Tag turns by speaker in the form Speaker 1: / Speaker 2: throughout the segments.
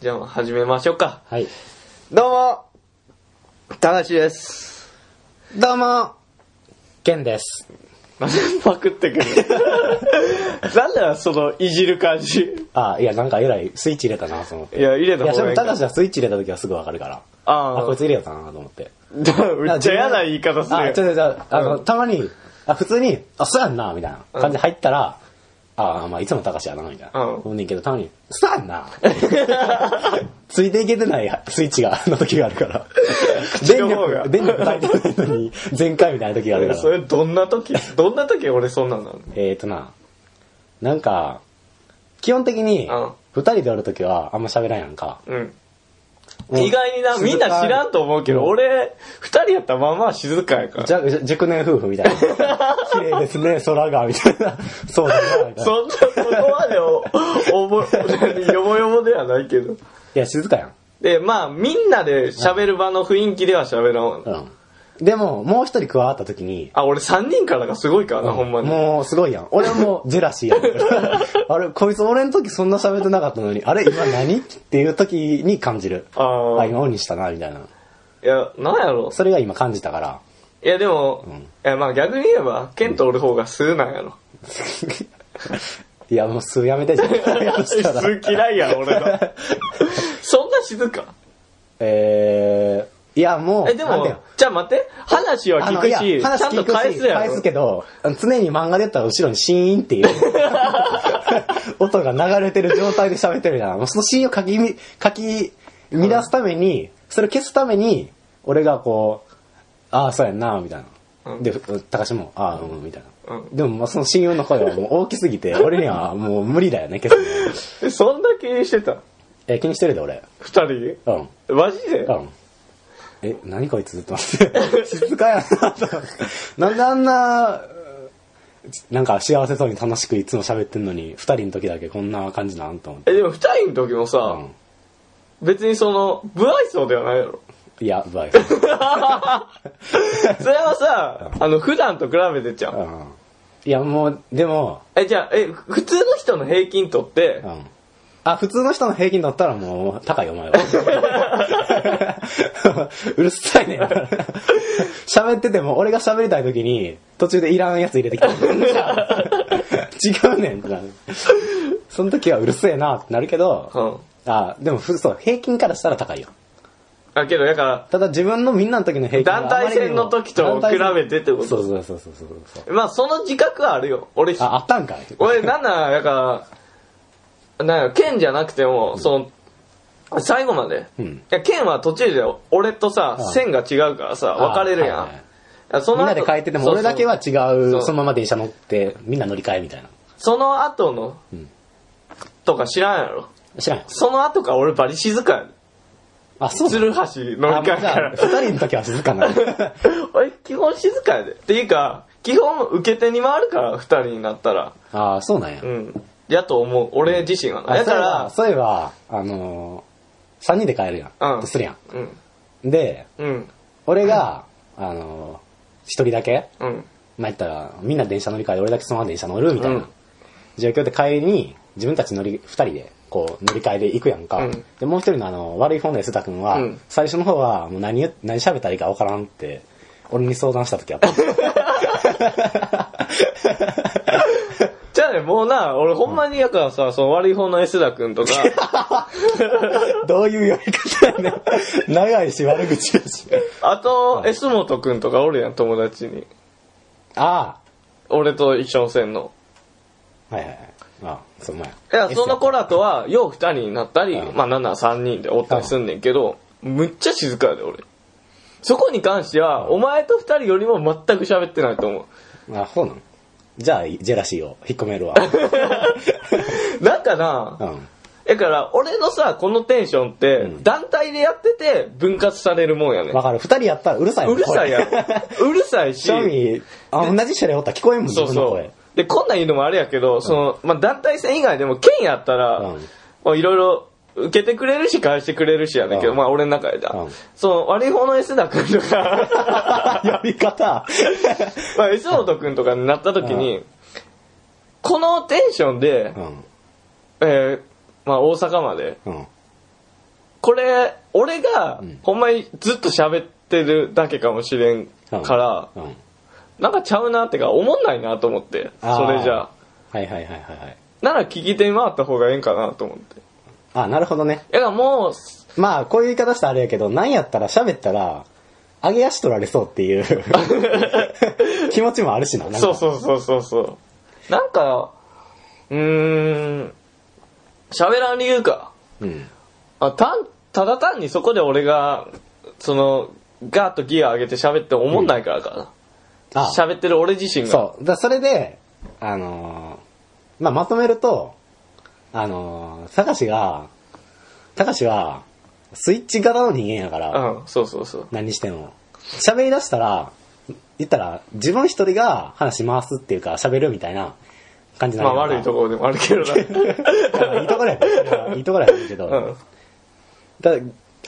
Speaker 1: じゃあ始めましょうか。
Speaker 2: はい。
Speaker 1: どうも、ただしです。
Speaker 2: どうも、ケンです。
Speaker 1: まずパクって くる。なんだよ、その、いじる感じ。
Speaker 2: あ、いや、なんかえらいスイッチ入れたなと思って。
Speaker 1: いや、入れた
Speaker 2: いや、
Speaker 1: 方
Speaker 2: そ
Speaker 1: が
Speaker 2: れ
Speaker 1: い
Speaker 2: も
Speaker 1: いか
Speaker 2: 高橋がスイッチ入れた時はすぐわかるから。
Speaker 1: あー
Speaker 2: こいつ入れようかなと思って。
Speaker 1: めっちゃ嫌な言い方する
Speaker 2: あ、
Speaker 1: よ
Speaker 2: ちょ。ちょちょ、あの、たまに、あ、普通に、あ、そうやんな、みたいな感じで入ったら、あ、まあ、いつも高橋やな、みたいな。
Speaker 1: うん
Speaker 2: 思うねんけど、たまに、そうやんな。 ついていけてないスイッチが、の時があるから。
Speaker 1: 口
Speaker 2: 電
Speaker 1: の方が
Speaker 2: 力、電力足りてないのに、全開みたいな時があるか
Speaker 1: そ
Speaker 2: ら。
Speaker 1: れどんな時どんな時俺そんなんなの
Speaker 2: えーとな、なんか、基本的に
Speaker 1: うん、
Speaker 2: 二人でおる時はあんま喋らんやんか。
Speaker 1: うん。
Speaker 2: うん
Speaker 1: 意外にな、みんな知らんと思うけど、
Speaker 2: うん
Speaker 1: 俺、二人やったらまあまあ静かやから。
Speaker 2: じゃ、じゃ熟年夫婦みたい な。綺麗ですね、空が、みたいな。そうだな、みたいな。
Speaker 1: そんな、そこまでお、おぼ、 何よぼよぼではないけど。
Speaker 2: いや、静かやん。
Speaker 1: で、まあ、みんなで喋る場の雰囲気では喋らん。
Speaker 2: うん。でも、もう一人加わった時に、
Speaker 1: あ、俺三人からがすごいからな、ほんまに。
Speaker 2: もうすごいやん。俺はもうジェラシーやん。 あれ、こいつ俺の時そんな喋ってなかったのに、あれ、今何っていう時に感じる。
Speaker 1: ああ
Speaker 2: あ、。今オンにしたな、みたい
Speaker 1: い
Speaker 2: な。
Speaker 1: や、なんやろ。
Speaker 2: それが今感じたから。
Speaker 1: いや、でも、
Speaker 2: ん
Speaker 1: いや、まあ逆に言えば、ケンとおる方が数なんやろ。
Speaker 2: いや、もう数やめてじゃん。 やしたら
Speaker 1: 数嫌いや、俺が。そんな静か
Speaker 2: えー、いや、もう、
Speaker 1: え、で
Speaker 2: なんていう
Speaker 1: も
Speaker 2: の、
Speaker 1: じゃあ待って、話は
Speaker 2: あ
Speaker 1: 聞
Speaker 2: の
Speaker 1: く
Speaker 2: いや
Speaker 1: し、
Speaker 2: 話
Speaker 1: ちゃん
Speaker 2: 聞
Speaker 1: と
Speaker 2: く
Speaker 1: 返
Speaker 2: し
Speaker 1: すや
Speaker 2: 返
Speaker 1: ろ
Speaker 2: す。けど、あの常に漫画で言ったら後ろにシーン っていう音が流れてる状態で喋ってるじゃん。もうそのシーンをかきみ、かき乱すために、それを消すために、俺がこう、ああ、そうやんな、みたいな。
Speaker 1: うん
Speaker 2: で、ふ高橋も、ああ、うん、みたいな。
Speaker 1: うん
Speaker 2: でも、まあ、その親友の声はもう大きすぎて、俺にはもう無理だよね、消すの。
Speaker 1: えそんだけしてた
Speaker 2: え、気にしてるで、俺。
Speaker 1: 二人
Speaker 2: うん。
Speaker 1: マジで
Speaker 2: うん。え、何こいつと思って。静かやなと思って。なんであんな、なんか幸せそうに楽しくいつも喋ってんのに、二人の時だけこんな感じなんと思って。
Speaker 1: え、でも二人の時もさ、
Speaker 2: うん。
Speaker 1: 別にその、不愛想ではないや ろ。
Speaker 2: いや、バイ。
Speaker 1: それはさ、あの、普段と比べてちゃ。
Speaker 2: うんん。いや、もう、でも、
Speaker 1: え、じゃあ、え、普通の人の平均とって
Speaker 2: う、ん。あ、普通の人の平均だったらもう、高いお前は。 うるさいね。喋ってても、俺が喋りたい時に、途中でいらんやつ入れてきた。違うねんってなる。その時はうるせえなってなるけど、
Speaker 1: うん。
Speaker 2: あ、でもふ、そう、平均からしたら高いよ。
Speaker 1: あ、けど、だから、
Speaker 2: ただ自分のみんなの時の平均が
Speaker 1: 団体戦の時と比べてってこと
Speaker 2: そうそうそうそうそうそう。
Speaker 1: まあ、その自覚はあるよ。俺、
Speaker 2: あ、あったんかい。
Speaker 1: 俺、なんなら、だから、なんや、剣じゃなくても、その、最後まで。
Speaker 2: うん
Speaker 1: いや、剣は途中で、俺とさ
Speaker 2: う、ん
Speaker 1: 線が違うからさ、分かれるや
Speaker 2: あ
Speaker 1: ん
Speaker 2: はいはい。
Speaker 1: あそ
Speaker 2: みん
Speaker 1: の
Speaker 2: な
Speaker 1: 後
Speaker 2: で変えてても、
Speaker 1: そうそう
Speaker 2: 俺だけは違う、
Speaker 1: そ
Speaker 2: そうのまま電車乗って、みんな乗り換えみたいな。
Speaker 1: その後の、
Speaker 2: うん
Speaker 1: とか知らんやろ。
Speaker 2: 知らんよ。
Speaker 1: その後から俺バリ静かやん。
Speaker 2: あ、そうなの
Speaker 1: 鶴橋乗り換えか
Speaker 2: あ
Speaker 1: ら
Speaker 2: じ。ゃあ二人の時は静かなの。
Speaker 1: 俺、基本静かやで。っていうか、基本受け手に回るから、二人になったら。
Speaker 2: ああ、そうなんや
Speaker 1: う。ん。やと思う。俺自身がな。
Speaker 2: あ
Speaker 1: だから、
Speaker 2: そういえば、そういえばあのー、三人で帰るやん。
Speaker 1: うん
Speaker 2: するや
Speaker 1: うん。
Speaker 2: ん。で、
Speaker 1: うん。
Speaker 2: 俺が、あのー、一人だけ、
Speaker 1: うん。
Speaker 2: まあ、言ったら、みんな電車乗り換えで俺だけそのまま電車乗るみたいうなん状況で帰りに、自分たち乗り、二人で、こう、乗り換えで行くやんか。
Speaker 1: うん
Speaker 2: で、もう一人のあの、悪い方の安田君は、
Speaker 1: うん
Speaker 2: 最初の方は、もう何言、何喋ったらいいか分からんって、俺に相談した時あった。
Speaker 1: じゃあね、もうな、俺ほんまにやからさ、その悪い方のエスダ君とか、
Speaker 2: どういう呼び方やねん。 長いし、悪口やし。
Speaker 1: あと、エスモト君とかおるやん、友達に。
Speaker 2: あ
Speaker 1: 俺と一緒の線の。
Speaker 2: あ。はいはいはい。ああ、その前。
Speaker 1: いや、その子らとは、よう二人になったり、
Speaker 2: うん
Speaker 1: まあ、なんなら三人でおったりすんねんけど、むっちゃ静かやで、俺。そこに関しては、お前と二人よりも全く喋ってないと思
Speaker 2: あ、そうなのじゃあ、ジェラシーを引っ込め るわ。
Speaker 1: う。なんかな
Speaker 2: う、ん。
Speaker 1: だから、俺のさ、このテンションって、団体でやってて、分割されるもんやねん
Speaker 2: わ。かる。二人やったらうるさいも
Speaker 1: うんるさいやん。
Speaker 2: 声
Speaker 1: うるさい し。
Speaker 2: 正味、あ、同じ車両おったら聞こえんもん、自
Speaker 1: そう
Speaker 2: 分の
Speaker 1: そう
Speaker 2: 声。。
Speaker 1: で、こんなん言うのもあれやけど、その、まあ、団体戦以外でも、県やったら
Speaker 2: うん、
Speaker 1: もういろいろ、受けてくれるし、返してくれるしやねんけど、
Speaker 2: うん
Speaker 1: まあ、俺の中でだ
Speaker 2: うん。
Speaker 1: その、悪い方のエスダ君と か、
Speaker 2: 呼び方。
Speaker 1: まあ、エスオート君とかになった時に、このテンションで
Speaker 2: う、ん。
Speaker 1: えーまあ、大阪まで
Speaker 2: うん。
Speaker 1: これ、俺が、ほんまにずっと喋ってるだけかもしれんから、
Speaker 2: うん。
Speaker 1: なんかちゃうなってか、思んないなと思って、
Speaker 2: あー
Speaker 1: それじゃあ。
Speaker 2: はいはいはいはいはい。
Speaker 1: なら聞き手に回った方がええんかなと思って。
Speaker 2: あ、なるほどね。
Speaker 1: いや、もう、
Speaker 2: まあ、こういう言い方したらあれやけど、なんやったら喋ったら、上げ足取られそうっていう 気持ちもあるしな。なんか
Speaker 1: そうそうそうそうそう。なんか、うーん、喋らん理由か。
Speaker 2: うん。
Speaker 1: あ、たん、ただ単にそこで俺が、その、ガーッとギア上げて喋って思んないからかな。
Speaker 2: あ、
Speaker 1: 喋ってる俺自身が。
Speaker 2: そう。だそれで、あのーまあ、まとめると、あのー、高しが、高しは、スイッチ型の人間やから、
Speaker 1: うん、そうそうそう。
Speaker 2: 何しても。喋り出したら、言ったら、自分一人が話回すっていうか、喋るみたいな感じな
Speaker 1: まあ
Speaker 2: の
Speaker 1: 悪いところでもあるけどな。
Speaker 2: いいところやからそれ はいいところやけど、
Speaker 1: うん
Speaker 2: だ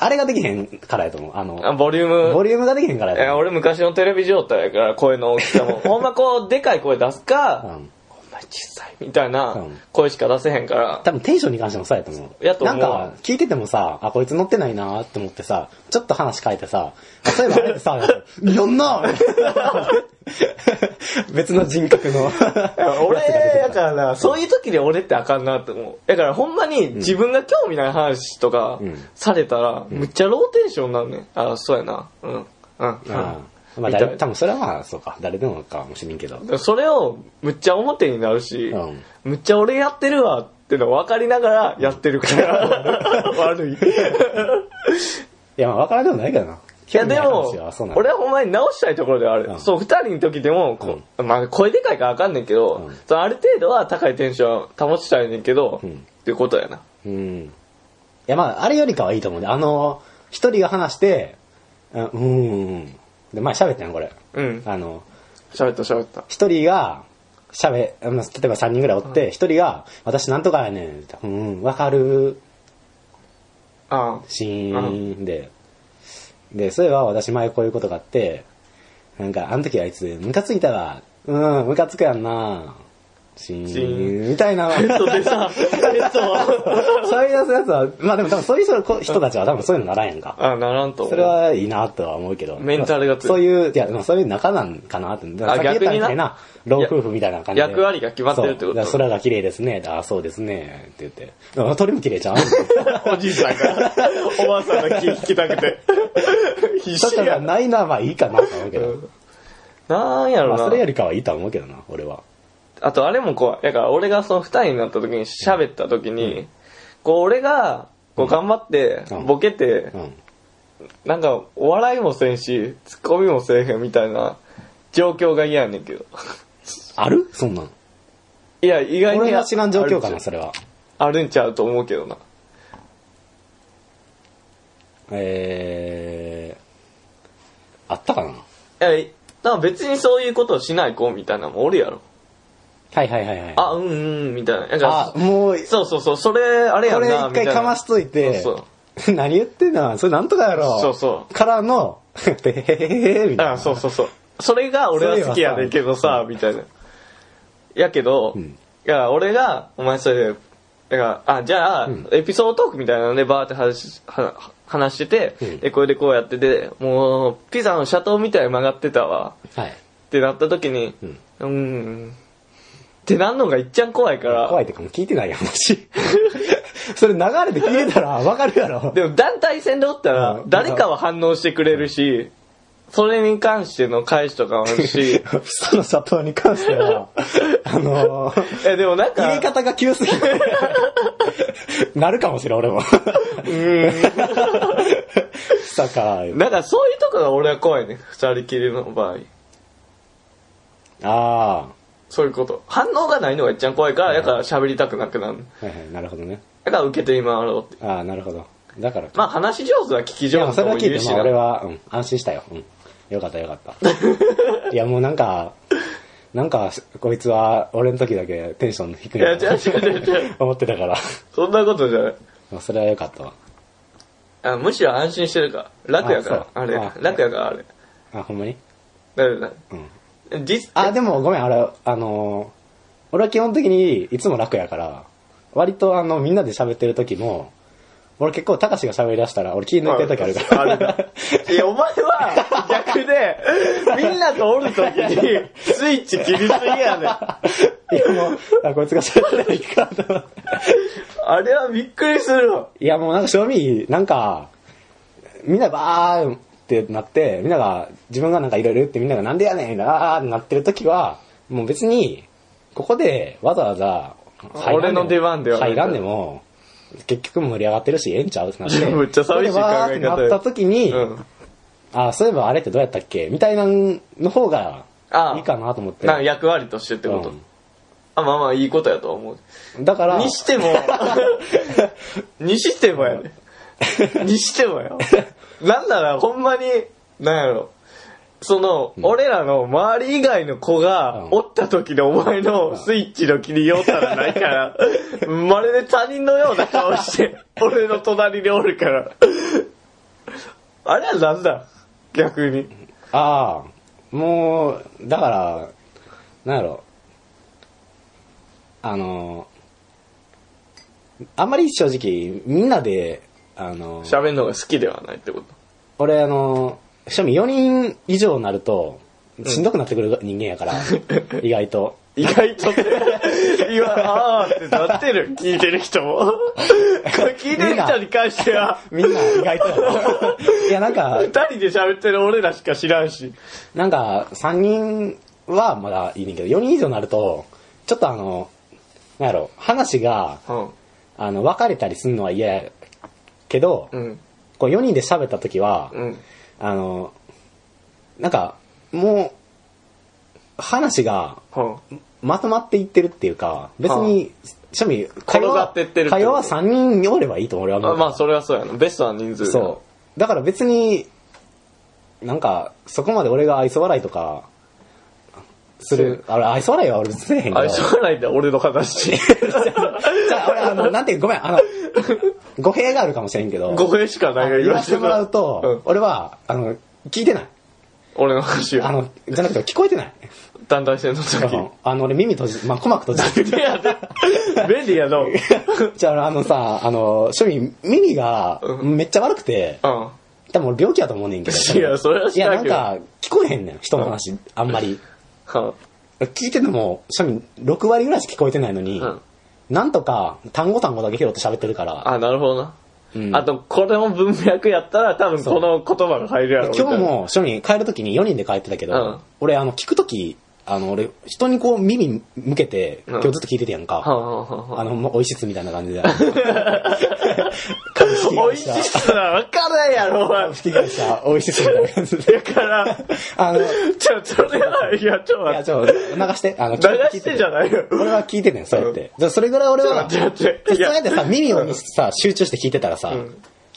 Speaker 2: あれができへんからやと思う。あの、
Speaker 1: あ。ボリュー
Speaker 2: ボ
Speaker 1: ム。
Speaker 2: リュームができへんから
Speaker 1: いや
Speaker 2: や
Speaker 1: 俺昔のテレビ状態やから声の大き さも。ほんまこう、でかい声出す
Speaker 2: と思う。
Speaker 1: か、
Speaker 2: うん
Speaker 1: ほんまに小さいみたいな
Speaker 2: うん
Speaker 1: 声しか出せへんから。
Speaker 2: 多分テンションに関してもそうやと思う。
Speaker 1: やと思う
Speaker 2: なんか、聞いててもさ、あ、こいつ乗ってないなって思ってさ、ちょっと話変えてさ、あそういえばあれでさ、 やんな 別の人格の。
Speaker 1: 俺
Speaker 2: やつが出て
Speaker 1: や
Speaker 2: きた
Speaker 1: からな、そういう時で俺ってあかんなって思う。だからほんまに自分が興味ない話とか
Speaker 2: うん
Speaker 1: されたら、むっちゃローテンションになんねん。あ、そうやな。うん。うん。
Speaker 2: ああ
Speaker 1: うん
Speaker 2: まあ
Speaker 1: みた
Speaker 2: 誰、
Speaker 1: い
Speaker 2: 多分それはまあ、そうか、誰でもかもしれんけど。
Speaker 1: なそれをむっちゃ表になるし、
Speaker 2: うん
Speaker 1: むっちゃ俺やってるわっての分かりながらやってるから、 悪い。
Speaker 2: いや、まあ、わからんでもないけどな。
Speaker 1: いやでも
Speaker 2: 興味ない話はそうな、んだ
Speaker 1: 俺はほんまに直したいところではある。
Speaker 2: うん
Speaker 1: そう、二人の時でも、こまあ声でかいからあかんねんけど、
Speaker 2: ん
Speaker 1: そうある程度は高いテンション保ちたいねんけど、
Speaker 2: ん
Speaker 1: っていうことやな。
Speaker 2: うん。いや、まあ、あれよりかはいいと思うね。あの、一人が話して、うん、うん、うん。で、前喋ったやん、これ。
Speaker 1: うん。
Speaker 2: あの、
Speaker 1: 喋った喋った。
Speaker 2: 一人が、喋、あの例えば三人ぐらいおって、一人が、私なんとかやねんって、うん、うん、わかる、
Speaker 1: あ
Speaker 2: シーンで。で、そういえば私前こういうことがあって、なんか、あの時あいつ、ムカついたわ。うん、ムカつくやんな。シ
Speaker 1: シ
Speaker 2: ー
Speaker 1: ー
Speaker 2: ン、みたいな。
Speaker 1: あ。そうでさ、えっと、
Speaker 2: そういうやつは、まあでも多分そういう人人たちは多分そういうのならんやんか。
Speaker 1: あ、ならんと思う。
Speaker 2: それはいいなとは思うけど。
Speaker 1: メンタルが強
Speaker 2: そういう、いや、でもそういう仲なんかなって。だからさっき言ったみたいな、老夫婦みたいな感じで。
Speaker 1: 役割が決まってるってこと
Speaker 2: そうだから空が綺麗ですね。ああ、そうですね。って言って。あ鳥も綺 麗じゃん。
Speaker 1: おじいさん が、おばあさんが聞きたくて。必
Speaker 2: 人
Speaker 1: 死
Speaker 2: が
Speaker 1: やな。
Speaker 2: ないなはまあいいかなと思うけど。
Speaker 1: なんや
Speaker 2: ま
Speaker 1: ろ
Speaker 2: あ
Speaker 1: な。
Speaker 2: それよりかはいいとは思うけどな、俺は。
Speaker 1: あとあれも怖い。だから俺がその二人になった時に喋った時に、こう俺が、こう頑張って
Speaker 2: うん、
Speaker 1: ボケて
Speaker 2: う、ん。
Speaker 1: なんかお笑いもせんし、ツッコミもせえへんみたいな状況が嫌やねんけど。
Speaker 2: あるそんなん。
Speaker 1: いや、意外に。
Speaker 2: 俺が知らん状況か
Speaker 1: あるん
Speaker 2: な、
Speaker 1: ちゃ
Speaker 2: それは。
Speaker 1: うあるんちゃうと思うけどな。
Speaker 2: えー、あったかない
Speaker 1: や、だから別にそういうことをしない子みたいなのもおるやろ。
Speaker 2: はいはいはいはい。
Speaker 1: あ、うんうん、みたいな。なん
Speaker 2: あ
Speaker 1: か、
Speaker 2: もう、
Speaker 1: そうそうそう、それ、あれや
Speaker 2: こ
Speaker 1: んな、
Speaker 2: れ
Speaker 1: みたいな。
Speaker 2: 一回かましといて
Speaker 1: そう、
Speaker 2: 何言ってんのそれなんとかやろ。
Speaker 1: そうそ
Speaker 2: からの、へへへへへみたい
Speaker 1: あ
Speaker 2: な。
Speaker 1: そうそうそう。それが俺は好きやねんけどさ、みたいな。やけど、
Speaker 2: ん
Speaker 1: いや、俺が、お前それで、だから、あ、じゃあ、エピソードトークみたいなので、バーって話しは話してて、
Speaker 2: うん
Speaker 1: で、これでこうやってて、もう、ピザのシャトーみたいに曲がってたわ、
Speaker 2: はい。
Speaker 1: ってなった時に、
Speaker 2: ん
Speaker 1: うーん、ってなんのがいっちゃん怖いから、
Speaker 2: 怖いってかもう聞いてないやん、もし。それ流れて聞いてたらわかるやろ。
Speaker 1: でも団体戦でおったら
Speaker 2: う、ん
Speaker 1: 誰かは反応してくれるし、それに関しての返しとかもあるし、
Speaker 2: ピサの砂糖に関しては、あのー、
Speaker 1: え、でもなんか、
Speaker 2: 入れ方が急すぎて、 なるかもしれん、俺も。 さか、
Speaker 1: なんかそういうとこが俺は怖いね。二人きりの場合。
Speaker 2: あ
Speaker 1: そういうこと。反応がないのが一番怖いから、だから喋りたくなくなる。
Speaker 2: あ、はいはい、なるほどね。
Speaker 1: だから受けて今ろうって。
Speaker 2: ああ、なるほど。だからか。
Speaker 1: まあ話し上手は聞き
Speaker 2: い
Speaker 1: 上
Speaker 2: や、
Speaker 1: 手
Speaker 2: そ
Speaker 1: と
Speaker 2: れは
Speaker 1: も
Speaker 2: 聞
Speaker 1: 言
Speaker 2: いうて、
Speaker 1: し
Speaker 2: まあ
Speaker 1: な。
Speaker 2: 俺
Speaker 1: い
Speaker 2: は、うん、安心したよ。うん。よかったよかった。 いや、もうなんか、なんか、こいつは、俺の時だけテンション低い
Speaker 1: や、
Speaker 2: な
Speaker 1: 違う違う違う違う。
Speaker 2: 思ってたから。
Speaker 1: そんなことじゃない。
Speaker 2: まあそれはよかったわ。
Speaker 1: あむしろ安心してるから。楽やから。
Speaker 2: あ
Speaker 1: あ
Speaker 2: そう
Speaker 1: れ
Speaker 2: あ。
Speaker 1: 楽やから、あれ。
Speaker 2: あ、ほんまに
Speaker 1: だよな。
Speaker 2: ん
Speaker 1: 実、
Speaker 2: あ、でもごめん、あれ、あのー俺は基本的にいつも楽やから、割とあの、みんなで喋ってる時も、俺結構、高しが喋り出したら、俺気抜いてる時あるか
Speaker 1: ある
Speaker 2: ら。
Speaker 1: いや、お前は逆で、みんなとおるときに、スイッチ切りすぎやねん。
Speaker 2: いやもう、あ、こいつが喋ってないかと思って。
Speaker 1: あれはびっくりするわ。
Speaker 2: いやもうなんか賞味、なんか、みんなバーってなって、みんなが、自分がなんかいろいろ言ってみんながなんでやねん、あーってなってる時は、もう別に、ここでわざわざ入らんも、
Speaker 1: 俺の出番ではない
Speaker 2: 入らんでも、結局盛り上がってるし、ええんちゃうって なって。
Speaker 1: めっちゃ寂しい考え方や
Speaker 2: ここでわーってなった時に、
Speaker 1: うん。
Speaker 2: あ、そういえばあれってどうやったっけみたいなんの方が
Speaker 1: あー
Speaker 2: いいかなと思って。
Speaker 1: なんか役割としてってこと。あ、まあまあいいことやと思う。
Speaker 2: うんだから、
Speaker 1: にして も、にしてもやね。にしてもよ。なんならほんまに、なんやろ。その、俺らの周り以外の子が
Speaker 2: うん
Speaker 1: おった時のお前のスイッチの切りようたらない から、まるで他人のような顔して、俺の隣におるから。あれはなんだ逆に。
Speaker 2: ああ、もう、だから、なんやろ。あの、あんまり正直、みんなで、あの、
Speaker 1: 喋るのが好きではないってこと。
Speaker 2: 俺あの、正味4人以上になると、しんどくなってくる人間や から、意外と。
Speaker 1: 意外とね、 今、あーってなってる、聞いてる人も。これ聞いてる人に関しては、
Speaker 2: みんな意外とやな。 いや、なんか
Speaker 1: 二、人で喋ってる俺らしか知らんし。
Speaker 2: なんか、3人はまだいいねんけど、4人以上になると、ちょっとあの、なんやろ、話が、
Speaker 1: うん。
Speaker 2: あの、別れたりするのは嫌やけど、
Speaker 1: うん。
Speaker 2: こう4人で喋った時は、
Speaker 1: うん。
Speaker 2: あの、なんか、もう、話がまとまっていってるっていうか、別に、趣味、会
Speaker 1: 転
Speaker 2: 話
Speaker 1: がってってるってこと
Speaker 2: 会話は3人おればいいと俺は思
Speaker 1: あ
Speaker 2: う。
Speaker 1: まあ、それはそうやな。ベストな人数やな
Speaker 2: そう。だから別に、なんか、そこまで俺が愛想笑いとか、する、あれ、愛想笑いは俺別にせえへんけど。
Speaker 1: あ、しょうがないんだ、俺の 話。
Speaker 2: じゃあ、俺、あの、なんていうごめん、あの、語弊があるかもしれんけど。
Speaker 1: 語弊しかないが
Speaker 2: 言わせてもらうと、
Speaker 1: うん
Speaker 2: 俺は、あの、聞いてない。
Speaker 1: 俺の話
Speaker 2: あ
Speaker 1: を。
Speaker 2: の、じゃなくて聞こえてない。
Speaker 1: 団体戦の
Speaker 2: あ
Speaker 1: 時。
Speaker 2: の、あの俺耳閉じ、まあ、鼓膜閉じてる。
Speaker 1: いやで便利やの。うん。
Speaker 2: じゃあ、あのさ、あの、庶民、耳が
Speaker 1: うん
Speaker 2: めっちゃ悪くて、多分俺病気やと思うねんけど。
Speaker 1: いやそれは知
Speaker 2: い
Speaker 1: ら
Speaker 2: や、
Speaker 1: ん
Speaker 2: なん
Speaker 1: けど
Speaker 2: か、聞こえへんねん、人の話、あんまり。
Speaker 1: は
Speaker 2: 聞いてても、庶民6割ぐらいしか聞こえてないのに、
Speaker 1: うん
Speaker 2: なんとか単語単語だけ拾って喋ってるから、
Speaker 1: あ、なるほどな。
Speaker 2: うん
Speaker 1: あと、これも文脈やったら多分この言葉が入るやろみたい
Speaker 2: 今
Speaker 1: な。
Speaker 2: 日も庶民帰るときに4人で帰ってたけど、
Speaker 1: うん
Speaker 2: 俺、あの、聞くとき、あの、俺、人にこう耳向けて、今日ずっと聞いててやんか。
Speaker 1: はんはんはんはん
Speaker 2: あの、もう、おいしつみたいな感じで。株式
Speaker 1: 美
Speaker 2: 会
Speaker 1: 味し
Speaker 2: 社。
Speaker 1: さわからんやろ、お前。
Speaker 2: 株式会社、おいしつみたいな感じで。
Speaker 1: だから、
Speaker 2: あの、い
Speaker 1: ちょ、それは、いや、ちょ、
Speaker 2: や、
Speaker 1: 待
Speaker 2: ちょ、流して、あの、
Speaker 1: って流してじゃないよ。
Speaker 2: 俺は聞いてんねん、そうやって。じゃあそれぐらい俺は、
Speaker 1: ちょっと待って
Speaker 2: で
Speaker 1: いや
Speaker 2: そうやってさ、耳をさ、集中して聞いてたらさ、
Speaker 1: ん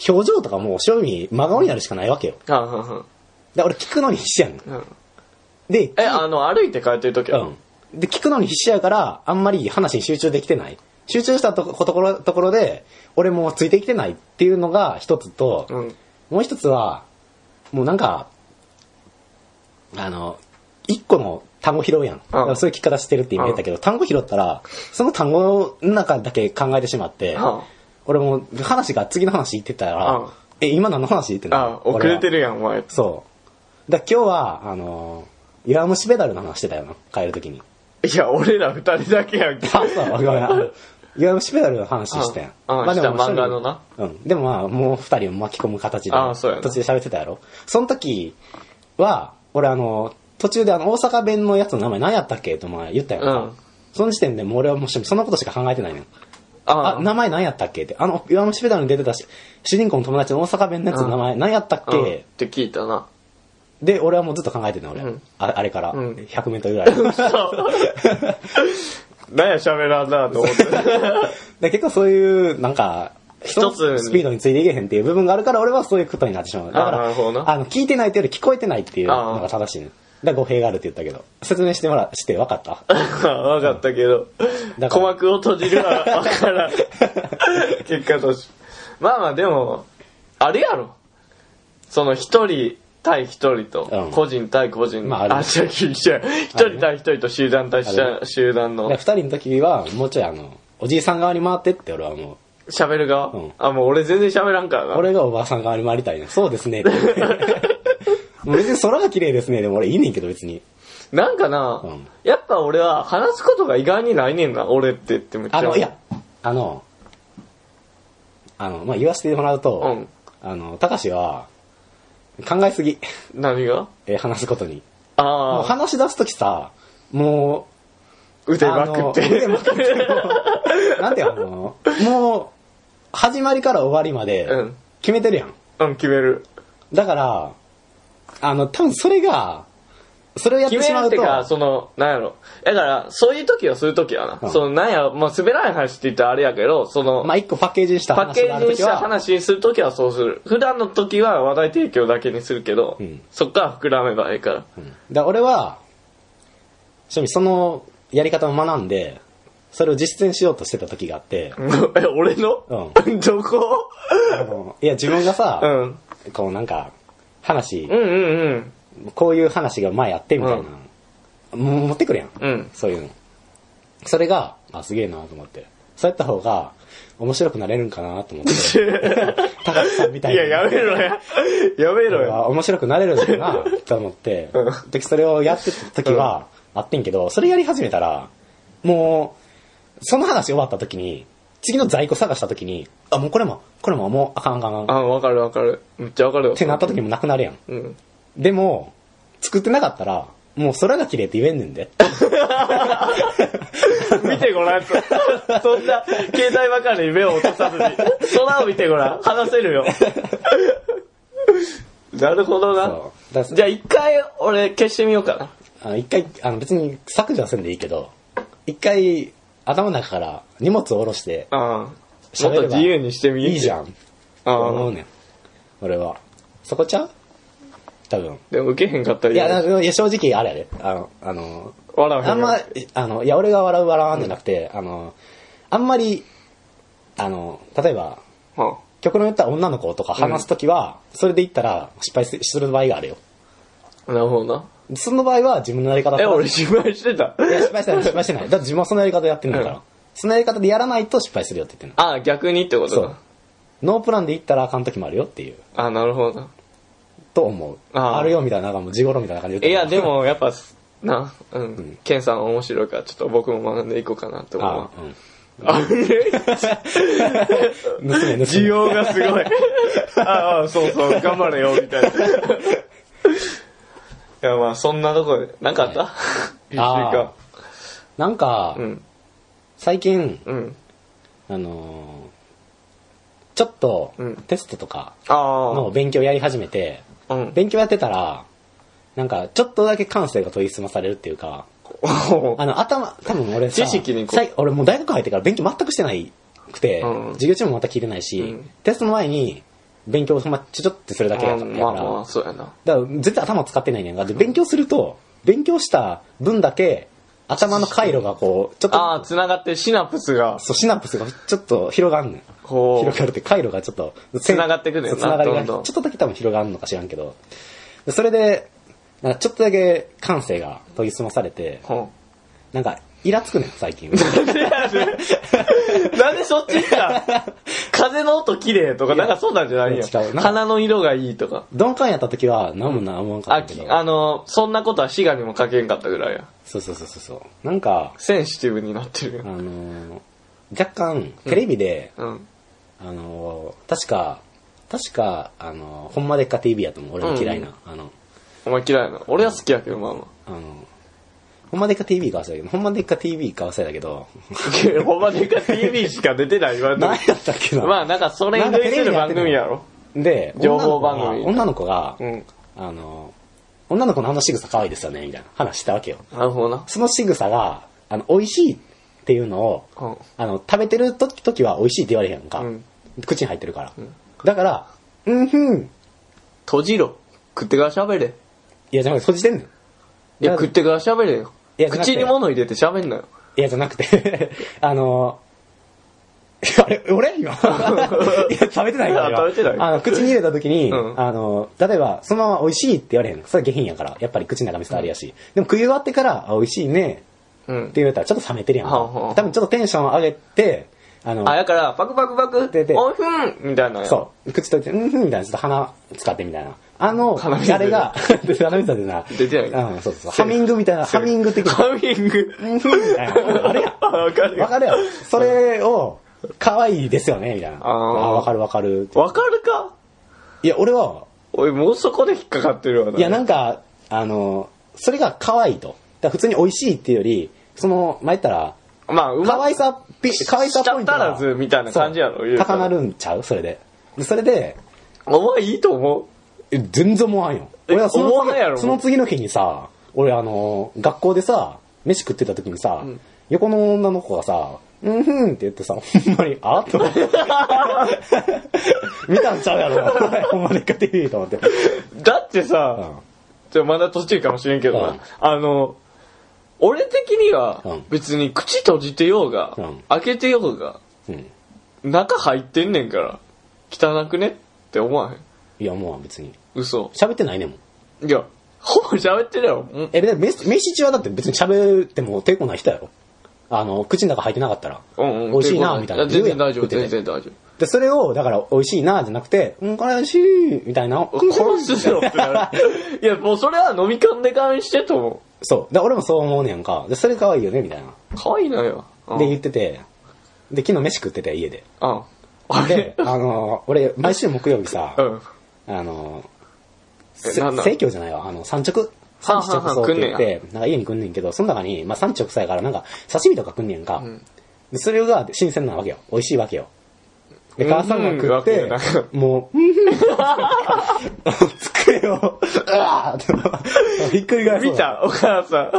Speaker 2: 表情とかもう、正味、真顔になるしかないわけよ。
Speaker 1: はんはんはん
Speaker 2: だから俺聞くのに必死やん。
Speaker 1: うん
Speaker 2: で、
Speaker 1: え、あの、歩いて帰ってる時は
Speaker 2: うん。で、聞くのに必死やから、あんまり話に集中できてない。集中したとこところ、ところで、俺もうついてきてないっていうのが一つと、
Speaker 1: うん。
Speaker 2: もう一つは、もうなんか、あの、一個の単語拾うやん。だからそういう聞き方してるって意味だったけど、単語拾ったら、その単語の中だけ考えてしまって、
Speaker 1: あ
Speaker 2: 俺もう話が次の話言ってたら、
Speaker 1: うん
Speaker 2: え、今何の話ってな
Speaker 1: あ、遅れて
Speaker 2: る。
Speaker 1: るやん、お前。
Speaker 2: そう。だから今日は、あの、弱虫ペダルの話してたよな、帰るときに。
Speaker 1: いや、俺ら二人だけやんけ。
Speaker 2: あ、そう、ごめん。あの弱虫ペダルの話してん。
Speaker 1: うんうんした漫画のな。
Speaker 2: うん。でもまあ、もう二人を巻き込む形で、
Speaker 1: あそうやな
Speaker 2: 途中で喋ってたやろ。その時は、俺あの、途中であの、大阪弁のやつの名前何やったっけとまあ言ったやん
Speaker 1: う
Speaker 2: か。
Speaker 1: ん。
Speaker 2: その時点でもう俺はもうそんなことしか考えてないねん。あ
Speaker 1: あ、
Speaker 2: 名前何やったっけって。あの、弱虫ペダルに出てたし、主人公の友達の大阪弁のやつの名前何やったっ
Speaker 1: うんっ
Speaker 2: け
Speaker 1: て聞いたな。
Speaker 2: で、俺はもうずっと考えてんねん、俺。
Speaker 1: うん
Speaker 2: ああれから、
Speaker 1: うん
Speaker 2: 100メートルぐらい。
Speaker 1: なんや、喋らんなと思って。
Speaker 2: で結構そういう、なんか、
Speaker 1: 一つ
Speaker 2: のスピードについていけへんっていう部分があるから、俺はそういうことになってしまう。だか
Speaker 1: あーなるほど
Speaker 2: ら、
Speaker 1: な
Speaker 2: あの、聞いてないというより聞こえてないっていう
Speaker 1: あー
Speaker 2: のが正しいね。だから語弊があるって言ったけど。説明してもら、して分かった。
Speaker 1: わかったけど
Speaker 2: だ、か
Speaker 1: 鼓
Speaker 2: ら
Speaker 1: 膜を閉じるはわ からん。結果とし。まあまあでも、あれやろ。その一人対一人
Speaker 2: う
Speaker 1: と
Speaker 2: ん、
Speaker 1: 個人対個人。
Speaker 2: まああるね
Speaker 1: 違う違う違う一人対一人と集団対集
Speaker 2: ある
Speaker 1: 団集団
Speaker 2: で
Speaker 1: の
Speaker 2: 二。人の時は、もうちょいあの、おじいさん側に回ってって俺はもう、
Speaker 1: 喋る側、
Speaker 2: うん
Speaker 1: あ、もう俺全然喋らんからな。
Speaker 2: 俺がおばあさん側に回りたいな。そうですね。って言ってもう別に空が綺麗ですね。でも俺いいねんけど別に。
Speaker 1: なんかな、
Speaker 2: うん
Speaker 1: やっぱ俺は話すことが意外にないねんな、俺って言っても
Speaker 2: あの、いや、あの、あの、まあ、言わせてもらうと、
Speaker 1: うん
Speaker 2: あの、たかしは、考えすぎ、
Speaker 1: 何が
Speaker 2: えー話すことに。もう
Speaker 1: ああ、
Speaker 2: 話し出すときさ、もう、
Speaker 1: 腕まくっ
Speaker 2: あの腕
Speaker 1: て。
Speaker 2: まくってもうなんていうのもう、始まりから終わりまで
Speaker 1: うん、
Speaker 2: 決めてるやん。
Speaker 1: うん、決める。
Speaker 2: だから、あの、多分それが、それをやっ
Speaker 1: 決
Speaker 2: て
Speaker 1: め
Speaker 2: しま
Speaker 1: るっ
Speaker 2: うと
Speaker 1: て、か、その、なんやろ。だから、そういう時はそういう時やな。
Speaker 2: うん
Speaker 1: その、なんや、まあ、滑らない話って言ったらあれやけど、その、
Speaker 2: まあ、一個パッケージにした
Speaker 1: パッ
Speaker 2: 話
Speaker 1: ケ
Speaker 2: があ
Speaker 1: ージ
Speaker 2: ると
Speaker 1: に
Speaker 2: き
Speaker 1: した
Speaker 2: は、
Speaker 1: 話にするときはそうする。普段の時は話題提供だけにするけど、
Speaker 2: うん
Speaker 1: そっから膨らめばいいから。
Speaker 2: だから俺は、正味そのやり方を学んで、それを実践しようとしてた時があって、
Speaker 1: え、俺の、 どこ
Speaker 2: あのいや、自分がさ、
Speaker 1: うん。
Speaker 2: こうなんか、話
Speaker 1: う、んうんうん。
Speaker 2: こういう話が前あってみたいな、もう持ってくるやん。
Speaker 1: うん。
Speaker 2: そういうの。それが、あ、すげえなと思って。そうやった方が、面白くなれるんかなと思って。 高橋さんみたい
Speaker 1: い
Speaker 2: に。
Speaker 1: や、やめろや。やめろや。
Speaker 2: あ面白くなれるんだ な、と思って。で、それをやってた時は、あってんけど、それやり始めたら、もう、その話終わった時に、次の在庫探した時に、あ、もうこれも、これももうあかんあかんあかん。
Speaker 1: あ、
Speaker 2: っ
Speaker 1: わかるわかる。めっちゃわかるわ
Speaker 2: てなった時もなくなるやん。
Speaker 1: うん。
Speaker 2: でも、作ってなかったら、もう空が綺麗って言えんねんで。
Speaker 1: 見てごらんと。そんな、携帯ばかりに目を落とさずに、空を見てごらん。話せるよ。 なるほどな
Speaker 2: そ。うだ
Speaker 1: じゃあ一回、俺消してみようかな。
Speaker 2: あの一回、あの別に削除はせんでいいけど、一回、頭の中から荷物を下ろして、
Speaker 1: ああ。も
Speaker 2: 喋
Speaker 1: っ
Speaker 2: れば
Speaker 1: と自由にしてみ
Speaker 2: いいじゃ
Speaker 1: ん。
Speaker 2: ん。
Speaker 1: あ
Speaker 2: 思
Speaker 1: あ
Speaker 2: う。ねん。俺は。そこちゃう多分。
Speaker 1: でも受けへんかったら
Speaker 2: いや、
Speaker 1: 嫌
Speaker 2: だ
Speaker 1: だ
Speaker 2: からいや正直あれやで。あの、あの、
Speaker 1: 笑わへん
Speaker 2: あんま、あの、いや、俺が笑う笑わんじゃなくて、あの、あんまり、あの、例えば、
Speaker 1: は
Speaker 2: 曲の言った女の子とか話すときは、それで言ったら失敗すする場合があるよ。
Speaker 1: あなるほどな。
Speaker 2: その場合は自分のやり方
Speaker 1: え、
Speaker 2: と
Speaker 1: 俺失敗してた。
Speaker 2: いや、失敗してない、失敗してない。だって自分はそのやり方でやってるんだから。
Speaker 1: うん
Speaker 2: そのやり方でやらないと失敗するよって言って
Speaker 1: ああ、逆にってこ
Speaker 2: る
Speaker 1: と
Speaker 2: の。そう
Speaker 1: か。。
Speaker 2: ノープランで行ったらあかん時もあるよっていう、
Speaker 1: ああ、なるほどな。
Speaker 2: と思う。
Speaker 1: あー
Speaker 2: あるよみたいな、なんかもう地頃みたいな感じ
Speaker 1: い
Speaker 2: で言
Speaker 1: や、
Speaker 2: っ
Speaker 1: で
Speaker 2: てる。
Speaker 1: も、やっぱ、な、うん、ケンさん面白いから、ちょっと僕も学んでいこうかなと思
Speaker 2: あ
Speaker 1: う。
Speaker 2: ー
Speaker 1: あれ
Speaker 2: うん。盗め、盗
Speaker 1: 需
Speaker 2: め。
Speaker 1: 要がす ごい。ああ、そうそう、頑張れよ、 みたいな。いや、まあ、そんなとこで、なんかあった、一週間
Speaker 2: あ。なんか、
Speaker 1: うん、
Speaker 2: 最近、
Speaker 1: うん。
Speaker 2: あのーちょっと
Speaker 1: うん、
Speaker 2: テストとかの
Speaker 1: あ
Speaker 2: 勉強やり始めて、
Speaker 1: あ、うん。
Speaker 2: 勉強やってたら、なんか、ちょっとだけ感性が研ぎ澄まされるっていうか、あの、頭、多分俺さ、
Speaker 1: 知識にこう
Speaker 2: さい俺もう大学入ってから勉強全くしてないくて、
Speaker 1: うん
Speaker 2: 授業中もまた聞いてないし、
Speaker 1: うん
Speaker 2: テストの前に勉強をまちょちょってするだけや
Speaker 1: う
Speaker 2: から、
Speaker 1: んまあまあ、そうやな。
Speaker 2: だから絶対頭使ってないねんが、で勉強すると、勉強した分だけ、頭の回路がこう、ちょっと、
Speaker 1: ああ、繋がってるシナプスが、
Speaker 2: そう、シナプスがちょっと広がんねん。
Speaker 1: こう
Speaker 2: 広がるって回路がちょっと、線
Speaker 1: 繋がってくるよな
Speaker 2: そう繋がり
Speaker 1: ど
Speaker 2: が、
Speaker 1: ん
Speaker 2: ち
Speaker 1: ど
Speaker 2: ょ
Speaker 1: ん
Speaker 2: っとだけ多分広がるのか知らんけど、でそれで、なんかちょっとだけ感性が研ぎ澄まされて、
Speaker 1: ほ
Speaker 2: なんか、イラつくねん、最近。
Speaker 1: うなんでそっち行った風の音綺麗とか、なんかそうなんじゃないよ。
Speaker 2: いや違うな
Speaker 1: 花の色がいいとか。
Speaker 2: 鈍感やった時は、何もな思わんか
Speaker 1: あ、
Speaker 2: ったけ
Speaker 1: き
Speaker 2: ど。
Speaker 1: あの、そんなことは滋賀にも書けんかったぐらいや。
Speaker 2: そうそうそうそうそう。なんか、
Speaker 1: センシティブになってる
Speaker 2: あ
Speaker 1: よ。
Speaker 2: のー若干、テレビで、
Speaker 1: うん。
Speaker 2: あのー確か、確か、あのーほんまでっか TV やと思う。俺の嫌いな。あの、
Speaker 1: お前嫌いな。俺は好きやけど、まあま
Speaker 2: あのほんまでっか TV か忘れたけど、ほんまでっか TV か忘れたけど、
Speaker 1: あ。 ほんまでか TV しか出てないわ。
Speaker 2: 何やったっけな。
Speaker 1: まあ、なんかそれに類する番組やろ。
Speaker 2: で、
Speaker 1: 情報番組
Speaker 2: 女の子が、
Speaker 1: うん。
Speaker 2: あのー女の子のあの仕草可愛いですよね、みたいな話したわけよ。
Speaker 1: なるほどな。
Speaker 2: その仕草が、あの、美味しいっていうのを、
Speaker 1: うん
Speaker 2: あの、食べてる時時は美味しいって言われへんか。
Speaker 1: うん
Speaker 2: 口に入ってるから。だから、うんふん。
Speaker 1: 閉じろ。食ってから喋れ。
Speaker 2: いや、じゃなくて閉じてんねん。
Speaker 1: いや、
Speaker 2: だ
Speaker 1: 食ってから喋れよ。
Speaker 2: いやじゃなくて
Speaker 1: 口に物入れて喋んなよ。
Speaker 2: いや、じゃなくて、 あの、あれ、俺 今。いや、食べてないから。今
Speaker 1: あ食べてない
Speaker 2: あの、口に入れた時に、
Speaker 1: うん
Speaker 2: あの、例えば、そのまま美味しいって言われへん。それは下品やから。やっぱり口の中見せたらあれやし。でも食い終わってから、あ、美味しいね。
Speaker 1: う
Speaker 2: っ
Speaker 1: ん。
Speaker 2: て言われたらちょっと冷めてるやんか。
Speaker 1: はあはあ
Speaker 2: 多分ちょっとテンション上げて、あの、
Speaker 1: あ、だから、パクパクパク
Speaker 2: で
Speaker 1: って、
Speaker 2: で
Speaker 1: オフンみたいな。
Speaker 2: そう、口といて、うんふんみたいな、ちょっと鼻使ってみたいな。あの、
Speaker 1: 鼻水
Speaker 2: あれが、 で鼻水出てな。
Speaker 1: 出てない
Speaker 2: うん、そうそう。ハミングみたいな、ハミング的な。
Speaker 1: ハミング。
Speaker 2: うんふんみたいな。あれや。
Speaker 1: わかる
Speaker 2: わかるよ。それを、可愛いですよね、みたいな。
Speaker 1: あー
Speaker 2: あー、わかるわかる。
Speaker 1: わかるか
Speaker 2: いや、俺は、
Speaker 1: おい、もうそこで引っかかってるわな。
Speaker 2: いや、なんか、あの、それが可愛いと。だから普通に美味しいっていうより、その、前言ったら、
Speaker 1: まあ、う
Speaker 2: 可
Speaker 1: ま
Speaker 2: 愛さ、ピ可愛さポイン
Speaker 1: し
Speaker 2: ト
Speaker 1: ちゃったらずみたいな感じやろ
Speaker 2: そう
Speaker 1: 言うたら
Speaker 2: 高なるんちゃうそれで。でそれで、
Speaker 1: お前いいと思う
Speaker 2: え全然思わんよ。
Speaker 1: え
Speaker 2: 俺はその
Speaker 1: 思わんやろ
Speaker 2: 次その次の日にさ、俺あの、学校でさ、飯食ってた時にさ、横の女の子がさ、うんふんって言ってさ、ほんまに、あと思って。見たんちゃうやろ。お前ほんまに勝手にと思って。
Speaker 1: だって
Speaker 2: う
Speaker 1: さ、
Speaker 2: ん
Speaker 1: ちょまだ途中かもしれんけどな、
Speaker 2: うん
Speaker 1: あの、俺的には
Speaker 2: うん
Speaker 1: 別に口閉じてようが、
Speaker 2: うん
Speaker 1: 開けてようが、
Speaker 2: うん。
Speaker 1: 中入ってんねんから、汚くねって思わへん。
Speaker 2: いや、もう別に。
Speaker 1: 嘘。
Speaker 2: 喋ってないねんもん。
Speaker 1: いや、ほぼ喋ってるやろ。ん
Speaker 2: え、で、飯飯中はだって別に喋っても抵抗ない人やろ。あの、口の中入ってなかったら。
Speaker 1: うんうん。
Speaker 2: 美味しいな、みたいな。
Speaker 1: や全然大丈
Speaker 2: 言う
Speaker 1: 夫、
Speaker 2: やん食って
Speaker 1: 全
Speaker 2: て
Speaker 1: 然大丈
Speaker 2: で、それを、だから、美味しいな、じゃなくて、うん、これ美味しい、みたいな。
Speaker 1: 夫。殺すよってなる。 いや、もうそれは飲み勘で勘してと思
Speaker 2: そう。で、俺もそう思うねやんか。で、それ可愛いよね、みたいな。
Speaker 1: う。可愛いのよ。うん
Speaker 2: で、言ってて、で、昨日飯食ってて、家で。
Speaker 1: うん。あ
Speaker 2: で
Speaker 1: れ、
Speaker 2: あの、俺、毎週木曜日さ
Speaker 1: う、ん。
Speaker 2: あの、
Speaker 1: え
Speaker 2: せ
Speaker 1: なんなん
Speaker 2: 生協じゃないわ、あの、産直。産地直送って言って、なんか家に来んねんけど、その中に、まあ産地直送やから、なんか刺身とか来んねんか。でそれが新鮮なわけよ。美味しいわけよ。で、
Speaker 1: うん
Speaker 2: 母さんが食っ
Speaker 1: う
Speaker 2: て
Speaker 1: んわけよ、
Speaker 2: もう、うん 机を、うわーって、びっくり返そう。
Speaker 1: 見たお母さ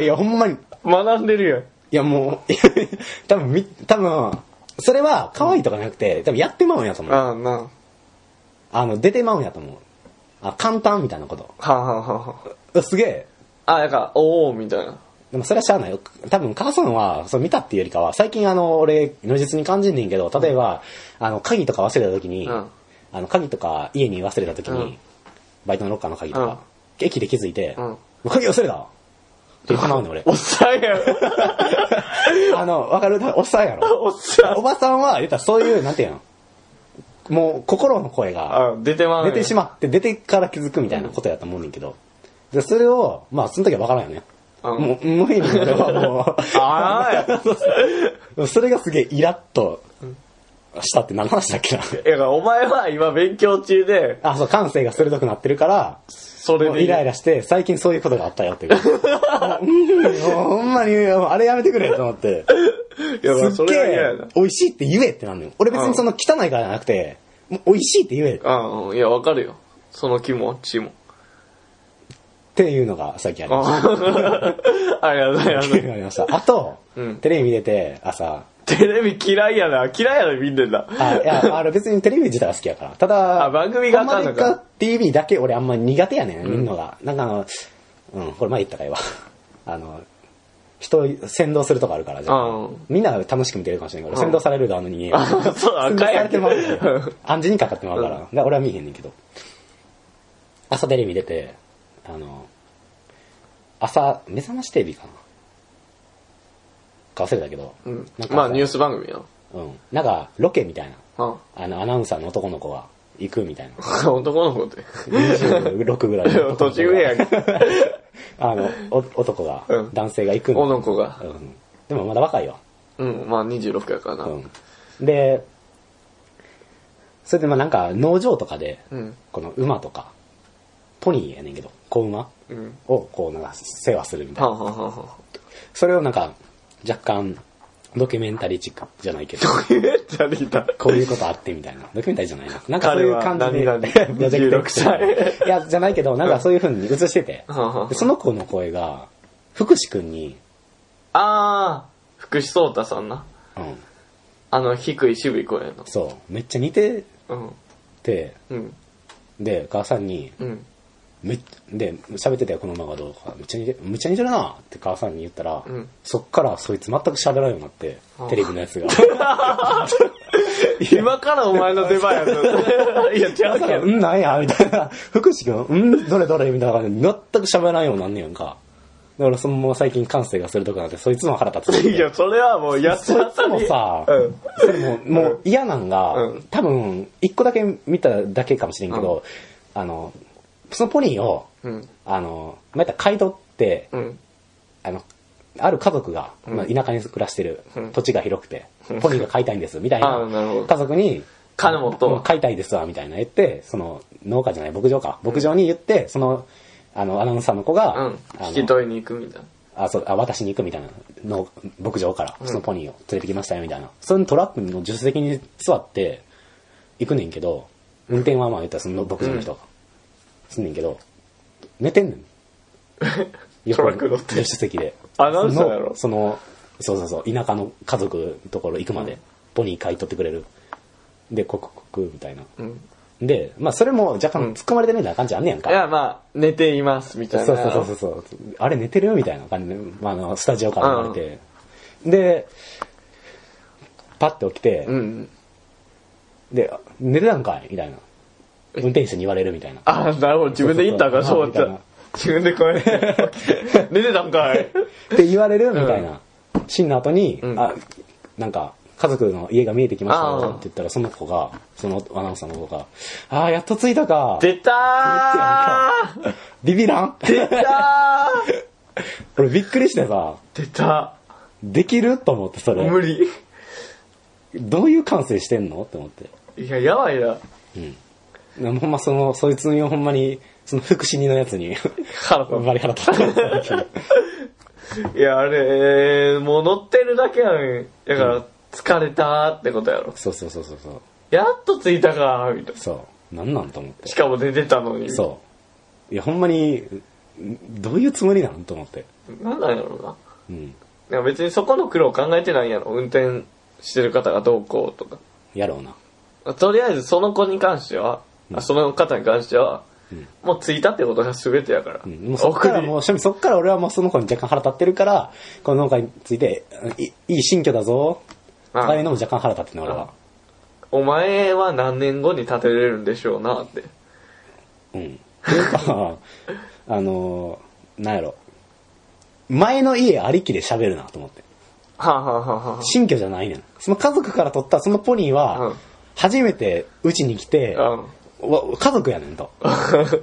Speaker 2: いや、ほんまに、
Speaker 1: ん。 学んでるやん。
Speaker 2: いやもう、 多分み、多分、それは可愛いとかじゃなくて、多分やってまうんやと思う。
Speaker 1: ああ、な
Speaker 2: あの、出てまうんやと思う。あ、簡単みたいなこと
Speaker 1: あ。はあはあはあ。
Speaker 2: うわ。すげえ。
Speaker 1: あ、なんか、おおみたいな。
Speaker 2: でもそれはしゃあないよ。多分、母さんは、そう見たっていうよりかは、最近あの、俺、如実に感じんねんけど、例えば、あの、鍵とか忘れた時に、
Speaker 1: うん
Speaker 2: あの、鍵とか家に忘れた時に、
Speaker 1: うん
Speaker 2: バイトのロッカーの鍵と
Speaker 1: うん
Speaker 2: か、駅で気づいて、
Speaker 1: うん
Speaker 2: 鍵忘れたって言ってまうねん俺。
Speaker 1: おっさんやん。
Speaker 2: あの、わかるおっさんやろ。
Speaker 1: おっさ
Speaker 2: お
Speaker 1: ん。
Speaker 2: ばさんは、言ったらそういう、なんていうの、もう、心の声が、
Speaker 1: あ出てまうね
Speaker 2: 出てしまって、出てから気づくみたいなことやと思うねんけど。で、それを、まあ、その時は分からんよね。
Speaker 1: うん。
Speaker 2: もう、無意味な俺はもう
Speaker 1: あ あや。
Speaker 2: でも それがすげえイラッとしたって何の話だっけな。
Speaker 1: いや、お前は今勉強中で、
Speaker 2: あ、そう、感性が鋭くなってるから、
Speaker 1: それ
Speaker 2: もう
Speaker 1: で。
Speaker 2: イライラして、最近そういうことがあったよっ ていう。うんもうほんまに、あれやめてくれと思って。
Speaker 1: いや、まあ
Speaker 2: す
Speaker 1: そ
Speaker 2: っげ
Speaker 1: れは嫌や
Speaker 2: え
Speaker 1: な。、
Speaker 2: 美味しいって言えってなんのよ。俺別にその汚いからじゃなくて、もう美味しいって言えっ
Speaker 1: あうん、いや、わかるよ。その気持ち も。
Speaker 2: ていうのが最近ありました。
Speaker 1: あありがとうございま
Speaker 2: ってい
Speaker 1: す。
Speaker 2: う のがありました。あと、
Speaker 1: うん
Speaker 2: テレビ見てて、朝、
Speaker 1: テレビ嫌いやな。嫌いやな、みんなだ。
Speaker 2: あ、いや、あの別にテレビ自体は好きやから。ただ、
Speaker 1: あ番組があ
Speaker 2: あ
Speaker 1: か
Speaker 2: ん
Speaker 1: ん
Speaker 2: ま
Speaker 1: の
Speaker 2: り
Speaker 1: か
Speaker 2: か TV だけ俺あんま苦手やねん、見んのが。なんかあの、うん、これ前言ったかいわ。 あの、人を先導するとこあるから、じゃ
Speaker 1: う
Speaker 2: あ
Speaker 1: ん。
Speaker 2: みんな楽しく見てるかもしれないけど、
Speaker 1: うん
Speaker 2: 先導される側の人間や。
Speaker 1: あそう、
Speaker 2: 先
Speaker 1: あか
Speaker 2: 導
Speaker 1: ん
Speaker 2: さ
Speaker 1: や
Speaker 2: れ
Speaker 1: ん
Speaker 2: て
Speaker 1: け。
Speaker 2: もらうから。暗示にかかってもらうから。
Speaker 1: うん
Speaker 2: だから俺は見えへんねんけど。朝テレビ出て、あの、朝、目覚ましテレビかな。か忘れたけど。
Speaker 1: うん
Speaker 2: なんか
Speaker 1: まあ、ニュース番組や
Speaker 2: うん。なんか、ロケみたいな。
Speaker 1: な。
Speaker 2: あの、アナウンサーの男の子が行くみたいな。
Speaker 1: あ男の子 って。
Speaker 2: 26ぐらいの男の
Speaker 1: 途
Speaker 2: 子が。
Speaker 1: 中やん け。
Speaker 2: あの、お男が、
Speaker 1: うん
Speaker 2: 男性が行く
Speaker 1: お
Speaker 2: の。
Speaker 1: の子が
Speaker 2: う。ん。でもまだ若いよ。
Speaker 1: うん、まあ26やからな。
Speaker 2: うん。で、それでまあなんか農場とかで、
Speaker 1: うん。
Speaker 2: この馬とか、ポニーやねんけど、子馬
Speaker 1: うん。
Speaker 2: をこうなんか世話するみたい
Speaker 1: は
Speaker 2: な。
Speaker 1: あ、はあはあはあ、
Speaker 2: それをなんか、若干、ドキュメンタリーチックじゃない けど。
Speaker 1: めっちゃ似た。
Speaker 2: こういうことあってみたいな。ドキュメンタリーじゃないな。なんかそういう感じ
Speaker 1: 彼
Speaker 2: で。
Speaker 1: は何々
Speaker 2: プロジェクト
Speaker 1: 26歳
Speaker 2: いや、じゃないけど、なんかそういう風に映してて
Speaker 1: はあはあ。
Speaker 2: でその子の声が、福士くんに、
Speaker 1: あー、福士蒼太さんな。
Speaker 2: うん、
Speaker 1: あの、低い渋い声の。
Speaker 2: そう、めっちゃ似て
Speaker 1: うん。
Speaker 2: て、
Speaker 1: うん。
Speaker 2: で、母さんに、
Speaker 1: うん。
Speaker 2: めっで、喋ってたよ、この馬がどうとか、めっちゃ似て、めっちゃ似てるなって母さんに言ったら、
Speaker 1: うん
Speaker 2: そっからそいつ全く喋らんようになって
Speaker 1: あ、
Speaker 2: テレビの やつが。
Speaker 1: 今からお前の出番や ぞ。いや、違
Speaker 2: だ
Speaker 1: う
Speaker 2: か
Speaker 1: け
Speaker 2: ら、
Speaker 1: ど
Speaker 2: う。ん、 なんやみたいな。福士くん、うん、どれどれみたいな感じで、全く喋らんようになんねやんか。で、俺そのもう最近感性が鋭くなって、そいつも腹立つ。
Speaker 1: いや、それはもう、やつ
Speaker 2: そい
Speaker 1: 当
Speaker 2: つ
Speaker 1: た
Speaker 2: も
Speaker 1: り。
Speaker 2: さ、
Speaker 1: うん。
Speaker 2: それも、もう嫌なんが、
Speaker 1: うん
Speaker 2: 多分、一個だけ見ただけかもしれんけど、あの、そのポニーを、
Speaker 1: うん。
Speaker 2: あの、まあ、言ったら買い取って、
Speaker 1: うん。
Speaker 2: あの、ある家族が、まあ、田舎に暮らしてる、
Speaker 1: うん
Speaker 2: 土地が広くて、ポニーが買いたいんです、みた い
Speaker 1: あーなるほ
Speaker 2: な
Speaker 1: ど、
Speaker 2: 家族に、
Speaker 1: 金持っ
Speaker 2: もう
Speaker 1: と。
Speaker 2: 買いたいですわ、みたいな言って、その、農家じゃない、牧場か、牧場に言って、その、あの、アナウンサーの子が、
Speaker 1: うん。
Speaker 2: あの
Speaker 1: 引き取りに行くみたいな。
Speaker 2: あ、そう、あ、渡しに行くみたいな、の、牧場から、そのポニーを連れてきましたよ、みたいな。そのトラックの助手席に座って、行くねんけど、運転はまあ言ったらその牧場の人が、すんねんけど、寝てんね ん。
Speaker 1: トラック乗って
Speaker 2: 助手席で。
Speaker 1: アナウンサーやろ
Speaker 2: その、そのそうそうそう、田舎の家族のところ行くまで、ポニー買い取ってくれる。で、コクコクみたいな。
Speaker 1: うん。
Speaker 2: で、まあそれも若干突っ込まれてるみたいな感じあんねやん
Speaker 1: い
Speaker 2: か。
Speaker 1: や、まあ、寝ています、みたいな。
Speaker 2: そうそうそうそう。あれ寝てるみたいな感じで、まあ、あの、スタジオから流れて。で、パッて起きて、
Speaker 1: うん。
Speaker 2: で、あ寝てたんかいみたいな。運転手に言われるみたいな。
Speaker 1: あ、なるほど。自分で言ったんか、そう
Speaker 2: そうそう
Speaker 1: 思った。自分でこれ、 寝てたんかい。
Speaker 2: って言われるみたいな。シーンの後に、
Speaker 1: ん
Speaker 2: あ、なんか、家族の家が見えてきました
Speaker 1: あ
Speaker 2: よ
Speaker 1: ー
Speaker 2: って言ったら、その子が、そのアナウンサーの子が、あー、やっと着いたか。
Speaker 1: 出たー
Speaker 2: ビビらん
Speaker 1: 出たー
Speaker 2: 俺びっくりしてさ、
Speaker 1: 出た
Speaker 2: できると思って、それ
Speaker 1: 無。理。
Speaker 2: どういう感性してんのって思って。
Speaker 1: いや、やばい な。
Speaker 2: なほんまその、そいつのほんまに、その福祉人のやつに、
Speaker 1: 腹
Speaker 2: あん
Speaker 1: 立
Speaker 2: まり腹立った。
Speaker 1: つ。いや、あれ、もう乗ってるだけやん。だから、疲れたーってことやろ。
Speaker 2: そうそうそうそうそう。
Speaker 1: やっと着いたかーみたいな。
Speaker 2: そう。なんなんと思って
Speaker 1: し。かも寝てたのに。
Speaker 2: そう。いや、ほんまに、んどういうつもりなんと思って。
Speaker 1: なんなんやろうな。
Speaker 2: うん。
Speaker 1: いや別にそこの苦労考えてないんやろ。運転してる方がどうこうとか。
Speaker 2: やろうな。
Speaker 1: とりあえずその子に関しては、あその方に関しては、もう着いたってことが全てやから。
Speaker 2: うん。もうそっからもう、正味そっから俺はもうその子に若干腹立ってるから、この農家について、いいい新居だぞ。
Speaker 1: うん
Speaker 2: ああいうのも若干腹立ってんの俺は。
Speaker 1: お前は何年後に建てれるんでしょうなって。
Speaker 2: うん。っていうか、あの、なんやろ。前の家ありきで喋るなと思って。
Speaker 1: はあ、はあはあはあ
Speaker 2: 新居じゃないねん。その家族から取ったそのポニー
Speaker 1: う
Speaker 2: は
Speaker 1: ん、
Speaker 2: 初めてうちに来て、
Speaker 1: うん
Speaker 2: わ家族やね んと。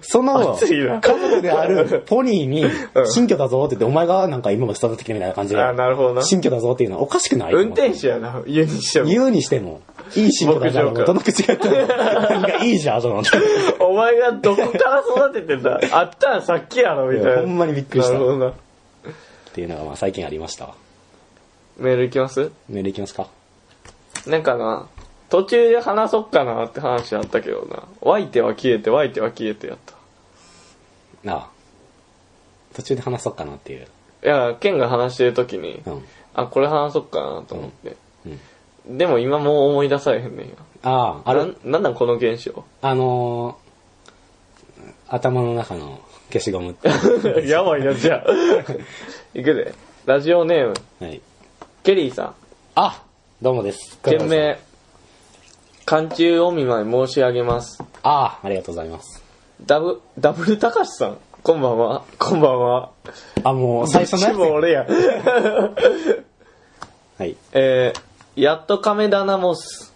Speaker 2: その、
Speaker 1: 熱い
Speaker 2: 家
Speaker 1: な
Speaker 2: 族であるポニーに、新居だぞって言って、お前がなんか今まで育ててきたみたいな感じで
Speaker 1: あ、なるほどな。
Speaker 2: 新居だぞっていうのはおかしくない
Speaker 1: 運転手やな、家にしても。
Speaker 2: 言うにしても、いい新居だぞ。
Speaker 1: 牧場か
Speaker 2: どの口が言っても、 なんかいいじゃん、と思って。
Speaker 1: お前がどこから育ててん だあったんさっきやろみたい
Speaker 2: い
Speaker 1: な。
Speaker 2: やほんまにびっくりした
Speaker 1: なるほどな。
Speaker 2: っていうのがまあ最近ありましたわ。
Speaker 1: メールいきます
Speaker 2: メールいきますか
Speaker 1: なんかな、途中で話そっかなって話あったけどな。湧いては消えて、湧いては消えてやった。
Speaker 2: なあ。途中で話そうかなっていう。
Speaker 1: いや、ケンが話してる時に、
Speaker 2: うん。
Speaker 1: あ、これ話そっかなと思って。
Speaker 2: うん。
Speaker 1: でも今もう思い出されへんねんよ。
Speaker 2: ああ、あ
Speaker 1: あ
Speaker 2: れ
Speaker 1: れ、なんなんこの現 象。
Speaker 2: あのー、頭の中の消しゴム。
Speaker 1: やばいな、じゃあ。いくで。ラジオネーム、
Speaker 2: はい。
Speaker 1: ケリーさん。
Speaker 2: あどうもです。
Speaker 1: 件名、寒中お見舞い申し上げます。
Speaker 2: ああ、ありがとうございます。
Speaker 1: ダブ、ダブルたかしさん。こんばんは。こんばんは。
Speaker 2: あ、もう最初の
Speaker 1: どっちも
Speaker 2: や
Speaker 1: 俺や。
Speaker 2: つ。はい。
Speaker 1: えー、やっと亀棚モス。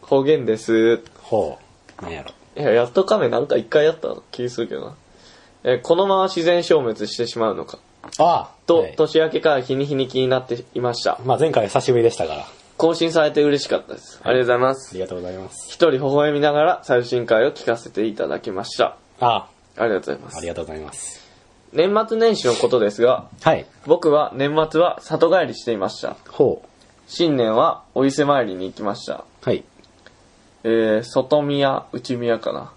Speaker 1: 方言です。
Speaker 2: ほう。なんやろ。
Speaker 1: いや、やっと亀なんか一回やった気するけどな。えーこのまま自然消滅してしまうのか。
Speaker 2: ああ、
Speaker 1: と、
Speaker 2: はい
Speaker 1: 年明けから日に日に気になっていました。
Speaker 2: まあ前回久しぶりでしたから。あ
Speaker 1: 更新されて嬉しかったです。ありがとうございます。
Speaker 2: りがとうございます。
Speaker 1: 一人微笑みながら最新回を聞かせていただきました。
Speaker 2: あ
Speaker 1: ありがとうございま
Speaker 2: あ、あ
Speaker 1: す
Speaker 2: り。がとうございます。
Speaker 1: 年末年始のことですが、
Speaker 2: はい。
Speaker 1: 僕は年末は里帰りしていました。
Speaker 2: ほう。
Speaker 1: 新年はお伊勢参りに行きました。
Speaker 2: はい。
Speaker 1: えー、外宮、内宮かな。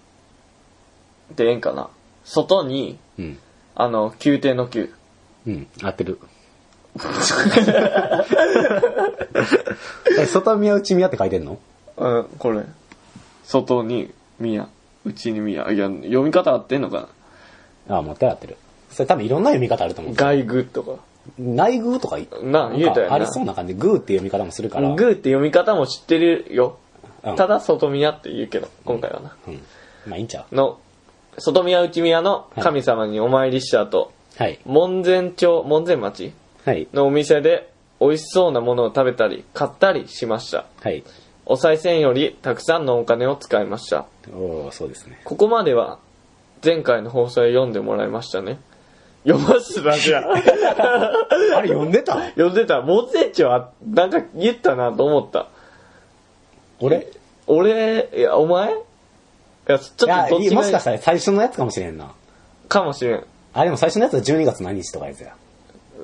Speaker 1: で、ええんかな。外に、
Speaker 2: うん。
Speaker 1: あの、宮廷の宮。
Speaker 2: うん。合って る。え、外宮内宮って書いてんの
Speaker 1: うん、これ。外に宮、内に宮。いや、読み方合ってんのかな
Speaker 2: ああ、もう手合ってる。それ多分いろんな読み方あると思う。
Speaker 1: 外具とか。
Speaker 2: 内宮とかい
Speaker 1: なあ言うたよな
Speaker 2: ありそうな感じ。宮っていう読み方もするから。
Speaker 1: グーって読み方も知ってるよ。
Speaker 2: うん
Speaker 1: ただ、外宮って言うけど、今回はな。
Speaker 2: うん。まあいいんちゃう
Speaker 1: の、外宮内宮の神様にお参りした後、
Speaker 2: はい。
Speaker 1: 門前町、門前町
Speaker 2: はい。
Speaker 1: のお店で美味しそうなものを食べたり、買ったりしました。
Speaker 2: はい。
Speaker 1: お賽銭よりたくさんのお金を使いました。
Speaker 2: おー、そうですね。
Speaker 1: ここまでは前回の放送へ読んでもらいましたね。読ますな、じゃあ。
Speaker 2: あれ、読んでた
Speaker 1: 読んでた。門前町は、なんか言ったなと思った。
Speaker 2: 俺
Speaker 1: 俺、いや、お前いや、ちょっと
Speaker 2: いや、
Speaker 1: どっち
Speaker 2: もしか
Speaker 1: が
Speaker 2: したら最初のやつかもしれんな。
Speaker 1: かもしれん。
Speaker 2: あ、でも最初のやつは12月何日とかやつや。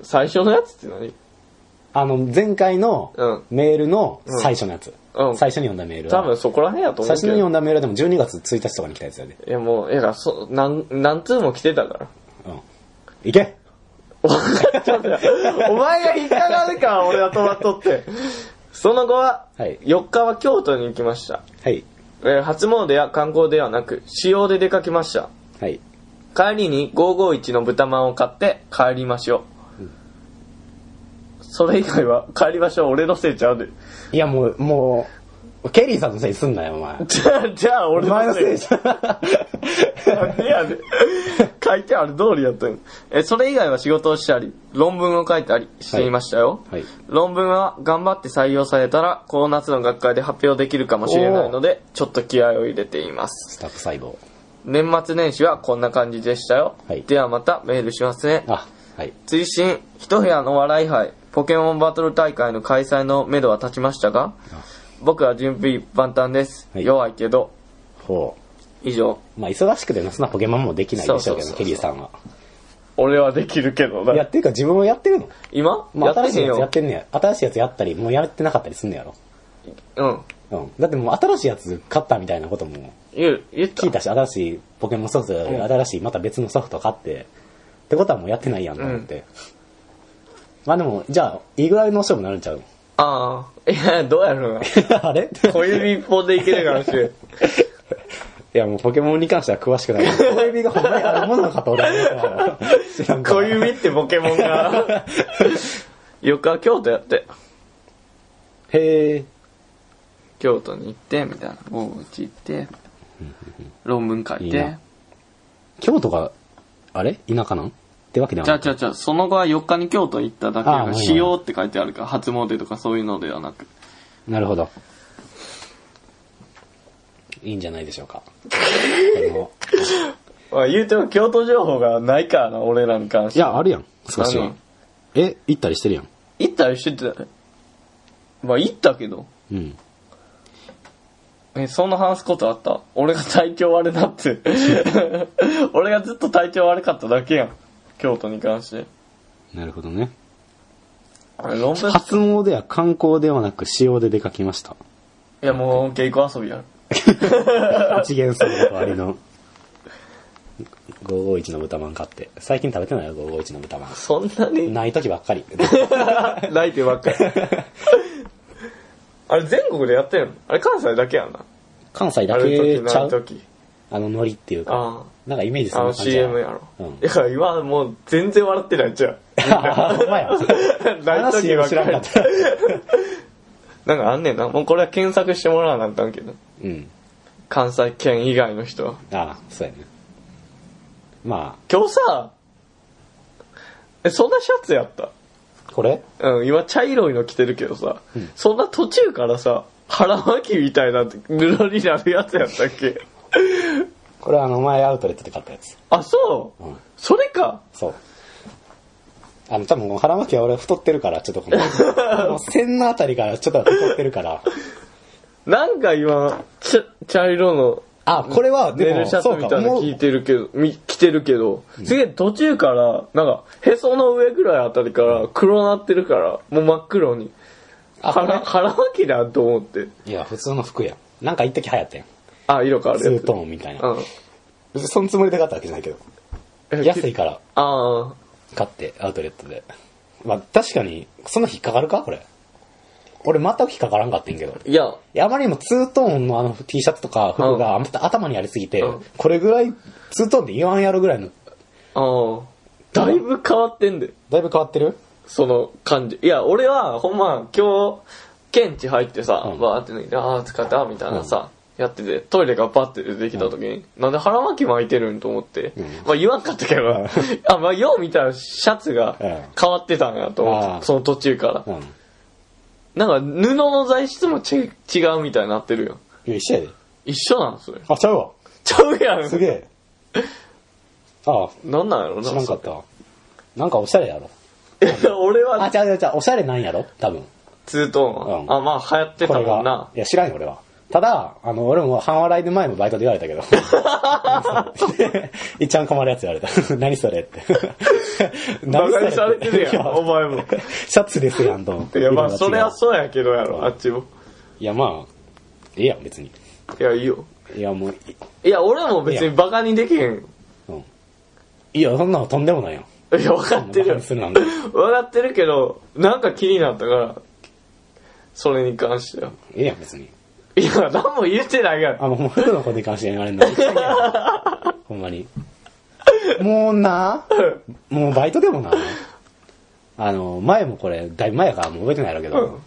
Speaker 1: 最初のやつって何
Speaker 2: あの、前回の
Speaker 1: うん
Speaker 2: メールの最初のやつ。
Speaker 1: うん
Speaker 2: 最初に読んだメールは。
Speaker 1: 多分そこら辺やと思
Speaker 2: 最
Speaker 1: う
Speaker 2: 初
Speaker 1: け
Speaker 2: に
Speaker 1: ど
Speaker 2: 読。んだメールはでも12月1日とかに来たやつやで。
Speaker 1: いや、もう、いや、そ、なん、何通も来てたから。
Speaker 2: うん。いけ
Speaker 1: お前が引っかかるから俺は止まっとって。その後は、
Speaker 2: はい
Speaker 1: 4日は京都に行きました。
Speaker 2: はい。
Speaker 1: えー初詣や観光ではなく、使用で出かけました。
Speaker 2: はい。
Speaker 1: 帰りに551の豚まんを買って帰りましょう。それ以外は帰りましょう。俺のせいちゃうで。
Speaker 2: いや、もう、もう、ケリーさんのせいにすんなよ、お前。
Speaker 1: じゃあ、じゃあ俺
Speaker 2: お前のせいじゃん。
Speaker 1: なんでやねん書いてある通りやったんえそれ以外は仕事をしたり論文を書いたりしていましたよ、
Speaker 2: はいはい
Speaker 1: 論文は頑張って採用されたらこの夏の学会で発表できるかもしれないのでちょっと気合を入れています
Speaker 2: スタッフ細胞。
Speaker 1: 年末年始はこんな感じでしたよ、
Speaker 2: はい
Speaker 1: ではまたメールしますね
Speaker 2: あ、はい。
Speaker 1: 追伸一部屋の笑い杯ポケモンバトル大会の開催の目処は立ちましたが
Speaker 2: あ
Speaker 1: 僕は準備万端です、
Speaker 2: はい
Speaker 1: 弱いけど
Speaker 2: ほ
Speaker 1: 以上
Speaker 2: う。まあ、忙しくてな、そんなポケモンもできないでしょうけ
Speaker 1: そうそうそうそ
Speaker 2: ど、
Speaker 1: う
Speaker 2: ケリーさんは。
Speaker 1: 俺はできるけどない
Speaker 2: や、っていうか自分もやってるの
Speaker 1: 今
Speaker 2: まあ、新しい
Speaker 1: へん
Speaker 2: やつやってんねや。新しいやつやったり、もうやってなかったりすんのやろ。
Speaker 1: うん。
Speaker 2: うん。だってもう新しいやつ買ったみたいなことも
Speaker 1: 言う、言っ
Speaker 2: 聞い
Speaker 1: た。
Speaker 2: たし、新しいポケモンソフト、
Speaker 1: ん
Speaker 2: 新しいまた別のソフト買って、ってことはもうやってないやんと思って。まあでも、じゃあ、いいぐらいの勝負になるんちゃう
Speaker 1: ああ。いや、どうやろうな。
Speaker 2: あ れ
Speaker 1: 小指一本でいけるかもしれん。
Speaker 2: いやもうポケモンに関しては詳しくない。小 指がほんまにあるものかと俺は思った 知らんから
Speaker 1: 小指ってポケモンが。4日は京都やって。
Speaker 2: へえ。
Speaker 1: 京都に行って、みたいな。大口行って、論文書い
Speaker 2: いい
Speaker 1: て
Speaker 2: な。京都が、あれ田舎なんってわけでは
Speaker 1: じゃ
Speaker 2: な
Speaker 1: あ
Speaker 2: い。
Speaker 1: じゃあじゃあその後は4日に京都行っただけやか
Speaker 2: ああ
Speaker 1: ら、
Speaker 2: はいはい
Speaker 1: 使用って書いてあるから、初詣とかそういうのではなく。
Speaker 2: なるほど。いいんじゃないでしょう か。あの
Speaker 1: 言うても京都情報がないからな、俺らに関し
Speaker 2: い。や、あるやん。少し
Speaker 1: あ
Speaker 2: は
Speaker 1: る。
Speaker 2: え、行ったりしてるやん。
Speaker 1: 行ったりしてた。まあ行ったけど。
Speaker 2: うん。
Speaker 1: え、そんな話すことあった俺が体調悪な って。俺がずっと体調悪かっただけやん。京都に関して。
Speaker 2: なるほどね。
Speaker 1: あれ、論文、い
Speaker 2: 初詣や観光ではなく、使用で出かけました。
Speaker 1: やもう、稽古遊びやん。
Speaker 2: 八元さんの代わりの。551の豚まん買って。最近食べてないよ、551の豚まん。
Speaker 1: そんなに
Speaker 2: ない時ばっかり。
Speaker 1: 泣いてばっかり。 あれ、全国でやってんのあれ、関西だけやんな。
Speaker 2: 関西
Speaker 1: あ
Speaker 2: だ
Speaker 1: る
Speaker 2: け
Speaker 1: 時、
Speaker 2: ちゃ
Speaker 1: ないと
Speaker 2: う
Speaker 1: き。
Speaker 2: あのノリっていうか。
Speaker 1: あ
Speaker 2: なんかイメージ
Speaker 1: あ。
Speaker 2: そ
Speaker 1: あ
Speaker 2: ん
Speaker 1: の
Speaker 2: な感じや
Speaker 1: CM やろ。
Speaker 2: うん
Speaker 1: いや、今もう全然笑ってないじゃん。
Speaker 2: あ、ほんまや。
Speaker 1: ないときばっ
Speaker 2: 知ら
Speaker 1: か
Speaker 2: ん
Speaker 1: り
Speaker 2: かっ。た。
Speaker 1: なんかあんねんな。もうこれは検索してもらわなあかんけど。
Speaker 2: うん。
Speaker 1: 関西圏以外の人は。
Speaker 2: ああ、そうやね。ま
Speaker 1: 今日さ、え、そんなシャツやった
Speaker 2: あ、これ
Speaker 1: うん、今茶色いの着てるけどさ、そんな途中からさ、腹巻きみたいな布になるやつやったっけ
Speaker 2: これあの、前アウトレットで買ったやつ。
Speaker 1: あ、そう、
Speaker 2: うん
Speaker 1: それか
Speaker 2: そう。あの、多分、腹巻きは俺太ってるから、ちょっと この、もう線のあたりからちょっと太ってるから。
Speaker 1: なんか今、ちゃ茶色の
Speaker 2: あ、これは、
Speaker 1: ネ
Speaker 2: で
Speaker 1: ル
Speaker 2: も、
Speaker 1: シャツ
Speaker 2: そう
Speaker 1: みた
Speaker 2: か、
Speaker 1: いな
Speaker 2: も
Speaker 1: の
Speaker 2: う
Speaker 1: 着、てるけど、み着てるけど、すげえ途中から、なんか、へその上ぐらいあたりから黒なってるから、もう真っ黒に。
Speaker 2: あ、これ
Speaker 1: 腹、腹巻きだと思って。
Speaker 2: いや、普通の服やん。なんか一時流行ったやん。
Speaker 1: あ、色変わ
Speaker 2: ツ
Speaker 1: るや
Speaker 2: ー
Speaker 1: つ。
Speaker 2: トーンみたいな。
Speaker 1: うん。
Speaker 2: 別にそのつもりで買ったわけじゃないけど。安いから
Speaker 1: ああ。
Speaker 2: 買って、アウトレットで。まあ、確かに、その引っかかるかこれ。俺全く引っかからんかってんけど。
Speaker 1: いや、
Speaker 2: いやあまりにもツートーンのあの T シャツとか服がまた頭にありすぎて、
Speaker 1: うん
Speaker 2: これぐらいツートーンで言わんやろぐらいの、
Speaker 1: ああ。だいぶ変わってんで、
Speaker 2: だいぶ変わってる
Speaker 1: その感じ。いや、俺は、ほんま、今日、現地入ってさ
Speaker 2: う、ん
Speaker 1: わーって抜いて、あー疲れた、みたいなさ、やってて、トイレがバッて出てきた時に、なんで腹巻き巻いてるんと思って、まあ言わんかったけどな、 あ、まあよう見たらシャツが
Speaker 2: うん
Speaker 1: 変わってたんやと思
Speaker 2: あ
Speaker 1: っ
Speaker 2: ー
Speaker 1: て、その途中から。
Speaker 2: うん。い
Speaker 1: なんか布の材質もち違うみたいになってるよ。
Speaker 2: や、一緒やで。
Speaker 1: 一緒なんそれ。
Speaker 2: あ、ちゃうわ。
Speaker 1: ちゃうやん。
Speaker 2: すげえ。あ
Speaker 1: なんなんやろ
Speaker 2: あ、
Speaker 1: な。
Speaker 2: 知らんかった。なんかおしゃれやろ。
Speaker 1: 俺
Speaker 2: あ、
Speaker 1: は
Speaker 2: ちゃうちゃうちゃう。おしゃれなんやろ多分。
Speaker 1: ツートーン。
Speaker 2: うん
Speaker 1: あ、まあ流行って
Speaker 2: こ
Speaker 1: た
Speaker 2: れ
Speaker 1: もんな
Speaker 2: が。。いや、知らんよ、俺は。ただ、あの、俺も半笑いで前もバイトで言われた けど。いっちゃん困るやつ言われた。何それって。
Speaker 1: バカにされてる
Speaker 2: い
Speaker 1: やん、お前も。
Speaker 2: シャツですやんと思って。
Speaker 1: いや、まあ、それは
Speaker 2: う。
Speaker 1: そうやけどやろ、あっちも。
Speaker 2: いや、まあ、ええやん、別に。
Speaker 1: いや、いいよ。
Speaker 2: いや、もう、
Speaker 1: いや、俺も別にバカにできへん。
Speaker 2: うん。いや、そんなのとんでもないよ。
Speaker 1: いや、分かってるよ
Speaker 2: バカにするなんて。
Speaker 1: 分かってるけど、なんか気になったから、それに関しては。
Speaker 2: ええやん、別に。
Speaker 1: いや、何も言ってないから。
Speaker 2: あの、ほんま服のことに関して言われる の。ほんまに。もうな、もうバイトでもな、あの、前もこれ、だいぶ前やからもう覚えてないやろうけど、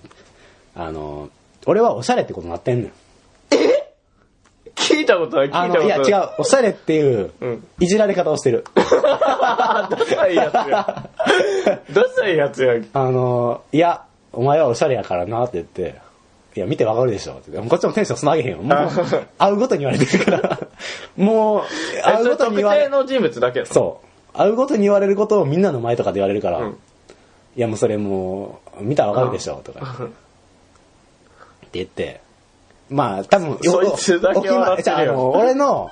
Speaker 2: あの、俺はおしゃれってことになってんのよ。
Speaker 1: 聞いたことない、聞いた
Speaker 2: あ
Speaker 1: こ
Speaker 2: の、
Speaker 1: と
Speaker 2: い
Speaker 1: ない。
Speaker 2: や違う、おしゃれっていう
Speaker 1: うん、
Speaker 2: いじられ方をしてる。
Speaker 1: あダサいや つや。ダサいやつや。
Speaker 2: あの、いや、お前はおしゃれやからなって言って、いや、見てわかるでしょって言って。こっちもテンションつなげへんよ。もう、会うごとに言われてるから。もう、
Speaker 1: え、
Speaker 2: 会
Speaker 1: そうれ
Speaker 2: ごと
Speaker 1: 特
Speaker 2: に言われ
Speaker 1: 定の人物だけやろ
Speaker 2: そう。会うごとに言われることをみんなの前とかで言われるから、
Speaker 1: うん
Speaker 2: いやもうそれもう、見たらわかるでしょ、とか。って言って、まあ多分、
Speaker 1: そいつだけ
Speaker 2: お決ま
Speaker 1: 笑ってるよ
Speaker 2: じゃああの、俺の、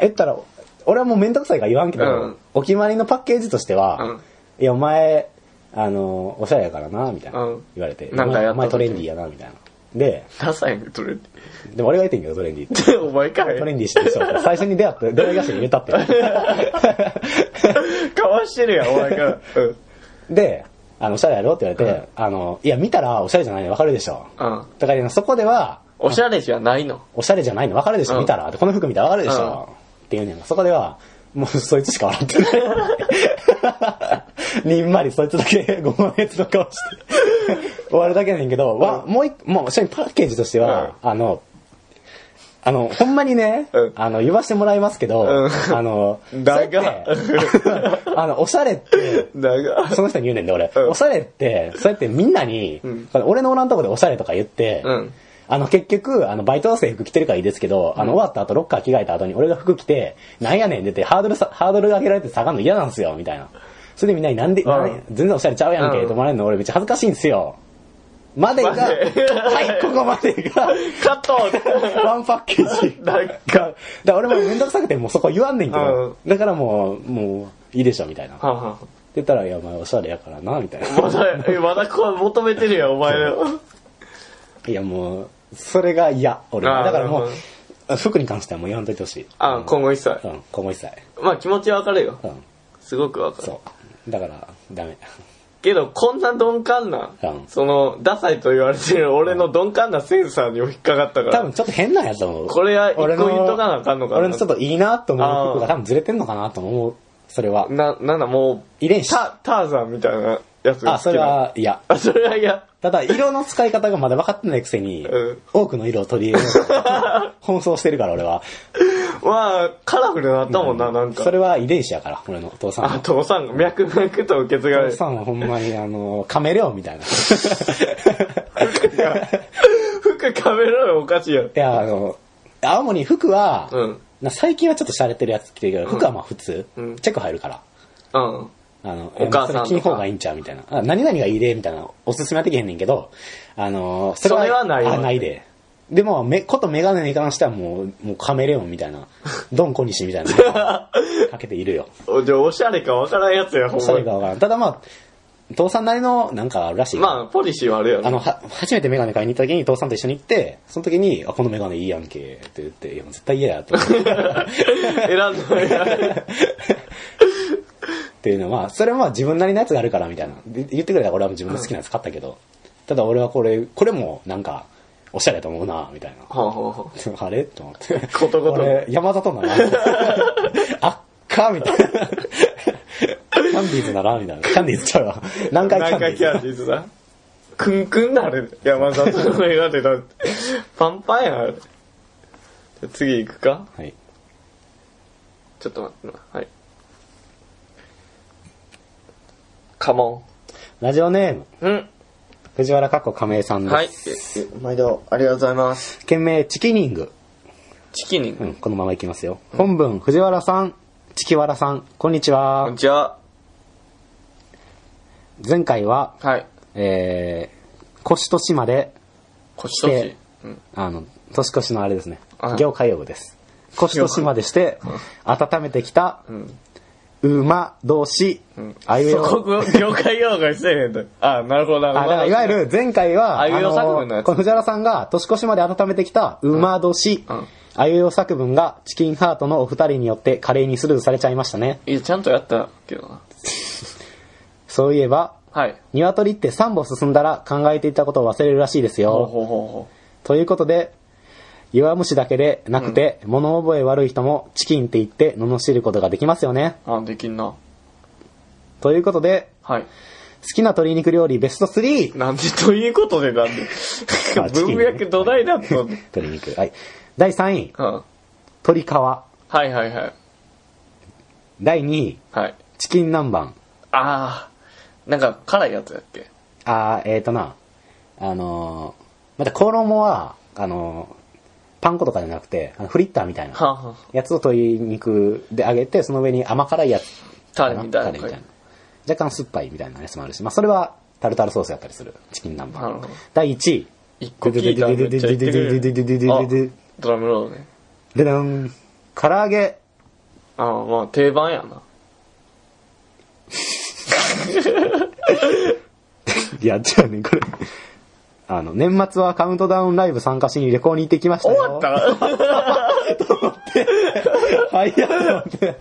Speaker 2: 言ったら、俺はもう面倒くさいから言わんけど、
Speaker 1: うん
Speaker 2: お決まりのパッケージとしては、
Speaker 1: うん
Speaker 2: いやお前、あの、おしゃれやからな、みたいな、
Speaker 1: うん
Speaker 2: 言われて、
Speaker 1: なんかやった
Speaker 2: お前トレンディーやな、みたいな。で、
Speaker 1: ダサいね、それって。
Speaker 2: でも俺が言ってんけど、トレンディーって。
Speaker 1: お前 か
Speaker 2: トレ
Speaker 1: い。
Speaker 2: ンディーしてる人最初に出会って、出会い頭に言えたって。
Speaker 1: かわしてるやん、お前が。うん。
Speaker 2: で、あの、おしゃれやろって言われて、あの、いや、見たらおしゃれじゃないの分かるでしょ。
Speaker 1: うん。
Speaker 2: だから、そこでは、
Speaker 1: おしゃれじゃないの。
Speaker 2: おしゃれじゃないの分かるでしょ、
Speaker 1: うん
Speaker 2: 見たら。この服見たら分かるでしょ。っていうねんがそこでは、もうそいつしか笑ってない。に んまりそいつだけごまえつの顔して、終わるだけなんやけど、わ、もう一もう、それにパッケージとしては、あの、あの、ほんまにね、
Speaker 1: うん
Speaker 2: あの、言わしてもらいますけど、
Speaker 1: うん
Speaker 2: あの、
Speaker 1: だが
Speaker 2: そうやってあの、おしゃれって、
Speaker 1: 長
Speaker 2: その人に言うねんで、俺。
Speaker 1: うん
Speaker 2: おしゃれって、そうやってみんなに、俺のおらんとこでおしゃれとか言って、
Speaker 1: うん
Speaker 2: あの、結局、あの、バイト生服着てるからいいですけど、あの、終わった後、ロッカー着替えた後に俺が服着て、なんやねん出て、ハードルさ、ハードル上げられて下がるの嫌なんすよ、みたいな。それでみんなになんで、
Speaker 1: ん
Speaker 2: なん全然おしゃれちゃうやんけ、
Speaker 1: うん
Speaker 2: と思われるの俺めっちゃ恥ずかしいんですよ。までが、
Speaker 1: まで
Speaker 2: はい、ここまで が、
Speaker 1: カット
Speaker 2: ワンパッケージ。
Speaker 1: なん
Speaker 2: だから俺もめんどくさくてもうそこ言わんねんけど、だからもう、もう、いいでしょ、みたいな。
Speaker 1: はは
Speaker 2: って言ったら、いや、お前おしゃれやからな、みたいな。
Speaker 1: まだ、えまだこれ求めてるやん、お前の。
Speaker 2: いや、もう、それが嫌、俺
Speaker 1: あ
Speaker 2: は。
Speaker 1: ー
Speaker 2: だからも
Speaker 1: なるほ
Speaker 2: う、服に関してはもう言わんといてほしい。
Speaker 1: あ、今後一切
Speaker 2: う。ん、今後一切。
Speaker 1: まあ気持ちはわかるよ
Speaker 2: う。ん、
Speaker 1: すごくわかる。
Speaker 2: そう。だから、ダメ。
Speaker 1: けど、こんな鈍感な
Speaker 2: うん、
Speaker 1: その、ダサいと言われてる俺の鈍感なセンサーにも引っかかったか
Speaker 2: 多
Speaker 1: ら
Speaker 2: 分、ちょっと変なんやと思う。
Speaker 1: これは一個言っとかなあかんのかな
Speaker 2: 俺のちょっといいなと思う服
Speaker 1: あ
Speaker 2: が
Speaker 1: ー
Speaker 2: 多分ずれてんのかなと思う。それは。
Speaker 1: な、なんだも
Speaker 2: 遺伝
Speaker 1: う、
Speaker 2: 子。
Speaker 1: タ、ターザンみたいなやつが好きな
Speaker 2: あ、それ。は嫌。
Speaker 1: あ、それは嫌。
Speaker 2: ただ、色の使い方がまだ分かってないくせに
Speaker 1: うん、
Speaker 2: 多くの色を取り入れよ うと奔走してるから、俺は。
Speaker 1: まあ、カラフルになったもんな、なんか
Speaker 2: そ。れは遺伝子やから、俺のお父さんは
Speaker 1: あ、父さんが脈々と受け継が
Speaker 2: お
Speaker 1: れ
Speaker 2: 父
Speaker 1: る。
Speaker 2: さんはほんまに、あの、カメレオンみたいな。い
Speaker 1: 服かめろよ、おかしいやん。
Speaker 2: や、あの、青森服は、
Speaker 1: うん
Speaker 2: な最近はちょっと洒落てるやつ着てるけど、服はまあ普通、
Speaker 1: うん
Speaker 2: チェック入るから。
Speaker 1: うん。
Speaker 2: あの、
Speaker 1: お母さんとか
Speaker 2: 着ん方がいいんちゃうみたいな。あ何々がいいで、みたいな。おすすめはできへんねんけど、あの、そ
Speaker 1: それはないよ
Speaker 2: あ、ないで。でも、め、ことメガネに関してはもう、もうカメレオンみ たいな、ドンコニシみたいな、かけているよ。
Speaker 1: おじゃあおしゃれかわからんやつや、ほ
Speaker 2: おしゃれ
Speaker 1: ん
Speaker 2: か
Speaker 1: ま
Speaker 2: わからん。ただまあ、父さんなりの、なんかあるらしい
Speaker 1: に。
Speaker 2: から。
Speaker 1: まあ、ポリシーはあるや
Speaker 2: あ
Speaker 1: ろ。
Speaker 2: の、は、初めてメガネ買いに行った時に父さんと一緒に行って、その時に、あ、このメガネいいやんけ、って言って、いや、もう絶対 嫌や、と思って
Speaker 1: 選んだや
Speaker 2: っていうのは、それはまあ自分なりのやつがあるから、みたいな。で言ってくれたら俺は自分の好きなやつ買ったけど、ただ俺はこれ、これもなんか、おしゃれと思うな、みたいな。
Speaker 1: ほうほうほう
Speaker 2: あれと思って。
Speaker 1: ことごとく
Speaker 2: 俺、山里 なら。あっか、みたいな。キャンディーズならみたいな。キャンディーズちゃうわ。南海キャ
Speaker 1: 何
Speaker 2: ンデ
Speaker 1: 回
Speaker 2: ィー
Speaker 1: キ
Speaker 2: ズ。
Speaker 1: ャンディーズだクンクンなる山里の映画でだって。パンパンやんあれゃあ次行くか
Speaker 2: はい。
Speaker 1: ちょっと待ってな。はい。カモ
Speaker 2: ラジオネーム、
Speaker 1: ン。うん。
Speaker 2: 藤原かっこ亀井さんです。
Speaker 1: はい。毎度ありがとうございます。
Speaker 2: 件名、チキニング。
Speaker 1: チキニン
Speaker 2: う
Speaker 1: グ。
Speaker 2: ん、このままいきますよ。本文、藤原さん、チキワラさん、こんにち
Speaker 1: こん
Speaker 2: は
Speaker 1: に。ちは。
Speaker 2: 前回は、
Speaker 1: はい。
Speaker 2: えー、腰と島で、
Speaker 1: 腰とし。うん。
Speaker 2: あの、年越しのあれですね
Speaker 1: は。い
Speaker 2: 業界用語です。腰と島でして、温めてきた、馬同士、あゆえ
Speaker 1: そ
Speaker 2: を
Speaker 1: こ、業界用語してねえと。あ、なるほど、なるほ
Speaker 2: あ、
Speaker 1: ど。
Speaker 2: だからいわゆる前回は、
Speaker 1: あゆえお作文のや
Speaker 2: の
Speaker 1: つ
Speaker 2: この藤原さんが年越しまで温めてきた馬年、
Speaker 1: うんうん
Speaker 2: あゆえお作文がチキンハートのお二人によって華麗にスルーされちゃいましたね。
Speaker 1: いや、ちゃんとやったけどな。
Speaker 2: そういえば、
Speaker 1: はい。
Speaker 2: 鶏って3歩進んだら考えていたことを忘れるらしいです
Speaker 1: ほう
Speaker 2: よ。
Speaker 1: ほうほうほ
Speaker 2: ということで、弱虫だけでなくて、物覚え悪い人もチキンって言って罵ることができますよね。
Speaker 1: う。あ、できんな。
Speaker 2: ということで、
Speaker 1: はい。
Speaker 2: 好きな鶏肉料理ベスト 3!
Speaker 1: なんで、ということでなんで
Speaker 2: あ。チキン
Speaker 1: 文
Speaker 2: ね
Speaker 1: 脈土台だったの。うん。
Speaker 2: 鶏肉。はい。第3位、
Speaker 1: は
Speaker 2: 鶏皮。
Speaker 1: いはいはい。
Speaker 2: 第2位、
Speaker 1: はい。
Speaker 2: チキン南蛮。
Speaker 1: あー。なんか、辛いやつやっけ
Speaker 2: あー、えーとな、あのー、また衣は、あのー、パン粉とかじゃなくて、あのフリッターみたい
Speaker 1: は
Speaker 2: な
Speaker 1: あ、は
Speaker 2: やつを鶏肉で揚げて、その上に甘辛いやつ
Speaker 1: あ、タレみたいな。
Speaker 2: タレみたいな。若干酸っぱいみたいなやつもあるし、まあそれはタルタルソースやったりする。チキン南
Speaker 1: なるほ
Speaker 2: 蛮
Speaker 1: ど。
Speaker 2: 第1位、
Speaker 1: 一個聞いたらめっちゃ言ってくれる。あドラムロールね。
Speaker 2: でだん、唐揚げ、
Speaker 1: あー、まあ、定番やな。
Speaker 2: いや、違うね、これ。あの、年末はカウントダウンライブ参加しに旅行に行ってきました
Speaker 1: 終
Speaker 2: よ。
Speaker 1: わった
Speaker 2: はい、やと思って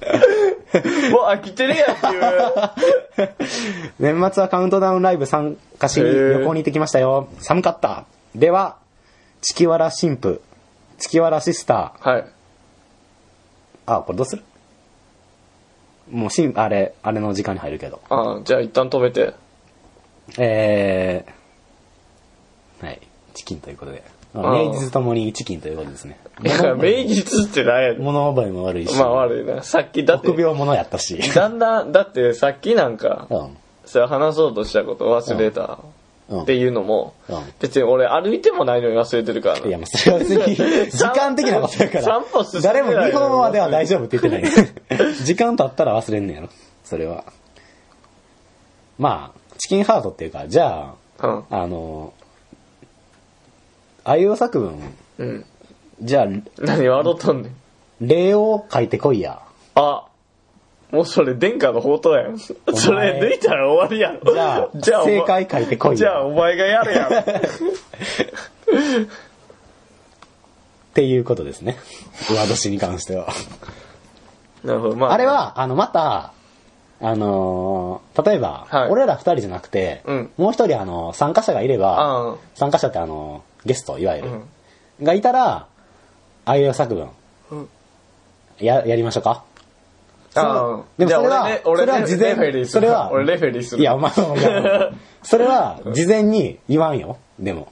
Speaker 1: もう飽きてるやん、自分。
Speaker 2: 年末はカウントダウンライブ参加しに旅行に行ってきましたよ。寒かった。では、チキワラ神父、チキワラシスタ
Speaker 1: はい。
Speaker 2: ー。あ、これどうするもうしん、あれ、あれの時間に入るけど。
Speaker 1: あー、じゃあ一旦止めて。
Speaker 2: えー、はい、チキンということで。まあ
Speaker 1: あー
Speaker 2: 名実ともにチキンということですね。
Speaker 1: いや、名実ってなんやねん
Speaker 2: 物覚えも悪いし、
Speaker 1: まあ悪いな。さっきだって
Speaker 2: 臆、病者やったし。
Speaker 1: だんだん、だってさっきなんか、
Speaker 2: うん。
Speaker 1: それ話そうとしたこと忘れた
Speaker 2: うん
Speaker 1: っていうのも
Speaker 2: うん、
Speaker 1: 別に俺歩いてもないのに忘れてるから
Speaker 2: いや、
Speaker 1: な。
Speaker 2: もうそれは別に、 時間的なことやか
Speaker 1: 散歩
Speaker 2: ら。
Speaker 1: 進んでない
Speaker 2: 誰も日本までは大丈夫って言ってない。 時間経ったら忘れんねやろ。それは。まあ、チキンハートっていうか、じゃ
Speaker 1: うん。
Speaker 2: あ、あの、あいうえお作文、
Speaker 1: うん。
Speaker 2: じゃあ、
Speaker 1: 何笑っとんねん。
Speaker 2: 例を書いてこいや。
Speaker 1: あ、もうそれ殿下の宝刀やん。そ
Speaker 2: 前
Speaker 1: れ抜いたら終わりやろ。
Speaker 2: じゃあ
Speaker 1: じゃあお前
Speaker 2: 正解書いてこいよ
Speaker 1: じゃあお前がやれや ろ。
Speaker 2: っていうことですね。上年に関しては。
Speaker 1: なるほど、まあ。
Speaker 2: あれは、あの、また、あのー例えば、
Speaker 1: はい
Speaker 2: 俺ら二人じゃなくて、
Speaker 1: うん
Speaker 2: もう一人、あの、参加者がいれば、
Speaker 1: あ
Speaker 2: 参加者ってあの、ゲスト、いわゆ
Speaker 1: あ、う
Speaker 2: る、
Speaker 1: ん。
Speaker 2: がいたら、あいうえお作文、
Speaker 1: うん
Speaker 2: や、やりましょうか。
Speaker 1: ああ、
Speaker 2: でも
Speaker 1: じゃあ
Speaker 2: それは
Speaker 1: 俺ね、俺
Speaker 2: それは
Speaker 1: ね
Speaker 2: 事前
Speaker 1: レフェリーする
Speaker 2: それは
Speaker 1: 俺レフェリーする。
Speaker 2: いや、お前も、い やそれは、事前に言わんよ。でも、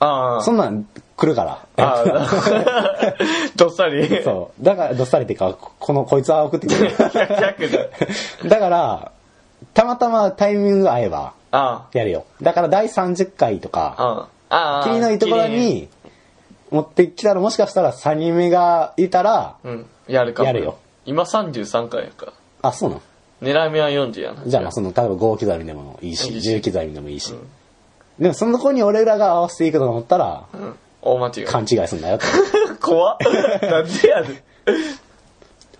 Speaker 1: ああ、
Speaker 2: そんなん来るから。
Speaker 1: ああ、 どっさり。
Speaker 2: そう。だから、どっさりっていうか、ここの、こいつは送ってくる。
Speaker 1: 逆だ。
Speaker 2: だから、たまたまタイミング合えば、
Speaker 1: あ
Speaker 2: やるよ。だから、第30回と
Speaker 1: あ、
Speaker 2: か、
Speaker 1: ああ、ああ。
Speaker 2: 君のいいところ
Speaker 1: 君、
Speaker 2: に、持ってきたら、もしかしたら3人目がいたら、
Speaker 1: うん、やるかも。
Speaker 2: やるよ。
Speaker 1: 今33回やから。
Speaker 2: あ、そうなの
Speaker 1: 狙い目は40やな。
Speaker 2: じゃあ、まあ、その、例えば5刻みでもいいし、
Speaker 1: いいし
Speaker 2: 10刻みでもいいし
Speaker 1: ん。
Speaker 2: でも、その子に俺らが合わせていくと思ったら、
Speaker 1: うん。大間違い。
Speaker 2: 勘違いすんだよって。
Speaker 1: 怖っ。なんでやね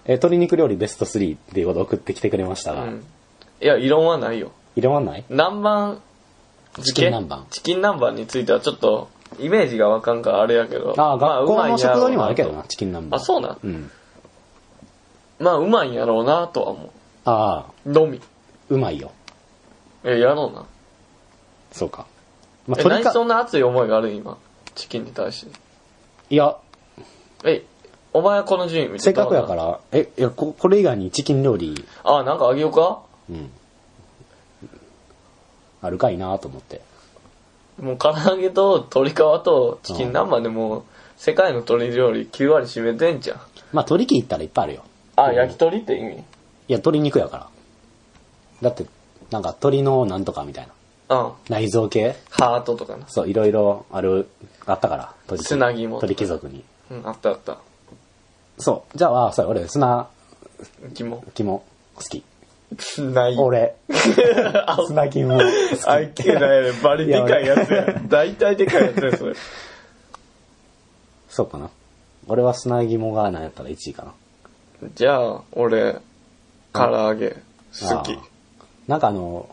Speaker 2: えー、鶏肉料理ベスト3っていうことを送ってきてくれました
Speaker 1: ん。う
Speaker 2: が、
Speaker 1: ん。いや、異論はないよ。
Speaker 2: 色はない
Speaker 1: 南蛮
Speaker 2: チキン南蛮
Speaker 1: チキン南蛮についてはちょっと、イメージがわかんからあれやけど。
Speaker 2: ああ、
Speaker 1: まあ
Speaker 2: 学校の食堂にもあるけど。
Speaker 1: うまいんやろう
Speaker 2: な、チキン南蛮。
Speaker 1: あそうなん
Speaker 2: うん。
Speaker 1: なまあ、うまいんやろうなとは思
Speaker 2: ああ、
Speaker 1: う。のみ。
Speaker 2: うまいよ。
Speaker 1: え、やろうな。
Speaker 2: そうか。まあ、
Speaker 1: え、何
Speaker 2: 鶏
Speaker 1: そ
Speaker 2: か、
Speaker 1: んな熱い思いがある今。チキンに対して。
Speaker 2: いや、
Speaker 1: え、お前はこの順位見て。
Speaker 2: せっかくやからら、え、いや、ここれ以外にチキン料理、
Speaker 1: あ、なんかあげようか
Speaker 2: うん。あるかいなと思って。
Speaker 1: もう唐揚げと鶏皮とチキン南蛮でも世界の鳥料理9割占めてんじゃん。
Speaker 2: まあ、鳥切ったらいっぱいあるよ。
Speaker 1: あ、焼き鳥って意味
Speaker 2: いや、鶏肉やから。だって、なんか鳥のなんとかみたいな。
Speaker 1: うん。
Speaker 2: 内臓系
Speaker 1: ハートとかな。
Speaker 2: そう、いろいろある、あったから。鳥貴族
Speaker 1: つなぎも
Speaker 2: 鳥貴族に。
Speaker 1: うん、あったあった。
Speaker 2: そう。じゃあ、そう、俺、砂
Speaker 1: うちも。
Speaker 2: 肝好き。
Speaker 1: ない。
Speaker 2: 俺。砂肝好き。
Speaker 1: あいけないね。バリでかいやつや。大体でかいやつや、それ。
Speaker 2: そうかな。俺は砂肝が何やったら1位かな。
Speaker 1: じゃあ、俺、唐揚げ、好
Speaker 2: あ
Speaker 1: き
Speaker 2: ー。なんかあの、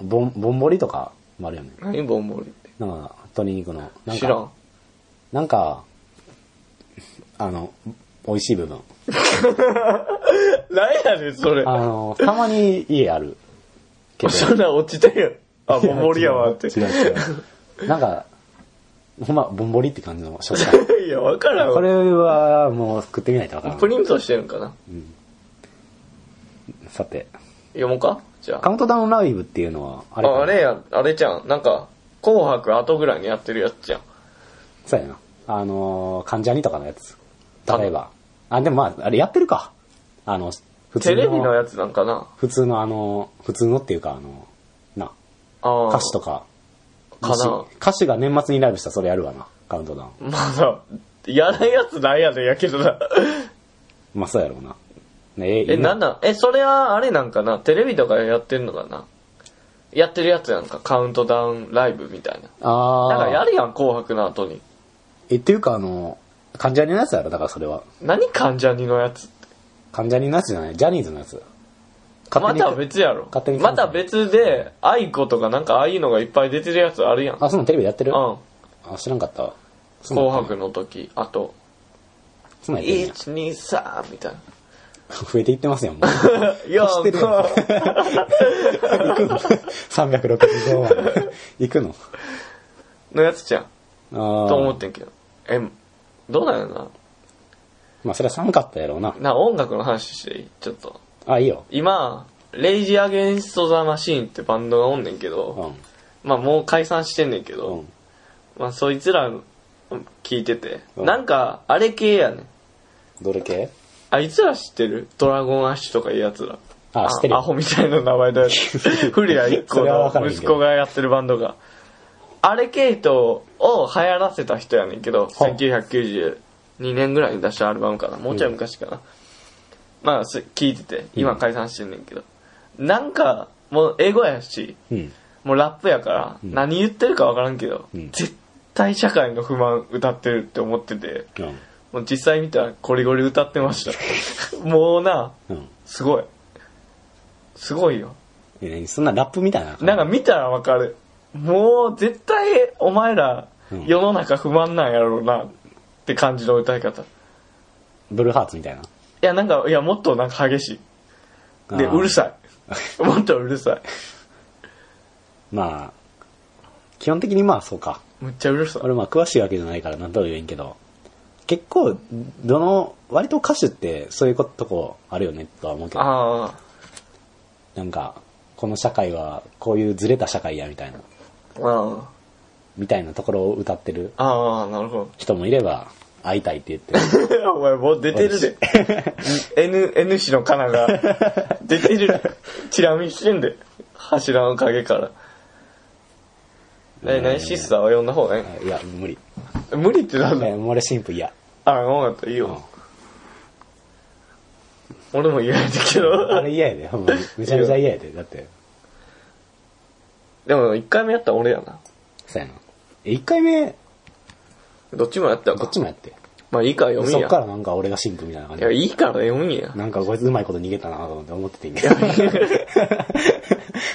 Speaker 2: ぼん、ぼんぼりとかもあるよね。
Speaker 1: 何ボンボリって。
Speaker 2: なんか、鶏肉の。なん
Speaker 1: 知ら
Speaker 2: か、
Speaker 1: ん。
Speaker 2: なんか、あの、美味しい部分。
Speaker 1: 何やねん、それ。
Speaker 2: あの、たまに家ある。けど
Speaker 1: そんなん落ちてんやん。あ、ボンボリやわって。
Speaker 2: 違う違う違うなんか、ほんま、ぼんぼりって感じの 食感。
Speaker 1: いや、わからん
Speaker 2: こ
Speaker 1: わ。
Speaker 2: れはもう食ってみないとわから
Speaker 1: プ
Speaker 2: ん。
Speaker 1: リントしてるんかな。
Speaker 2: さて、
Speaker 1: 読もうかじゃあ
Speaker 2: カ。ウントダウンライブっていうのは、あれか
Speaker 1: ああれや、あれじゃん。なんか、紅白後ぐらいにやってるやつじゃん。
Speaker 2: そうやな。あのー、関ジャニとかのやつ。例えば。あ、でもまあ、あれやってるか。あの、普通
Speaker 1: テ
Speaker 2: の。
Speaker 1: レビのやつなんかな
Speaker 2: 普通のあの、普通のっていうかあの、な、
Speaker 1: ああ。
Speaker 2: 歌詞とか。
Speaker 1: かな
Speaker 2: 歌詞歌詞が年末にライブしたらそれやるわな、カウントダウン。
Speaker 1: まあさ、やらんやつなんやねんやけど な。
Speaker 2: まあそうやろうな。ね
Speaker 1: え、なんんなんえ、それはあれなんかなテレビとかやってんのかなやってるやつやんか。カウントダウンライブみたいな。
Speaker 2: あ
Speaker 1: なんかや
Speaker 2: あ。
Speaker 1: るやん、紅白の後に。
Speaker 2: え、っていうかあの、関ジャニのやつやろ、だからそれは。
Speaker 1: 何関ジャニのやつ
Speaker 2: 関ジャニのやつじゃない、ジャニーズのやつ。
Speaker 1: ま
Speaker 2: 勝手
Speaker 1: た
Speaker 2: に
Speaker 1: 別やろ
Speaker 2: 勝手に。
Speaker 1: また別で、アイコとかなんかああいうのがいっぱい出てるやつあるやん。うん。
Speaker 2: あ、そのテレビでやってるあ、
Speaker 1: 紅
Speaker 2: 知らんかったわ。そんなん
Speaker 1: 白の時、あと、
Speaker 2: そんなんやってんねや
Speaker 1: 1、2、3みたいな。
Speaker 2: 増えていっ てますよ、もう。
Speaker 1: いや、
Speaker 2: してるやん
Speaker 1: こう
Speaker 2: 行くの ?365 まで。行くの
Speaker 1: のやつじゃん。
Speaker 2: ああ。
Speaker 1: と思ってんけど。え、どうなんやろ
Speaker 2: まあそれは寒かったやろうな
Speaker 1: な。。な、音楽の話していいちょっと。
Speaker 2: あ、いいよ。
Speaker 1: 今、レイジアゲンストザマシーンってバンドがおんねんけ
Speaker 2: う
Speaker 1: ど、
Speaker 2: ん。
Speaker 1: まあもう解散してんねんけど、
Speaker 2: うん。
Speaker 1: まあそいつら聞いてて、
Speaker 2: うん
Speaker 1: なんかあれ系やねん。
Speaker 2: どれ系
Speaker 1: あいつら知ってるドラゴンアッシュとかいうやつら。
Speaker 2: あ知ってるよ
Speaker 1: アホみたいな名前だよ。 フリア一個
Speaker 2: それはわか
Speaker 1: の
Speaker 2: るけど
Speaker 1: 息子がやってるバンドが。あれ系統を流行らせた人やねんけど、
Speaker 2: はい
Speaker 1: 1992年ぐらいに出したアルバムかな。もうちょい昔かな。まあ、す聞いてて、今解散してんねんけど。なんか、もう英語やし、
Speaker 2: うん。
Speaker 1: もうラップやから、何言ってるかわからんけど、
Speaker 2: ん
Speaker 1: 絶対社会の不満歌ってるって思ってて、
Speaker 2: うん。
Speaker 1: もう実際見たらゴリゴリ歌ってました。もうな、
Speaker 2: うん。
Speaker 1: すごい。すごいよ。
Speaker 2: え、何そんなラップみたいな。
Speaker 1: なんか見たらわかる。もう絶対お前ら
Speaker 2: うん
Speaker 1: 世の中不満なんやろうなって感じの歌い方。い
Speaker 2: ブルーハーツみたいな。
Speaker 1: やなんか、いやもっとなんか激しい。で、
Speaker 2: あー
Speaker 1: うるさ い。もっとうるさい。
Speaker 2: まあ、基本的にまあそうか。
Speaker 1: むっちゃうるさい。
Speaker 2: 俺まあ詳しいわけじゃないから何とも言えんけど、結構、どの、割と歌手ってそういうことこあるよねとは思うけど、
Speaker 1: あ
Speaker 2: なんか、この社会はこういうずれた社会やみたいな、
Speaker 1: あ、あ
Speaker 2: みたいなところを歌ってる
Speaker 1: あ、ああ、なるほ
Speaker 2: 人もいれば、会いたいって言って る。
Speaker 1: ど。お前もう出てるで。N、N 氏のカナ が出てるで。チラ見してんで。柱の陰から。え、何シスターは呼んだ方がいい
Speaker 2: いや、無 理。
Speaker 1: 無理ってなんだ
Speaker 2: え俺神父嫌。
Speaker 1: あ、分かった、いいよ。俺も言われたけ
Speaker 2: あ
Speaker 1: ど。
Speaker 2: れ嫌やで、ほんまに。めちゃめちゃ嫌やで、だって。
Speaker 1: でも、1回目やったら俺やな。
Speaker 2: そうやな。え、一回目、
Speaker 1: どっちもやったか。
Speaker 2: こっちもやって。
Speaker 1: まあ、いいから読み
Speaker 2: そっ
Speaker 1: や。
Speaker 2: からなんか俺が神父みたいな感
Speaker 1: い
Speaker 2: じ
Speaker 1: や、。いいから読みや。
Speaker 2: なんかこいつうまいこと逃げたなと思って思っててんけど。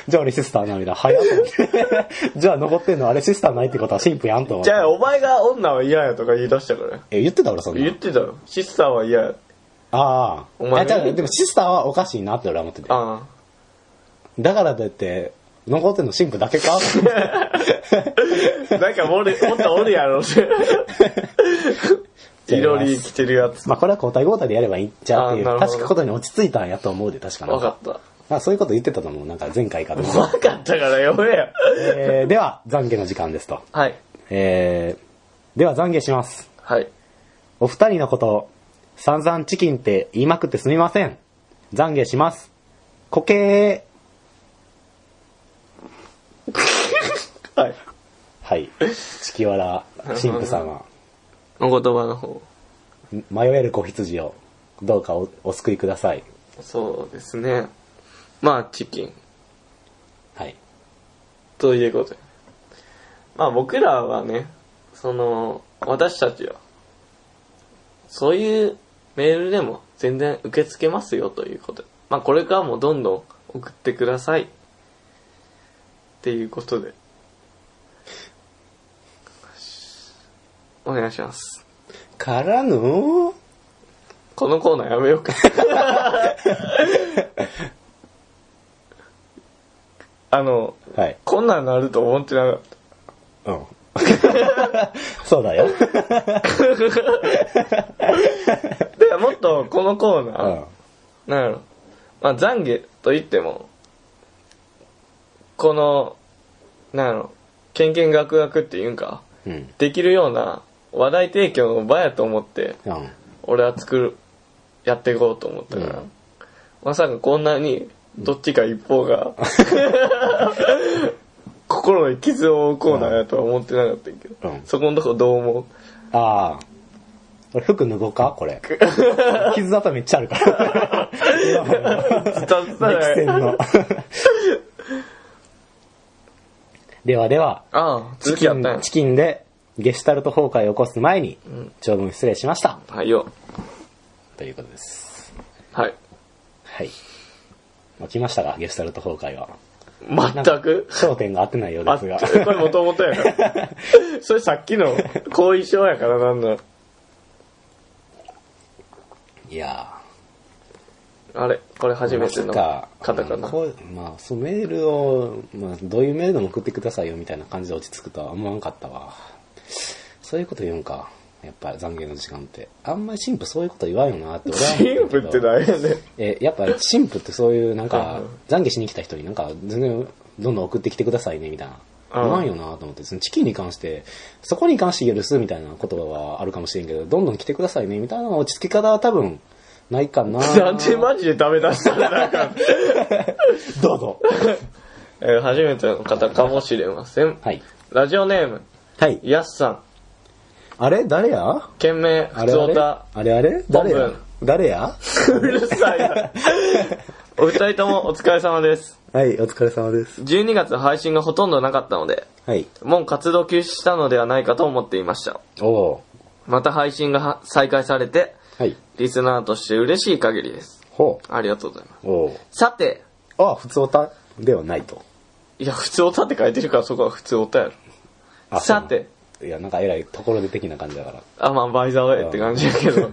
Speaker 2: じゃあ俺シスターないな。早っと思って。 じゃあ残ってんのあれシスターないってことは神父やんと思っ
Speaker 1: じ
Speaker 2: て。
Speaker 1: ゃあ、お前が女は嫌やとか言い出したから。
Speaker 2: え、言ってた俺そん
Speaker 1: 言
Speaker 2: な
Speaker 1: っ。てたよ。シスターは嫌や。
Speaker 2: ああ。
Speaker 1: お前
Speaker 2: いや違うでもシスターはおかしいなって俺は思ってて。
Speaker 1: ああ。
Speaker 2: だからといって、残ってんの神父 だけかと思って
Speaker 1: なんか、俺、 もっとおるやろって。いろり生きてるやつ。
Speaker 2: まあこれは交代交代でやればいいんちゃうっていう。
Speaker 1: あーなるほど
Speaker 2: 確かことに落ち着いたんやと思うで、確かに。
Speaker 1: 分かった。
Speaker 2: まあそういうこと言ってたと思う。なんか前回かと 思う。
Speaker 1: 分かったから読めや。
Speaker 2: えー、では、懺悔の時間ですと。
Speaker 1: はい。
Speaker 2: えー、では懺悔します。
Speaker 1: はい。
Speaker 2: お二人のこと、散々チキンって言いまくってすみません。懺悔します。固形。
Speaker 1: はい。
Speaker 2: はい。チキワラ、神父さんは、
Speaker 1: お言葉の方。
Speaker 2: 迷える子羊を、どうかおお救いください。
Speaker 1: そうですね。まあ、チキン。
Speaker 2: はい。
Speaker 1: ということで。まあ僕らはね、その、私たちは、そういうメールでも全然受け付けますよということで。まあこれからもどんどん送ってください。っていうことで。お願いします。
Speaker 2: からぬ
Speaker 1: このコーナーやめようか。 あの、
Speaker 2: はい。
Speaker 1: こんなんなると思ってなかっ
Speaker 2: うん。そうだよ。
Speaker 1: た。で、もっとこのコーナ
Speaker 2: う
Speaker 1: ー、
Speaker 2: ん。
Speaker 1: なんやろ。まあ、懺悔と言っても、この、なんやろ、ケンケンガクガクっていうんか、
Speaker 2: うん。
Speaker 1: できるような話題提供の場やと思って、
Speaker 2: うん。
Speaker 1: 俺は作る、やっていこうと思ったから、
Speaker 2: うん
Speaker 1: まさかこんなに、どっちか一方が、心に傷を負うコーナーやとは思ってなかったけど、
Speaker 2: うん
Speaker 1: そこのとこどう思う
Speaker 2: ああ。俺服脱ごうかこ れ。傷だとめっちゃある から。
Speaker 1: 伝わ
Speaker 2: 歴
Speaker 1: ら
Speaker 2: 戦
Speaker 1: ない。
Speaker 2: の。 ではでは、
Speaker 1: ああ、
Speaker 2: チ
Speaker 1: 続き
Speaker 2: キ
Speaker 1: やったんや
Speaker 2: ン、チキンでゲシュタルト崩壊を起こす前に、長文失礼しました。
Speaker 1: はいよ。
Speaker 2: ということです。
Speaker 1: はい。
Speaker 2: はい。起きましたが、ゲシュタルト崩壊は。
Speaker 1: 全く
Speaker 2: 焦点が合ってないよう
Speaker 1: あ
Speaker 2: で
Speaker 1: こ
Speaker 2: す
Speaker 1: れ
Speaker 2: が。
Speaker 1: もともとやから それさっきの後遺症やからなんだ
Speaker 2: いやー。
Speaker 1: あれこれ初めての
Speaker 2: ま
Speaker 1: カ
Speaker 2: さか
Speaker 1: タカナ
Speaker 2: こうまあ、そうメールを、まあ、どういうメールでも送ってくださいよみたいな感じで落ち着くとは思わんかったわ。そういうこと言うんか。やっぱ懺悔の時間って。あんまり神父そういうこと言わんよなって俺は
Speaker 1: チー
Speaker 2: 思ったけ
Speaker 1: ム
Speaker 2: ど
Speaker 1: ってないよね
Speaker 2: え、やっぱ神父ってそういうな
Speaker 1: は
Speaker 2: ん
Speaker 1: い
Speaker 2: か
Speaker 1: はい、
Speaker 2: 懺悔しに来た人になんか、全然どんどん送ってきてくださいねみたいな。
Speaker 1: う
Speaker 2: うんまいよなと思って、そのチキンに関して、そこに関して許すみたいな言葉はあるかもしれんけど、どんどん来てくださいねみたいな落ち着き方は多分、ないかな
Speaker 1: なんでマジでダメ出したらなん かん、
Speaker 2: どうぞ。
Speaker 1: えー初めての方かもしれません
Speaker 2: はい。
Speaker 1: ラジオネーム
Speaker 2: はい。
Speaker 1: やすさん
Speaker 2: あれ誰や
Speaker 1: 件名
Speaker 2: あ
Speaker 1: ふ
Speaker 2: れ
Speaker 1: つ
Speaker 2: あ
Speaker 1: お
Speaker 2: れ
Speaker 1: た
Speaker 2: あれあれ誰
Speaker 1: 本
Speaker 2: や
Speaker 1: 文
Speaker 2: 誰や
Speaker 1: うるさい なお二人ともお疲れ様です
Speaker 2: はい、お疲れ様です。
Speaker 1: 12月配信がほとんどなかったので
Speaker 2: はい。
Speaker 1: もう活動休止したのではないかと思っていました
Speaker 2: おお
Speaker 1: また配信がは再開されて
Speaker 2: ー。はい。
Speaker 1: リスナーとして嬉しい限りです。
Speaker 2: ほ
Speaker 1: ありがとうございます。
Speaker 2: う。お
Speaker 1: さて、
Speaker 2: お。あ、普通おたではないと。
Speaker 1: いや、普通オタって書いてるからそこは普通オタやろ。
Speaker 2: あ
Speaker 1: さ。て、
Speaker 2: そういや、なんか偉いところで的な感じだから。
Speaker 1: あ、まあ、バイザーウェイって感じやけど。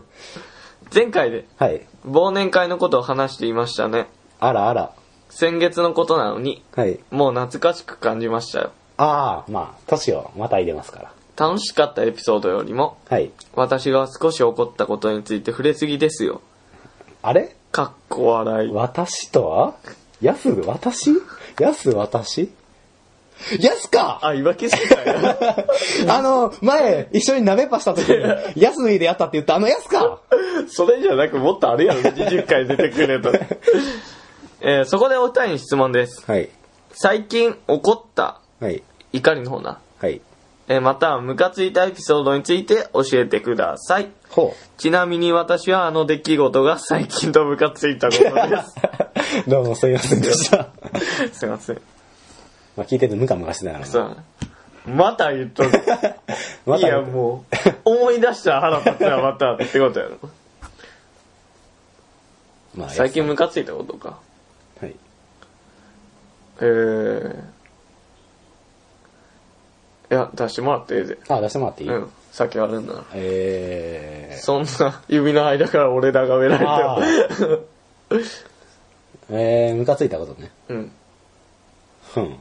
Speaker 1: 前回で
Speaker 2: はい。
Speaker 1: 忘年会のことを話していましたね。
Speaker 2: あらあら。
Speaker 1: 先月のことなのに、
Speaker 2: はい。
Speaker 1: もう懐かしく感じましたよ。
Speaker 2: ああ、まあ、年をまた入れますから。
Speaker 1: 楽しかったエピソードよりも、
Speaker 2: はい。
Speaker 1: 私が少し怒ったことについて触れすぎですよ。
Speaker 2: あれ
Speaker 1: かっこ笑い。
Speaker 2: 私とはやす、私やす、私やすか
Speaker 1: あ、言い訳してたよ。
Speaker 2: あの、前、一緒に鍋パした時 に、安いでやったって言ったあの安か
Speaker 1: それじゃなくもっとあるやろ、20回出てく れと。えーそこでお二人に質問です。
Speaker 2: はい。
Speaker 1: 最近起こった
Speaker 2: はい。
Speaker 1: 怒りの方な。
Speaker 2: はい。
Speaker 1: えーまたはムカついたエピソードについて教えてください。
Speaker 2: ほ
Speaker 1: ちなみに私はあの出来事が最近とムカついたことで
Speaker 2: う。 どうもすいませんでした。
Speaker 1: す。すいません。
Speaker 2: まあ聞いててムカムカしてたから
Speaker 1: そ
Speaker 2: な。
Speaker 1: うまた言っとる。
Speaker 2: ま
Speaker 1: い
Speaker 2: た
Speaker 1: やもう、思い出したら腹立ったらまたってことやろ。
Speaker 2: まあ、
Speaker 1: 最近ムカついたことか。
Speaker 2: はい。
Speaker 1: えー。いや、出してもらってええで。
Speaker 2: あ、出してもらっていい、
Speaker 1: うん、酒あるんだな。
Speaker 2: え
Speaker 1: そんな指の間から俺眺めら
Speaker 2: ー。あ
Speaker 1: れ
Speaker 2: ー えー、ムカついたことね。
Speaker 1: ても。うん。
Speaker 2: うん。い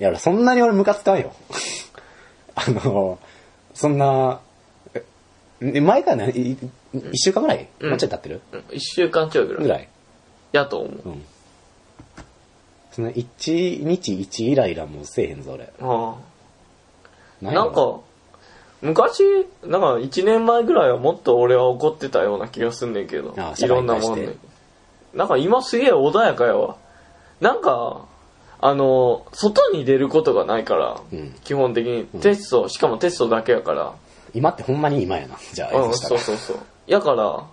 Speaker 2: や、俺そんなに俺ムカつかんよ。 あの、そんな、え前からね、いい一週間ぐらい、
Speaker 1: うん
Speaker 2: もうちょい経ってる
Speaker 1: 一週間ちょいぐらい。
Speaker 2: ぐらい。
Speaker 1: やと思う。
Speaker 2: うん。その、一日一イライラもせえへんぞ、俺。
Speaker 1: ああ。
Speaker 2: や
Speaker 1: なん
Speaker 2: ろ
Speaker 1: か、昔、なんか1年前ぐらいはもっと俺は怒ってたような気がすんねんけど
Speaker 2: ああ。
Speaker 1: いろんなもん
Speaker 2: 社会に
Speaker 1: に
Speaker 2: 対し。
Speaker 1: なんか今すげえ穏やかやわ。なんか、あの、外に出ることがないから、
Speaker 2: うん
Speaker 1: 基本的にテスト、しかもテストだけやから。
Speaker 2: 今ってほんまに今やな。じゃあ、
Speaker 1: うん、
Speaker 2: そした
Speaker 1: そ
Speaker 2: ら
Speaker 1: うそうそう。やから、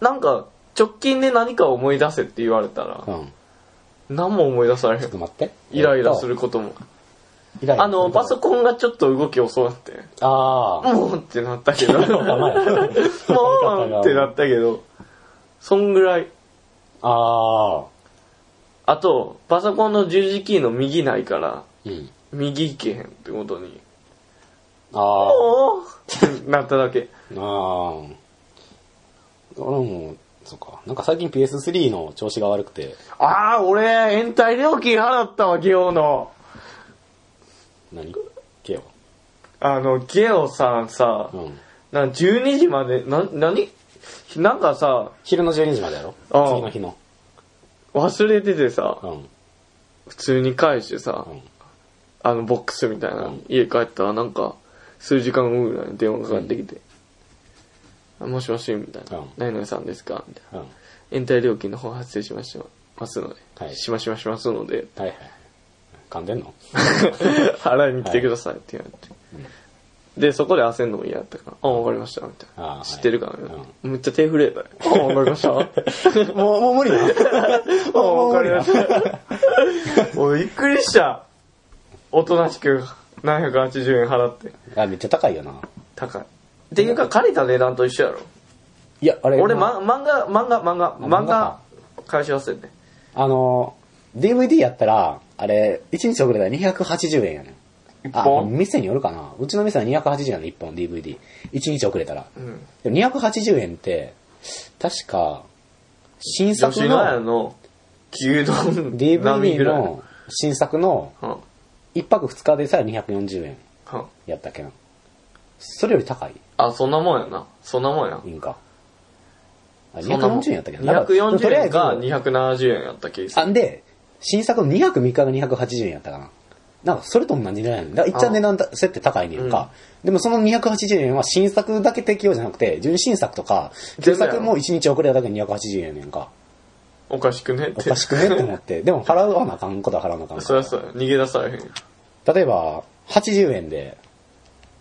Speaker 1: なんか、直近で何か思い出せって言われたら、
Speaker 2: うん。ち
Speaker 1: 何も思い出されへ
Speaker 2: ょっと
Speaker 1: ん。
Speaker 2: 待って。
Speaker 1: イライラすることも。
Speaker 2: イライラすること。
Speaker 1: あの、パソコンがちょっと動き遅なって、
Speaker 2: ああ。
Speaker 1: もうってなったけど、も
Speaker 2: あ
Speaker 1: うってなったけど、そんぐらい。
Speaker 2: あ
Speaker 1: あと、パソコンの十字キーの右ないから、
Speaker 2: ー。うん。
Speaker 1: 右行けへんってことに、
Speaker 2: ああ。
Speaker 1: おーってなっただけ。
Speaker 2: ああ。俺も、そうか。なんか最近 PS3 の調子が悪くて、
Speaker 1: あー、俺、延滞料金払ったわ、今日の。
Speaker 2: 何けよ。
Speaker 1: あの、ゲオさんさ、
Speaker 2: うん。
Speaker 1: なんか12時まで、な、なになんかさ、
Speaker 2: 昼の12時までやろ
Speaker 1: ああ
Speaker 2: 次の日の。
Speaker 1: 忘れててさ
Speaker 2: う、ん。
Speaker 1: 普通に返してさ
Speaker 2: うん、
Speaker 1: あのボックスみたいな、
Speaker 2: うん
Speaker 1: 家帰ったらなんか、数時間後ぐらいに電話がかかってきて、あもしもし、みたいな
Speaker 2: うん。
Speaker 1: 何々さんですかみたい
Speaker 2: うん。はい
Speaker 1: な。延滞料金の方発生しました。ますので、
Speaker 2: はい
Speaker 1: しましましますので、
Speaker 2: はい。噛んでんの
Speaker 1: 払いに来てくださいって言われて。で、そこで焦んのも嫌だったから、あ、わかりました、みたい
Speaker 2: あ
Speaker 1: な。
Speaker 2: はい
Speaker 1: 知ってるかな、めっちゃ手震 えたよ。あ、わかりました。
Speaker 2: もう、もう 無理な。
Speaker 1: あわかりました。 もうびっくりした。おとなしく780円払って。
Speaker 2: あ、めっちゃ高いよな。
Speaker 1: 高い。っていうか、借りた値段と一緒やろ。
Speaker 2: いや、あれ、
Speaker 1: 俺、
Speaker 2: ま
Speaker 1: ま、漫画、漫画、漫画、
Speaker 2: 漫
Speaker 1: 漫
Speaker 2: 画
Speaker 1: 画、返し忘れて。
Speaker 2: あの、DVD やったら、あれ、1日遅れたら280円やねん。あ、
Speaker 1: 一本
Speaker 2: まあ店によるかな。うちの店は280円やねん、1本 DVD。1日遅れたら。
Speaker 1: うん。
Speaker 2: でも280円って、確か、新作
Speaker 1: 吉野家
Speaker 2: の
Speaker 1: の牛丼並み
Speaker 2: DVD
Speaker 1: ぐらい。うん
Speaker 2: の新作の
Speaker 1: うん
Speaker 2: 1泊2日でさえ240円やったっけな。それより高い
Speaker 1: あ、そんなもんやな。そんなもんや。
Speaker 2: んか。あ
Speaker 1: そんなもん
Speaker 2: 240円やったっけな。なんかと
Speaker 1: 240
Speaker 2: りあえ
Speaker 1: 円
Speaker 2: ず
Speaker 1: が270円やったケース。
Speaker 2: あ、んで、新作の2泊3日が280円やったかな。なんか、それと同じ値段やねん。だから、一応値段だ設定高いねんか。でも、その280円は新作だけ適用じゃなくて、純新作とか、旧
Speaker 1: 全部やろ
Speaker 2: 作も1日遅れただけで280円やねんか。
Speaker 1: おかしくねっ
Speaker 2: お
Speaker 1: て
Speaker 2: か。しくねって思って。でも、払わなあかんことは払わなあかんか
Speaker 1: そりゃ
Speaker 2: ら。
Speaker 1: そうや。逃げ出されへん。
Speaker 2: 例えば、80円で、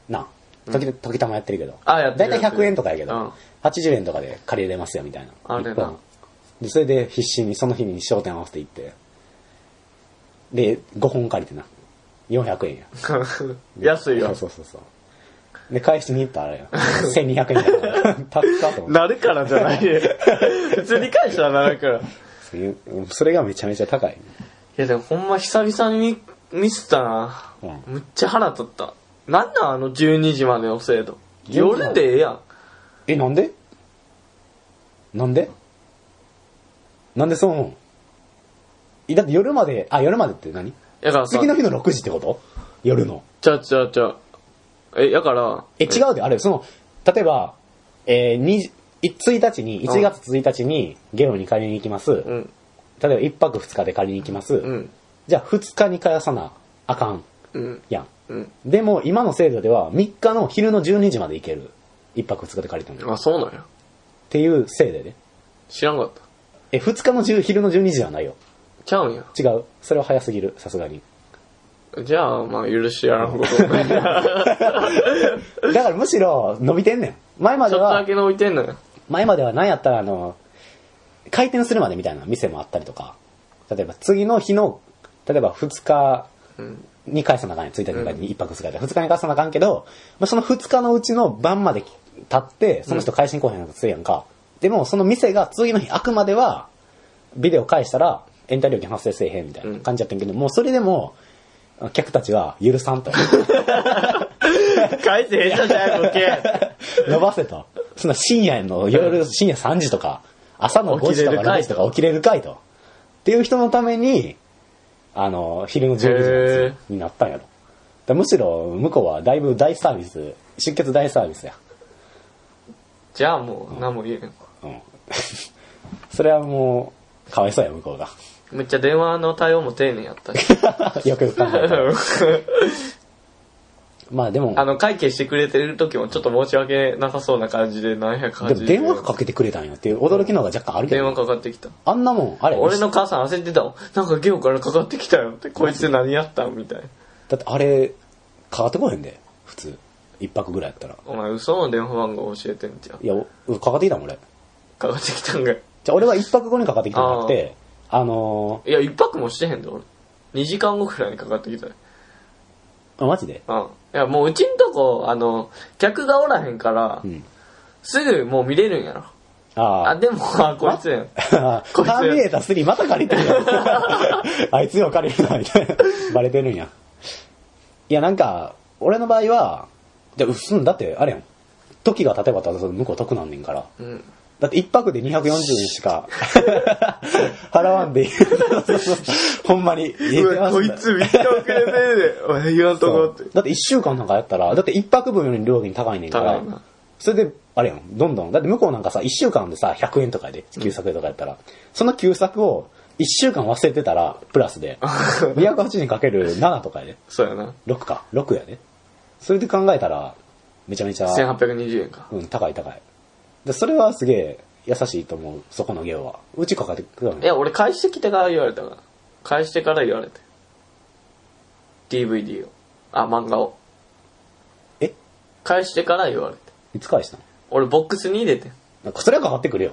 Speaker 2: な、時々、時たまやってるけど。
Speaker 1: あやってる
Speaker 2: だいたい100円とかやけ
Speaker 1: うん
Speaker 2: ど、80円とかで借りれますよ、みたいな。
Speaker 1: あれな
Speaker 2: 一本で、それで必死にその日に焦点合わせていって。で、5本借りてな。400円や。
Speaker 1: 安いよ。
Speaker 2: そうそうそうそう。で、返しに行ったらあれ や。1200円だから。たったと思って。
Speaker 1: なるからじゃ ないで普通に返したらなるから。い
Speaker 2: そういうそれがめちゃめちゃ高い。
Speaker 1: やでもほんま久々にミミスったな。
Speaker 2: う
Speaker 1: むっちゃ腹立った。なんなんあの12時までの制度。
Speaker 2: 12
Speaker 1: 夜でええやん。
Speaker 2: え、なんでなんでなんでそう思うんえ、だって夜まで、あ、夜までって何
Speaker 1: やからさ
Speaker 2: 次、の日の6時ってこと夜の。
Speaker 1: ちゃうちゃうちゃう。え、やから、
Speaker 2: え、違うで、あれ、その、例えば、えー、に1日に、1月1日にゲームに借りに行きます。例
Speaker 1: う
Speaker 2: え
Speaker 1: ん、
Speaker 2: ば1泊2日で借りに行きます。
Speaker 1: うん、
Speaker 2: じゃあ2日に返さなあかん
Speaker 1: うん、
Speaker 2: やん。
Speaker 1: うん。
Speaker 2: でも今の制度では3日の昼の12時まで行ける。1泊2日で借りたの。っ
Speaker 1: あ、そうなんや。
Speaker 2: ていう制度やで。
Speaker 1: 知らんかった。
Speaker 2: え、2日の10昼の12時ではないよ。
Speaker 1: ちゃうんや。
Speaker 2: 違う。それは早すぎる、さすがに。
Speaker 1: じゃあ、まあ許してやらん ことない。ちょ
Speaker 2: だからむしろ伸びてんねん。前ま
Speaker 1: っ
Speaker 2: で
Speaker 1: とだ
Speaker 2: は、
Speaker 1: け伸びてんのよ。
Speaker 2: 前までは何やったらあの、開店するまでみたいな店もあったりとか、例えば次の日の、例えば2日
Speaker 1: うん。
Speaker 2: に返さなあかんやん。1日に返1泊2日で2日に返さなあかんけど、まあ、その2日のうちの晩まで経って、その人返しに来へんとするやんか。でもその店が次の日開くまでは、ビデオ返したら、延滞料金発生せえへんみたいな感じやったんやけど、もうそれでも、客たちは許さん と。
Speaker 1: 返せへんじゃん、早くけ。
Speaker 2: 伸ばせと。そんな深夜の夜、深夜3時とか、朝の5時と
Speaker 1: 起
Speaker 2: か
Speaker 1: きれるか
Speaker 2: 6
Speaker 1: い
Speaker 2: 時とか起きれるかいと。っていう人のために、あの、昼の12時のやつになったんやろ。だからむしろ、向こうはだいぶ大サービス、出血大サービスや。
Speaker 1: じゃあもう、何も言えへん。
Speaker 2: うん。それはもう、かわいそうや、向こうが。
Speaker 1: めっちゃ 電話の対応も丁寧やったし。
Speaker 2: よくよく考えたら。まあでも
Speaker 1: あ、の、会計してくれてる時もちょっと申し訳なさそうな感じで780
Speaker 2: で
Speaker 1: 円。
Speaker 2: も電話かけてくれたんよっていう驚きの方が若干あるけ
Speaker 1: 電
Speaker 2: ど、
Speaker 1: 話かかってきた。
Speaker 2: あんなもん、あれ、
Speaker 1: 俺の母さん焦ってたもん。なんかゲオからかかってきたよって、こいつ何やったんみたいな。
Speaker 2: だってあれ、変わってこへんで、普通。一泊ぐらいやったら。
Speaker 1: お前嘘の電話番号教えてんじゃん。
Speaker 2: いや、おかかってきたもん俺。
Speaker 1: かかってきたんが。い
Speaker 2: じゃあ俺は一泊後にかかってきたんじゃなくて、あの
Speaker 1: や、一泊もしてへんで、俺。2時間後くらいにかかってきたよ。
Speaker 2: ー、あマジで
Speaker 1: うん。いや、もううちんとこ、あの、客がおらへんから、
Speaker 2: うん。
Speaker 1: すぐもう見れるんやろ。あ、
Speaker 2: あ
Speaker 1: でも、あ、こいつやん。
Speaker 2: あ。 タ
Speaker 1: こいつ
Speaker 2: ーミネーター3また借りてるやんあいつよ、借りるな、みたいな。 バレてるんや。いや、なんか、俺の場合は、じゃあ、うっすん、だって、あれやん。時が経てば経たず向こう得なんねんから。
Speaker 1: うん。
Speaker 2: だって一泊で240円しか 払 わんでいい。 ほんまに。
Speaker 1: うわ、こいつ3日遅れてるで、お前言わんとこって
Speaker 2: そう。だって1週間なんかやったら、だって1泊分より料金高いねんか
Speaker 1: 高
Speaker 2: ら
Speaker 1: いな。
Speaker 2: それで、あれやん、どんどん。だって向こうなんかさ、1週間でさ、100円とかやで、旧作とかやったら。その旧作を1週間忘れてたら、プラスで。280円かける7とかやで。
Speaker 1: そうやな。
Speaker 2: 6か。6やで。それで考えたら、めちゃめちゃ、
Speaker 1: 1820円か。
Speaker 2: うん、高い高い。で、それはすげえ優しいと思う、そこのゲオは。うちかかってくるわ
Speaker 1: いや、俺返してきてから言われたから。返してから言われて。DVD を。あ、漫画を。
Speaker 2: え
Speaker 1: 返してから言われて。
Speaker 2: いつ返したの
Speaker 1: 俺ボックスに入れてん。
Speaker 2: なんかそれはかかってくるよ。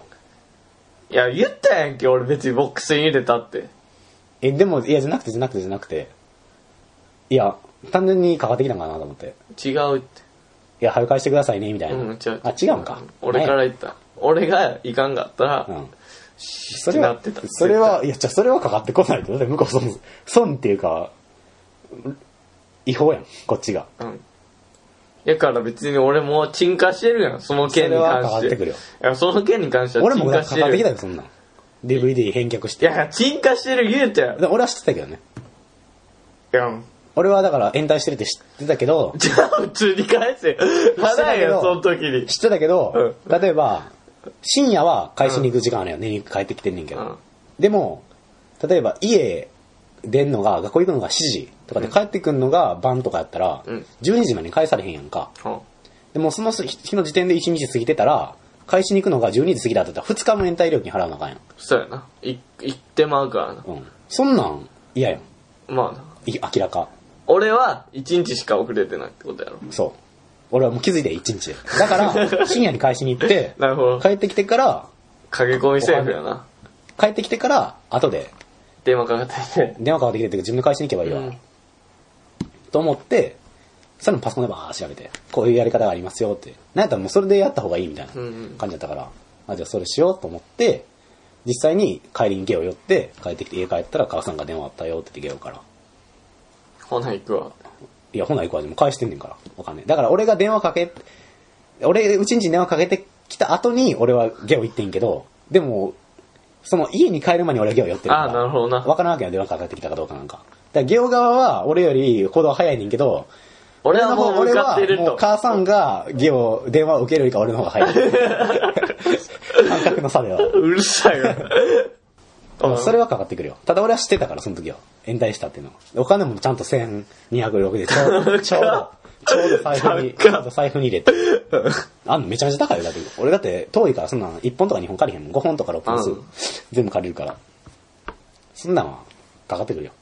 Speaker 1: いや、言ったやんけ、俺別にボックスに入れたって。
Speaker 2: え、でも、いや、じゃなくて、じゃなくて、じゃなくて。いや、単純にかかってきたんかなと思って。
Speaker 1: 違うって。
Speaker 2: いや、早く返してくださいね、みたいな。
Speaker 1: うん、違う。
Speaker 2: あ、違うんか。
Speaker 1: 俺か
Speaker 2: ね
Speaker 1: ら言った。俺がいかんかったら、
Speaker 2: うん。
Speaker 1: そ
Speaker 2: それ
Speaker 1: な
Speaker 2: は
Speaker 1: ってた。、
Speaker 2: それは、いや、じゃあそれはかかってこないと。だって向こう損、損っていうか、違法やん、こっちが。
Speaker 1: うん。だから別に俺もう沈下してるやん、その件に関
Speaker 2: それはか
Speaker 1: し
Speaker 2: かって
Speaker 1: て。
Speaker 2: くるよ
Speaker 1: いや、その件に関しては
Speaker 2: 俺も
Speaker 1: 沈
Speaker 2: か
Speaker 1: 下して
Speaker 2: かっ
Speaker 1: る。
Speaker 2: てき
Speaker 1: い
Speaker 2: たよ、そんなん。DVD 返却して。
Speaker 1: やいや、沈下してる言うたやん。い
Speaker 2: で俺は知ってたけどね。
Speaker 1: や、うん
Speaker 2: 俺はだから、延滞してるって知ってたけど、
Speaker 1: じゃあ普通に返せ。払えよ、その時に。
Speaker 2: 知ってたけど、例えば、深夜は会社に行く時間あるよね、家に帰ってきてんねんけど。
Speaker 1: うん
Speaker 2: でも、例えば家出んのが、学校行くのが7時とかで帰ってくんのが晩とかやったら、
Speaker 1: うん
Speaker 2: 12時までに返されへんやんか。
Speaker 1: うん
Speaker 2: でもその日の時点で1日過ぎてたら、返しに行くのが12時過ぎだったら2日も延滞料金払わなあかんやん。
Speaker 1: そうやな。い、行ってまうからな。
Speaker 2: うん。そんなん嫌やん。
Speaker 1: まあな。
Speaker 2: い明らか。
Speaker 1: 俺は1日しか遅れてないってことやろ。
Speaker 2: そう。俺はもう気づいて1日。だから、深夜に返しに行って、
Speaker 1: なるほど
Speaker 2: 帰。ってきてから、
Speaker 1: 駆け込みセーフやな。
Speaker 2: 帰ってきてから、後で
Speaker 1: 電話かかってきて。
Speaker 2: 電話かかってきてっていうか自分で返しに行けばいいわ、
Speaker 1: うん
Speaker 2: と思ってそれもパソコンでバーッ調べてこういうやり方がありますよってなんやったらもうそれでやった方がいいみたいな
Speaker 1: うんうん
Speaker 2: 感じだったから、あじゃあそれしようと思って実際に帰りにゲオ寄って帰ってきて家帰ったら母さんが電話あったよって言ってゲオから
Speaker 1: ほな行くわ。
Speaker 2: いやほな行くわでも返してんねんからお金だから俺が電話かけ俺うちんちに電話かけてきた後に俺はゲオ行ってんけどでもその家に帰る前に俺はゲオ寄ってるから
Speaker 1: ああ、なるほどな。
Speaker 2: わからんわけよ、電話かかってきたかどうかなんか。だから、ゲオ側は俺より行動は早いねんけど、
Speaker 1: 俺はもう向かってる
Speaker 2: 俺はもう
Speaker 1: と。
Speaker 2: 母さんがゲオ、電話を受けるよりか俺の方が早 い。感覚の差では。
Speaker 1: うるさ いわ。うん
Speaker 2: それはかかってくるよ。ただ俺は知ってたから、その時は。延滞したっていうのは。お金もちゃんと1206でちょうど、ちょうど、ちょうど財布に、ちょうど財布に入れて。あんのめちゃめちゃ高いよ、だって。俺だって遠いからそんなん1本とか2本借りへんもん。5本とか6本す
Speaker 1: うん
Speaker 2: 全部借りるから。そんなんはかかってくるよ。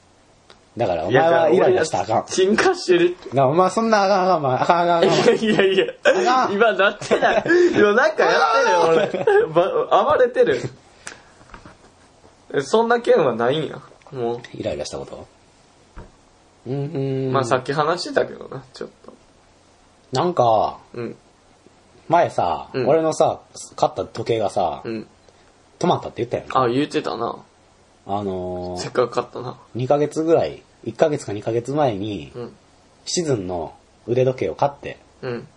Speaker 2: だからお
Speaker 1: いや
Speaker 2: 前はイライラしたらあかん。
Speaker 1: 沈下してるって。
Speaker 2: なお前そんなあかんあかんあかんあかんあかんあかんあかん。
Speaker 1: いやいや
Speaker 2: あかん
Speaker 1: 今なってない。今なんかやってるよ、俺。 ば暴れてる。えそんな件はないんや。も
Speaker 2: イライラしたことうんうん。
Speaker 1: う。まあさっき話してたけどな、ちょっと。
Speaker 2: なんか、
Speaker 1: うん。
Speaker 2: 前さ、
Speaker 1: うん
Speaker 2: 俺のさ、買った時計がさ、
Speaker 1: うん。
Speaker 2: 止まったって言ったやんか。
Speaker 1: あ、言ってたな。
Speaker 2: あの
Speaker 1: せっ
Speaker 2: ー、
Speaker 1: かく買ったな。
Speaker 2: 2ヶ月ぐらい、1ヶ月か2ヶ月前に、
Speaker 1: うん。
Speaker 2: シズンの腕時計を買って、
Speaker 1: うん。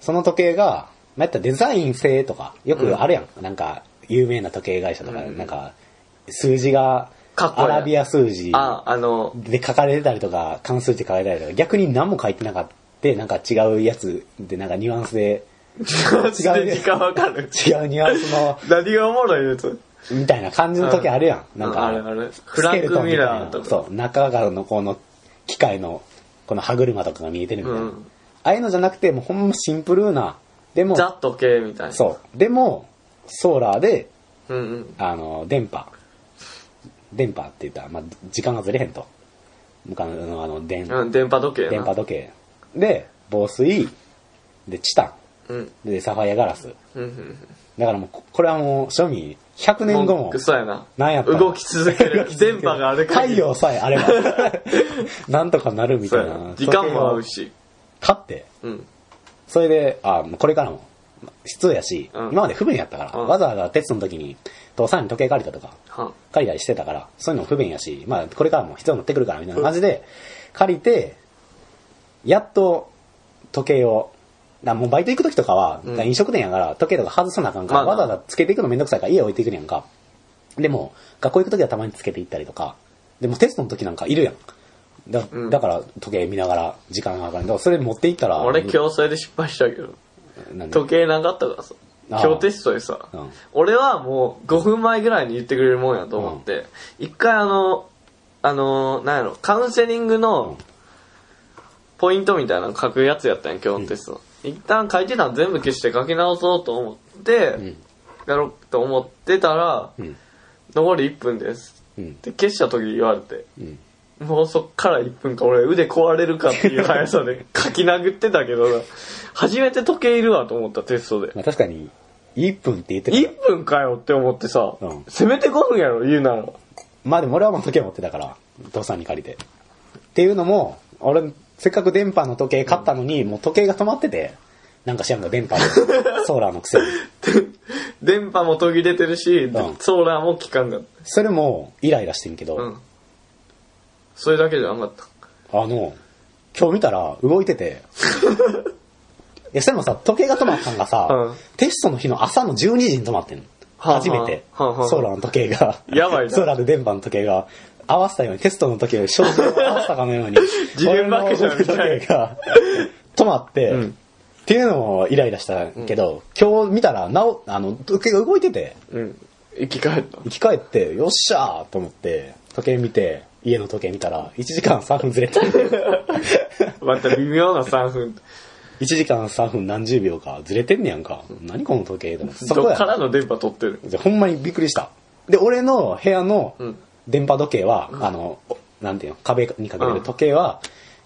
Speaker 2: その時計が、まあ、やったらデザイン性とか、よくあるやん。なんか、有名な時計会社とか、
Speaker 1: うん
Speaker 2: なんか、数字が、
Speaker 1: かっこいい
Speaker 2: アラビア数字
Speaker 1: あ、あの、
Speaker 2: で書かれてたりとか、関数って書かれてたりとか、逆に何も書いてなかった、なんか違うやつで、なんかニュアンスで、
Speaker 1: 違う時間わかる。
Speaker 2: 違うニュアンスの、
Speaker 1: 何がおもろいやつ。
Speaker 2: みたいな感じの時あるやん。なんか、
Speaker 1: あるある。
Speaker 2: スケ
Speaker 1: フラン
Speaker 2: ルト
Speaker 1: ク
Speaker 2: ンみ
Speaker 1: ミ
Speaker 2: た
Speaker 1: ラ
Speaker 2: いな
Speaker 1: ーとか。
Speaker 2: そう、中がのこの機械のこの歯車とかが見えてるみたいな。
Speaker 1: うん
Speaker 2: ああいうのじゃなくて、もうほんまシンプルな、でも、
Speaker 1: ざっと系みたいな。
Speaker 2: そう。でも、ソーラーで、
Speaker 1: う。うんうん。
Speaker 2: あの、電波。電波って言ったら、まあ、時間がずれへんと。向かうの、あの、電、
Speaker 1: うん、電波時計やな。
Speaker 2: 電波時計。で、防水。で、チタ
Speaker 1: うん。
Speaker 2: ン。で、サファイアガラス。
Speaker 1: うんうん。
Speaker 2: だからもう、ここれはもう、庶民、100年後
Speaker 1: う
Speaker 2: も
Speaker 1: く、そうやな。
Speaker 2: なんやったら
Speaker 1: 動き続け る。電波がある
Speaker 2: 太陽さえあれ ば、なんとかなるみ
Speaker 1: そ
Speaker 2: た
Speaker 1: う
Speaker 2: い
Speaker 1: やな
Speaker 2: な。
Speaker 1: 時間も合うし。
Speaker 2: 買って、
Speaker 1: うん。
Speaker 2: それで、あもうこれからも、必要やし、
Speaker 1: うん
Speaker 2: 今まで不便やったから、
Speaker 1: うん
Speaker 2: わざわざ鉄の時に、父さんに時計借りたとか、
Speaker 1: はん
Speaker 2: 借りたりしてたから、そういうのも不便やし、まあ、これからも必要になってくるから、みたいな感じで、借りて、やっと、時計を、だもうバイト行く時とかは、
Speaker 1: うん
Speaker 2: だ飲食店やから、時計とか外さなあかんから、
Speaker 1: まあな
Speaker 2: わざわざつけていくのめんどくさいから、家置いていくねやんか。でも、学校行く時はたまにつけて行ったりとか、でもテストの時なんかいるやん。だ
Speaker 1: うん
Speaker 2: だから、時計見ながら、時間がかかる。だから、それ持って行ったら、
Speaker 1: 俺今日それで失敗したけど。
Speaker 2: なんで
Speaker 1: 時計なかったからさ。
Speaker 2: ああ
Speaker 1: 今日テストでさ、
Speaker 2: うん
Speaker 1: 俺はもう5分前ぐらいに言ってくれるもんやと思って、一回あの、あの、なんやろ、カウンセリングのポイントみたいなの書くやつやったんや、今日のテスト。一旦書いてたの全部消して書き直そうと思って、
Speaker 2: ん
Speaker 1: やろうと思ってたら、
Speaker 2: うん。
Speaker 1: 残り1分です。
Speaker 2: うん。
Speaker 1: で、消した時言われて、
Speaker 2: うん。
Speaker 1: もうそっから1分か俺腕壊れるかっていう速さで 書き殴ってたけどな、初めて時計いるわと思ったテストで。
Speaker 2: まあ確かに、1分って言ってたから。
Speaker 1: 1分かよって思ってさ、
Speaker 2: うん
Speaker 1: せめて5分やろ言うなら。
Speaker 2: まあでも俺はもう時計持ってたから、父さんに借りて。っていうのも、俺、せっかく電波の時計買ったのに、もう時計が止まってて、なんか知らんけ ど電波で、ソーラーのくせに。
Speaker 1: 電波も途切れてるし、
Speaker 2: ん
Speaker 1: ソーラーも効かんかっ
Speaker 2: それも、イライラしてんけど、
Speaker 1: た。うん。それだけじゃなかった。
Speaker 2: あの、今日見たら動いてて、 いや、それもさ、時計が止まったんがさ、
Speaker 1: うん
Speaker 2: テストの日の朝の12時に止まってんの。
Speaker 1: はあはあ
Speaker 2: 初めて、
Speaker 1: はあはあ
Speaker 2: ソーラーの時計が、
Speaker 1: やばいな
Speaker 2: ソーラーで電波の時計が、合わせたように、テストの時計を照準を合わせたか のように、
Speaker 1: 次元爆笑みたいな
Speaker 2: 俺の時計が止まって、
Speaker 1: うん
Speaker 2: っていうのもイライラしたけど、今日見たら、なお、あの、時計が動いてて、
Speaker 1: うん。生き返っ た。
Speaker 2: 生き返って、よっしゃーと思って、時計見て、家の時計見たら、1時間3分 ずれてた。
Speaker 1: また微妙な3分。
Speaker 2: 1時間3分何十秒かずれてんねやんか。何この時計でも。そこ
Speaker 1: どっ
Speaker 2: や
Speaker 1: か。らの電波取ってる。
Speaker 2: じゃほんまにびっくりした。で、俺の部屋の
Speaker 1: うん
Speaker 2: 電波時計は、あの、おなんていうの、壁にかけてる時計は、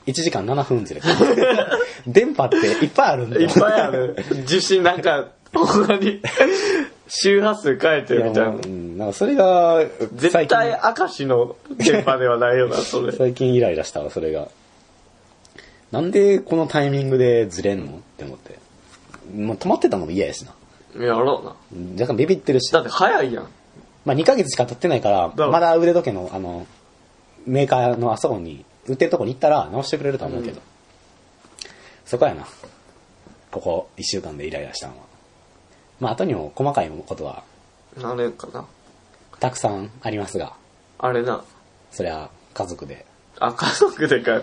Speaker 2: 1時間7分 ずれてる。電波っていっぱいあるんだ
Speaker 1: い
Speaker 2: よ
Speaker 1: っぱいある。受信なんか、ほんまに、周波数変えて
Speaker 2: い
Speaker 1: る
Speaker 2: や
Speaker 1: みたい
Speaker 2: もう
Speaker 1: な
Speaker 2: う。ん、なんかそれが、
Speaker 1: 絶
Speaker 2: 最近
Speaker 1: 対明石の電波ではないよな、それ。
Speaker 2: 最近イライラしたわ、それが。なんでこのタイミングでずれんのって思って。もう止まってたのも嫌やしな。
Speaker 1: やろうな。
Speaker 2: 若干ビビってるし。
Speaker 1: だって早いやん。
Speaker 2: まあ、2ヶ月しか経ってないから、
Speaker 1: ら
Speaker 2: まだ腕時計の、あの、メーカーのあそこに、売ってるとこに行ったら直してくれると思うけど。
Speaker 1: うん
Speaker 2: そこやな。ここ1週間でイライラしたのは。まあ、後にも細かいことは
Speaker 1: なれんかな。
Speaker 2: たくさんありますが、
Speaker 1: あれな。
Speaker 2: そりゃ家族で
Speaker 1: あ、家族でかよ。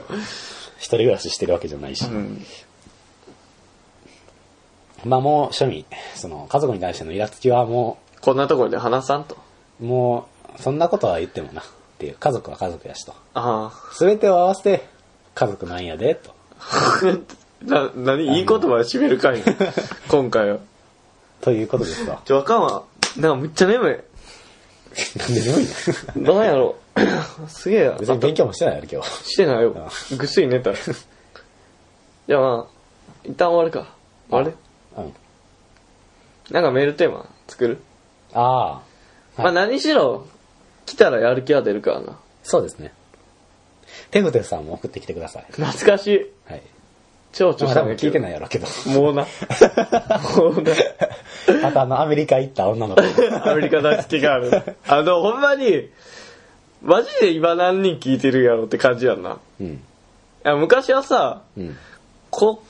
Speaker 2: 一人暮らししてるわけじゃないし。
Speaker 1: うん。
Speaker 2: まあ、もう庶民、その家族に対してのイラつきはも
Speaker 1: こんなところで話さんと。
Speaker 2: う、もう、そんなことは言ってもな。っていう、家族は家族やしと。
Speaker 1: ああ。
Speaker 2: すべてを合わせて、家族なんやで、と。
Speaker 1: な、なに、いい言葉で締めるかいな 今回は。。
Speaker 2: ということです わ
Speaker 1: ちょ、わかんわ。なんかめっちゃ眠
Speaker 2: なんで眠いの
Speaker 1: い。どうやろう。 すげえな。
Speaker 2: 別に勉強もしてないやろ、今日。
Speaker 1: してないよ。ぐっすり 寝た。じゃあまあ、一旦終わるか。あれ
Speaker 2: うん。
Speaker 1: なんかメールテーマ作る
Speaker 2: ああ、
Speaker 1: まあ何しろ、来たらやる気は出るからな。
Speaker 2: そうですね。テフテフさんも送ってきてください。
Speaker 1: 懐かしい。
Speaker 2: はい。
Speaker 1: 蝶々
Speaker 2: まあ
Speaker 1: さ
Speaker 2: 多
Speaker 1: ん
Speaker 2: 分
Speaker 1: が
Speaker 2: 聞いて
Speaker 1: い。
Speaker 2: ないやろうけど。
Speaker 1: もうな。もうな。
Speaker 2: またあの、アメリカ行った女の子。
Speaker 1: アメリカ大好きがある。あの、ほんまに、マジで今何人聞いてるやろって感じやんな。
Speaker 2: うん。
Speaker 1: いや昔はさ、
Speaker 2: うん。
Speaker 1: こ、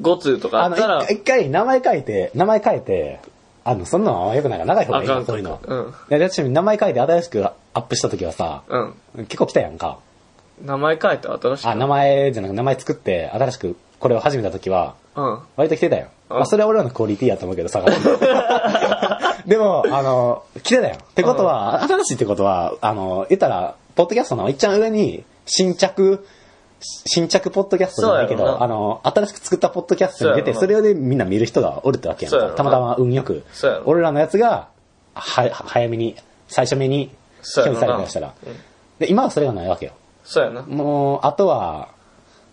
Speaker 1: 5通とかあ
Speaker 2: あ
Speaker 1: っ
Speaker 2: の、
Speaker 1: たら
Speaker 2: 一、回一回名前書いて、名前書いて、あの、そんなのは良くないから長い方がいい
Speaker 1: あか
Speaker 2: よ、
Speaker 1: ん
Speaker 2: そういうの。
Speaker 1: うん
Speaker 2: いや、だって名前書いて新しくアップした時はさ、
Speaker 1: うん。
Speaker 2: 結構来たやんか。
Speaker 1: 名前書いて新しく。
Speaker 2: あ、名前じゃなく名前作って、新しくこれを始めた時は、
Speaker 1: うん。
Speaker 2: 割と来てたよ。
Speaker 1: うん
Speaker 2: まあ、それは俺らのクオリティやと思うけど、差が。 でも、あの、来てたよ。ってことは、新しいってことは、あの、言ったら、ポッドキャストの一番上に、新着、新着ポッドキャストじゃないけ
Speaker 1: そうやろ
Speaker 2: ど、
Speaker 1: な
Speaker 2: あの、新しく作ったポッドキャストに出て、
Speaker 1: そ
Speaker 2: そう
Speaker 1: や
Speaker 2: れでみんな見る人がおるってわけやん
Speaker 1: そうやろ
Speaker 2: か。
Speaker 1: な
Speaker 2: たまたま運よく
Speaker 1: そうやろ。
Speaker 2: 俺らのやつが、は、は早めに、最初目に、
Speaker 1: そうやろ
Speaker 2: 検
Speaker 1: な
Speaker 2: 査されたりしたら。で、今はそれがないわけよ。
Speaker 1: そうやな。
Speaker 2: もう、あとは、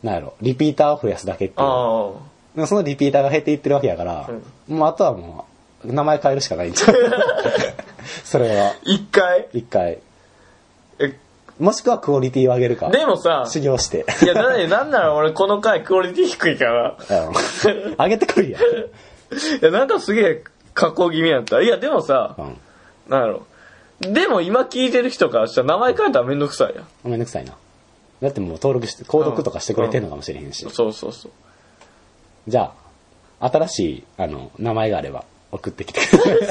Speaker 2: なんやろ、リピーターを増やすだけっていう。
Speaker 1: ああ。
Speaker 2: でもそのリピーターが減っていってるわけやから、もうあとはもう、名前変えるしかないんちゃうそれは、
Speaker 1: 一回
Speaker 2: 一回。
Speaker 1: え、
Speaker 2: もしくはクオリティを上げるか。
Speaker 1: でもさ、
Speaker 2: 修行して。
Speaker 1: いや、なんで、なんなら俺この回クオリティ低いから。
Speaker 2: うん上げてくるやん。
Speaker 1: いや、なんかすげえ加工気味やった。いや、でもさ、
Speaker 2: うん。
Speaker 1: なんやろ。でも今聞いてる人からしたら名前変えたらめんどくさいやん。
Speaker 2: めんどくさいな。だってもう登録して、購読とかしてくれてんのかもしれへんし。
Speaker 1: そうそうそう。
Speaker 2: じゃあ、新しい、あの、名前があれば、送ってき てくれ。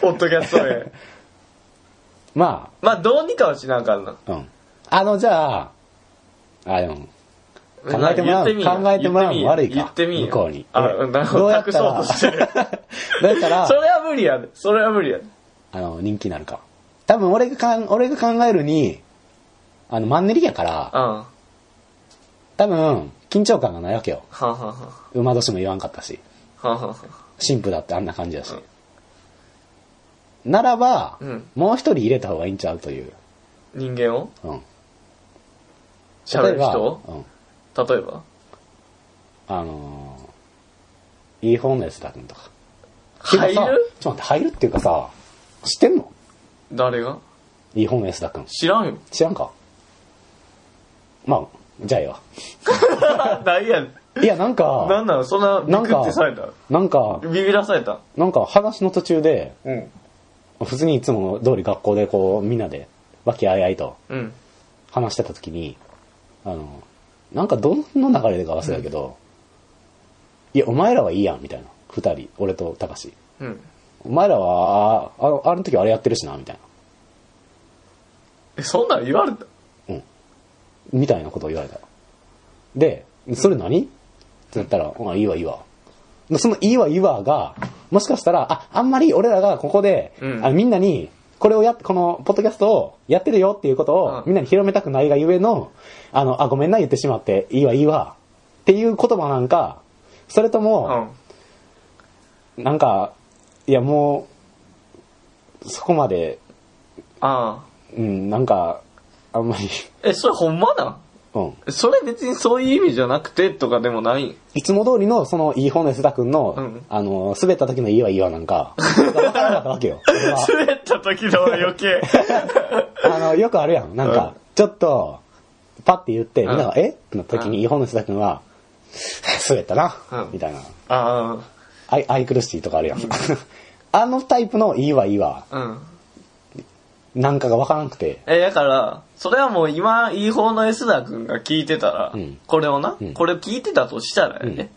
Speaker 1: ポッドキャスト 名。
Speaker 2: ま
Speaker 1: まあ、どうにかはしなあかんな。
Speaker 2: あ、うん。あの、じゃあ、あ、でも、考えてもら
Speaker 1: 言っ
Speaker 2: う、
Speaker 1: てみいや
Speaker 2: 考えてもらうの悪いか。
Speaker 1: 言ってみいや
Speaker 2: 向こうに。
Speaker 1: あ、
Speaker 2: で
Speaker 1: なるほ
Speaker 2: ど
Speaker 1: ど。
Speaker 2: うやっ
Speaker 1: 託
Speaker 2: た
Speaker 1: そう
Speaker 2: ら、
Speaker 1: としてる。
Speaker 2: どうやった ら
Speaker 1: そ、れは無理やで。それは無理やで。
Speaker 2: あの、人気になるか。多分、俺がかん、俺が考えるに、あの、マンネリやから、
Speaker 1: うん。は
Speaker 2: 多分、緊張感がないわけよ。
Speaker 1: あ、はあはあ
Speaker 2: 馬年も言わんかったし。
Speaker 1: はあはあは
Speaker 2: 神父だってあんな感じだし。ならば、
Speaker 1: うん
Speaker 2: もう一人入れた方がいいんちゃうという。
Speaker 1: 人間を
Speaker 2: うん。
Speaker 1: 喋
Speaker 2: 例え
Speaker 1: る
Speaker 2: ば
Speaker 1: 人を
Speaker 2: うん。
Speaker 1: 例えば
Speaker 2: あのー、いい本のやつだくんとか。
Speaker 1: 入
Speaker 2: てかさ
Speaker 1: る
Speaker 2: ちょっと待って、入るっていうかさ、知ってんの
Speaker 1: 誰が
Speaker 2: いい本のやつだくん。
Speaker 1: 知らん よ。
Speaker 2: 知らんかまあ、じゃあええわ。
Speaker 1: 何やねん。
Speaker 2: いや、なん
Speaker 1: な
Speaker 2: か、
Speaker 1: んなのそんな、ビ
Speaker 2: なん
Speaker 1: ク
Speaker 2: か
Speaker 1: ってされた
Speaker 2: なんか、
Speaker 1: ビビらされた
Speaker 2: なんか話の途中で、
Speaker 1: うん。
Speaker 2: 普通にいつも通り学校でこう、みんなで、和気あいあいと、
Speaker 1: うん。
Speaker 2: 話してた時に、あの、なんかどの流れでか忘れたけど、いや、お前らはいいやん、みたいな。二人、俺と高志。
Speaker 1: うん。
Speaker 2: お前らは、ああの、あの時あれやってるしな、みたい
Speaker 1: え、そんなん言われた
Speaker 2: な。みたいなことを言われた。で、それ何ってなったら、うん、いいわ、いいわ。でそのいいわ、いいわが、もしかしたら、あ、あんまり俺らがここで、
Speaker 1: うん
Speaker 2: あのみんなに、これをやっ、この、ポッドキャストをやってるよっていうことを
Speaker 1: う、ん
Speaker 2: みんなに広めたくないがゆえの、あの、あ、ごめんな、言ってしまって、いいわ、いいわ、っていう言葉なんか、それとも、
Speaker 1: う
Speaker 2: なんか、いや、もう、そこまで、
Speaker 1: ん。ああ。
Speaker 2: うん、なんか、あんまり、
Speaker 1: え、それほんまなん
Speaker 2: うん。
Speaker 1: それ別にそういう意味じゃなくてとかでもないん
Speaker 2: いつも通りの、その、いい方の安田くんの、
Speaker 1: うん
Speaker 2: あの、滑った時のいいわいいわなんか、わからなかったわ けよ。俺は
Speaker 1: 滑った時の余 計。
Speaker 2: あの、よくあるやん。なん
Speaker 1: うん
Speaker 2: か、ちょっと、パッて言って、みんなが、
Speaker 1: うん
Speaker 2: えってなった時
Speaker 1: うん
Speaker 2: に、いい方の安田くんは、 滑ったな、
Speaker 1: うん
Speaker 2: みたいな。
Speaker 1: あ
Speaker 2: 愛、愛苦しいとかあるやん。 あのタイプのいいわいいわ、
Speaker 1: あ。うん。
Speaker 2: なんかがわからなくて、
Speaker 1: え、だから、それはもう今、いい方の S 田君が聞いてたら、
Speaker 2: うん
Speaker 1: これをな、
Speaker 2: うん
Speaker 1: これを聞いてたとしたらね、
Speaker 2: うん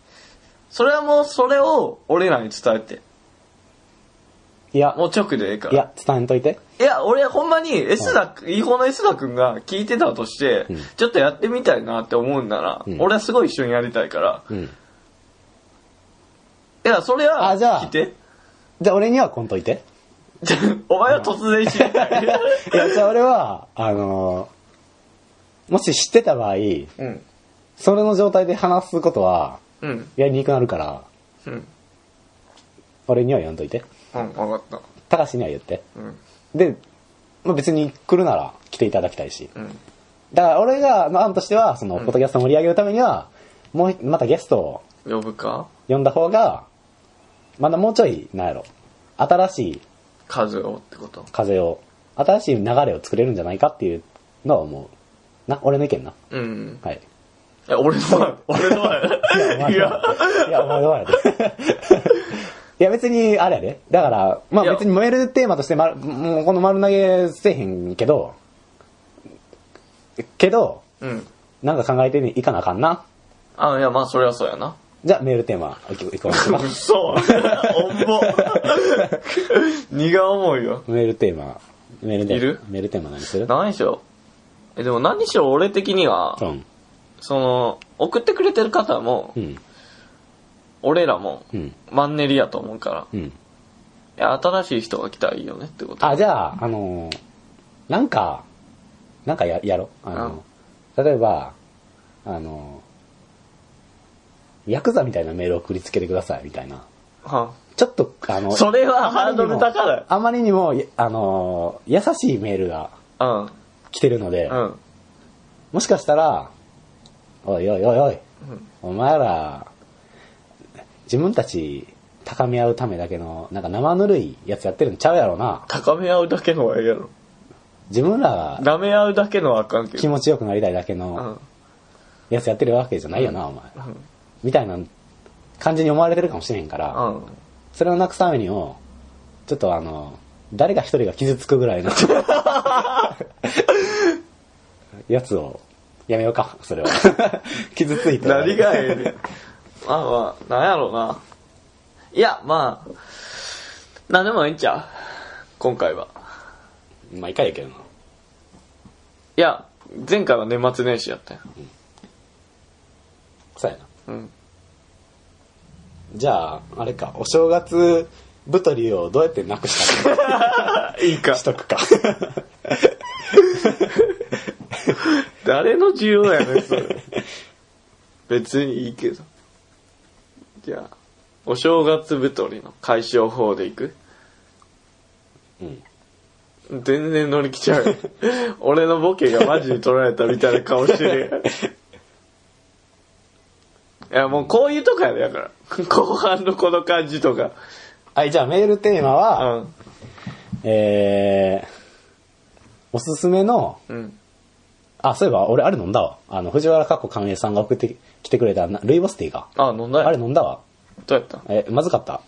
Speaker 1: それはもう、それを俺らに伝えて、
Speaker 2: いや、
Speaker 1: もう直でええから。
Speaker 2: いや、伝えんといて。
Speaker 1: いや、俺ほんまに S 田、いい方の S 田君が聞いてたとして、
Speaker 2: うん
Speaker 1: ちょっとやってみたいなって思うんなら、
Speaker 2: うん
Speaker 1: 俺はすごい一緒にやりたいから、
Speaker 2: うん。
Speaker 1: いや、それは
Speaker 2: あじゃあ
Speaker 1: 聞いて。
Speaker 2: じゃあ、俺にはこんといて。
Speaker 1: お前は突然知りたい。
Speaker 2: いや、じゃあ、俺は、あの、もし知ってた場合、
Speaker 1: うん。
Speaker 2: それの状態で話すことは、
Speaker 1: うん。
Speaker 2: やりにくくなるから、
Speaker 1: うん。
Speaker 2: 俺には言わんといて。
Speaker 1: うん、わかった。
Speaker 2: たかしには言って。
Speaker 1: うん。
Speaker 2: で、まあ、別に来るなら来ていただきたいし。
Speaker 1: うん。
Speaker 2: だから俺が、まあ、案としては、その、ポッドキャストを盛り上げるためには、もう、またゲストを
Speaker 1: 呼ぶか
Speaker 2: 呼んだ方が、まだもうちょい、なんやろ、新しい
Speaker 1: 数をってこと。
Speaker 2: 風を、新しい流れを作れるんじゃないかっていうのは思う。な、俺の意見な。
Speaker 1: うん。
Speaker 2: はい。
Speaker 1: いや、俺の前、俺の前。いや、
Speaker 2: いや、お前どうやで。いや、別に、あれやで。だから、ま
Speaker 1: いや
Speaker 2: あ別に燃えるテーマとして、ま、もうこの丸投げせえへんけど、けど、
Speaker 1: うん。
Speaker 2: なんか考えていかなあかんな。
Speaker 1: あ、いや、まあ、それはそうやな。
Speaker 2: じゃあメールテーマ、いこいこうか。
Speaker 1: 嘘。重っ。荷が重い よ。
Speaker 2: メールテーマ、メールテ
Speaker 1: いる
Speaker 2: ーマ、メールテーマ何する
Speaker 1: 何しろ。え、でも何しろ俺的には
Speaker 2: う、ん。
Speaker 1: その、送ってくれてる方も
Speaker 2: う、ん。
Speaker 1: 俺らも
Speaker 2: う、ん。
Speaker 1: マンネリやと思うから
Speaker 2: うん。
Speaker 1: いや、新しい人が来たらいいよねってこと。
Speaker 2: あ、じゃあ、あのーなんか、なんかややろう。あの、例えば、あの、ヤクザみたいなメールを送りつけてくださいみたいな。
Speaker 1: は
Speaker 2: ちょっと、あの、
Speaker 1: それはハードル高い
Speaker 2: あまりにも、あまりにもあの、優しいメールが
Speaker 1: あ
Speaker 2: 来てるので、
Speaker 1: うん。うん。
Speaker 2: もしかしたら、おいおいおいおい、お前ら、自分たち高め合うためだけの、なんか生ぬるいやつやってるんちゃうやろな。
Speaker 1: 高め合うだけのはええやろ。
Speaker 2: 自分らが
Speaker 1: 舐め合うだけのはあかんけ
Speaker 2: 気
Speaker 1: ど。
Speaker 2: 持ちよくなりたいだけ
Speaker 1: う
Speaker 2: の
Speaker 1: ん。
Speaker 2: やつやってるわけじゃないよな、お前。
Speaker 1: うん。
Speaker 2: みたいな感じに思われてるかもしれへんから、
Speaker 1: うん。
Speaker 2: それをなくすためにも、ちょっとあの、誰か一人が傷つくぐ らいのやつを、やめようか、そ れは。傷ついて。
Speaker 1: 何がええねん。まあまあ、なんやろうな。いや、まあ、なんでもいいんちゃう今回は。
Speaker 2: まあ、いかやけどな。
Speaker 1: いや、前回は年末年始やったよ。
Speaker 2: そうやな。
Speaker 1: うん。
Speaker 2: じゃあ、あれか、お正月太りをどうやってなくしたか
Speaker 1: いいか
Speaker 2: し。とくか。
Speaker 1: 誰の需要やねん、それ。別にいいけど。じゃあ、お正月太りの解消法でいく
Speaker 2: うん。
Speaker 1: 全然乗り気ちゃうよ。 俺のボケがマジに取られたみたいな顔してるやん。いや、もうこういうとこやで、だから。後半のこの感じとか。
Speaker 2: はい、じゃあメールテーマ
Speaker 1: う
Speaker 2: は、
Speaker 1: ん。
Speaker 2: えー、おすすめの、
Speaker 1: うん。
Speaker 2: あ、そういえば俺あれ飲んだわ。あの、藤原かっこ寛永さんが送ってきてくれたなルイボスティーか。
Speaker 1: あ、飲んだよ。
Speaker 2: あれ飲んだわ。
Speaker 1: どうやった
Speaker 2: え、まずかった。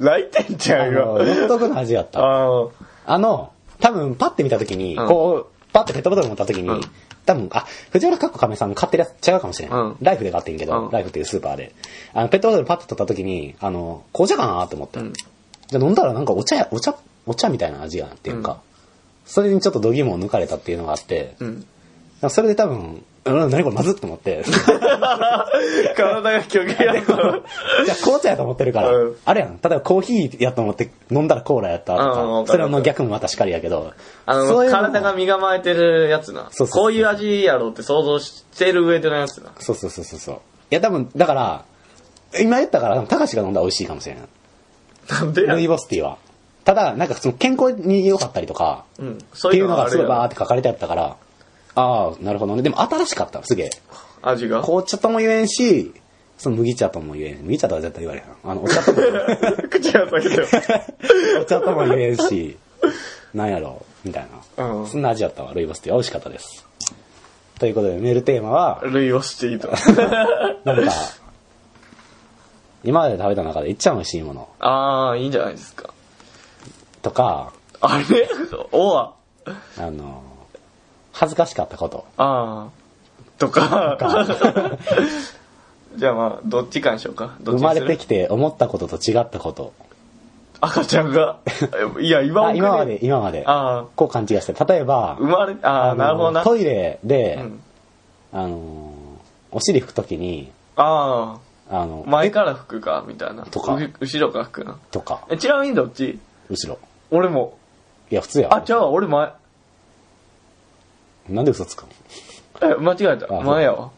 Speaker 1: 泣いてんちゃ
Speaker 2: あ
Speaker 1: う
Speaker 2: の、
Speaker 1: よ。
Speaker 2: 独特の味や
Speaker 1: あ
Speaker 2: った。
Speaker 1: の、
Speaker 2: あの、多分パッて見たときに、
Speaker 1: うん
Speaker 2: こう、パッてペットボトル持ったときに、
Speaker 1: うん
Speaker 2: 多分、あ、藤原かっこ亀さん買ってるやつ違うかもしれん。
Speaker 1: うん
Speaker 2: ライフで買ってんけど、
Speaker 1: うん
Speaker 2: ライフっていうスーパーで。あの、ペットボトルパッて取ったときに、あの、紅茶かなと思って。
Speaker 1: うん
Speaker 2: じゃあ飲んだらなんかお茶や、お茶、お茶みたいな味がなっていうか、それにちょっと度肝を抜かれたっていうのがあって、
Speaker 1: うん。
Speaker 2: それで多分、うん、何これまずっと 思って。
Speaker 1: 体が虚偽やから。
Speaker 2: いや、紅茶やと思ってるから、
Speaker 1: うん
Speaker 2: あれやん。例えばコーヒーやと思って飲んだらコーラやったと
Speaker 1: うんう
Speaker 2: か、
Speaker 1: んわかる
Speaker 2: それの逆もまたしかりやけど、
Speaker 1: あの、
Speaker 2: そういうのも
Speaker 1: 体が身構えてるやつな。
Speaker 2: そうそうそう
Speaker 1: こういう味やろうって想像してる上でのやつな。
Speaker 2: そうそうそうそうそう。いや、多分、だから、今言ったから、たかしが飲んだら美味しいかもしれない。
Speaker 1: なんでや
Speaker 2: ルイボスティーは。ただ、なんかその健康に良かったりとか、
Speaker 1: うん。
Speaker 2: っ
Speaker 1: そう
Speaker 2: て
Speaker 1: い
Speaker 2: いううの
Speaker 1: のがあ
Speaker 2: がす
Speaker 1: る
Speaker 2: ごい
Speaker 1: や
Speaker 2: バ
Speaker 1: ろ
Speaker 2: ーって書かれてあったから、ああ、なるほどね。でも新しかった、すげえ。
Speaker 1: 味が。
Speaker 2: 紅茶とも言えんし、その麦茶とも言えん。麦茶とは絶対言われへん。あの、お茶とも言 えん。
Speaker 1: 口が裂けてる。
Speaker 2: お茶とも言えんし、なんやろう、みたいな。
Speaker 1: うん
Speaker 2: そんな味だったわ、ルイボスティーは美味しかったです。ということで、メールテーマは、
Speaker 1: ルイボスティー と。
Speaker 2: なんか、今まで食べた中で一番美味しいもの
Speaker 1: ああ、いいんじゃないですか。
Speaker 2: とか、
Speaker 1: あれおわ。
Speaker 2: あの、恥ずかしかったこと。
Speaker 1: ああ。とか。 じゃあまあ、どっちかにしようか。どっ
Speaker 2: 生
Speaker 1: ち
Speaker 2: ま
Speaker 1: にす
Speaker 2: れ
Speaker 1: る
Speaker 2: てきて思ったことと違ったこと。
Speaker 1: 赤ちゃん が。いや、今
Speaker 2: あ
Speaker 1: も
Speaker 2: 今まで、今まで。
Speaker 1: あ
Speaker 2: こう勘違いして、例えば
Speaker 1: あ。、生まれ、あ
Speaker 2: あ
Speaker 1: あ、
Speaker 2: の
Speaker 1: なるほどな。
Speaker 2: トイレで、
Speaker 1: うん
Speaker 2: あの、お尻拭くときに、
Speaker 1: あ
Speaker 2: あの
Speaker 1: あ。、前から吹くか、みたいな。
Speaker 2: とか
Speaker 1: う後ろから吹くな。
Speaker 2: とか、
Speaker 1: え、ちなみにどっち
Speaker 2: 後ろ。
Speaker 1: 俺も。
Speaker 2: いや、普通やわ
Speaker 1: あ、ちゃうわ、俺前。
Speaker 2: なんで嘘つくの
Speaker 1: え、間違えた。
Speaker 2: あ
Speaker 1: 前やわ。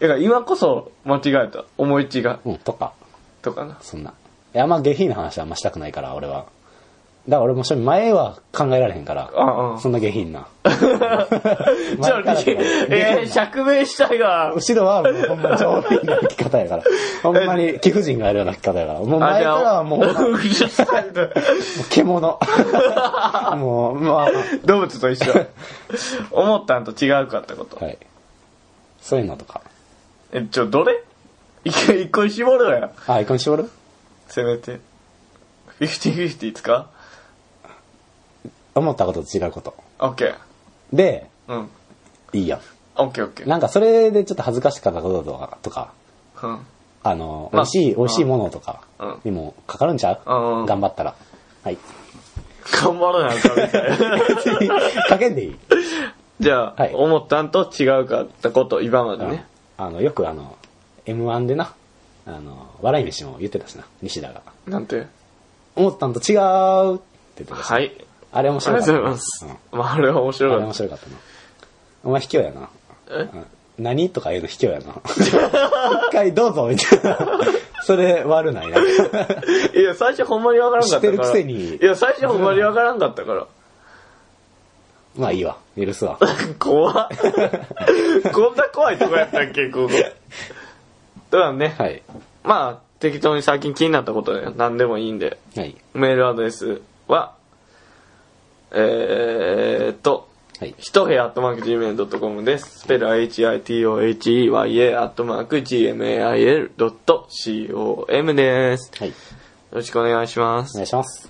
Speaker 1: いや、今こそ間違えた。思い違い。
Speaker 2: うん、とか、
Speaker 1: とかな。
Speaker 2: そんな。いや、あんま下品な話はあんましたくないから、俺は。だから俺も正直前は考えられへんから。
Speaker 1: ああ。
Speaker 2: そんな下 品な。
Speaker 1: じゃあ、えー、釈明したいが。
Speaker 2: 後ろはもうほんま上品な生き 方やから。ほんまに貴婦人がいるような生き方やから。もう前から はもうほんまもう
Speaker 1: うるさいな
Speaker 2: 獣。もう、まあ、
Speaker 1: 動物と一緒。 思ったんと違うかったこと。
Speaker 2: はい。そういうのとか。
Speaker 1: え、ちょ、どれ一個一個に絞るや。
Speaker 2: あ、いかにしおる
Speaker 1: せめて。フィフティフィフティ使う
Speaker 2: 思ったことと違うこと。
Speaker 1: オッケー。
Speaker 2: で、
Speaker 1: うん。
Speaker 2: いいや
Speaker 1: オッケーオッケー。
Speaker 2: なんかそれでちょっと恥ずかしかったこととか、とか
Speaker 1: うん。
Speaker 2: あの、美
Speaker 1: まあ
Speaker 2: 味しい、美味しいものとか
Speaker 1: うん
Speaker 2: にもかかるんちゃ
Speaker 1: うんうん
Speaker 2: う頑張ったら。はい。
Speaker 1: 頑張らなあかんみたいな。
Speaker 2: かけんでいい
Speaker 1: じゃあ、
Speaker 2: はい
Speaker 1: 思ったんと違うかったこと、今までね。
Speaker 2: あの、よくあの、M1 でな、あの、笑い飯も言ってたしな、西田が。
Speaker 1: なんて。
Speaker 2: 思ったんと違うって言ってたし。
Speaker 1: はい。
Speaker 2: あれ
Speaker 1: あ
Speaker 2: 面
Speaker 1: り
Speaker 2: 白
Speaker 1: が
Speaker 2: かっ
Speaker 1: とうござい
Speaker 2: た。
Speaker 1: ます。まあ、あれは面白
Speaker 2: あれ
Speaker 1: かっ
Speaker 2: 面白かったな。お前卑怯やな。
Speaker 1: た。え
Speaker 2: うん何とか言うの卑怯やな。一回どうぞ、みたいな。それ悪ないな。
Speaker 1: いや、最初ほんまにわからんかったから。
Speaker 2: 知ってるくせに
Speaker 1: いや、最初ほんまにわからんかった から。
Speaker 2: まあいいわ。許すわ。
Speaker 1: 怖っ。こんな怖いとこやったっけ、ここ。だからね、
Speaker 2: はい。
Speaker 1: まあ、適当に最近気になったことで何でもいいんで、
Speaker 2: はい。
Speaker 1: メールアドレスは、えーっと、
Speaker 2: はい。
Speaker 1: ひとへアットマーク Gmail.com です。スペル HITOHEYA アットマーク Gmail.com です。
Speaker 2: はい。
Speaker 1: よろしくお願いしま
Speaker 2: お
Speaker 1: す。
Speaker 2: 願いします。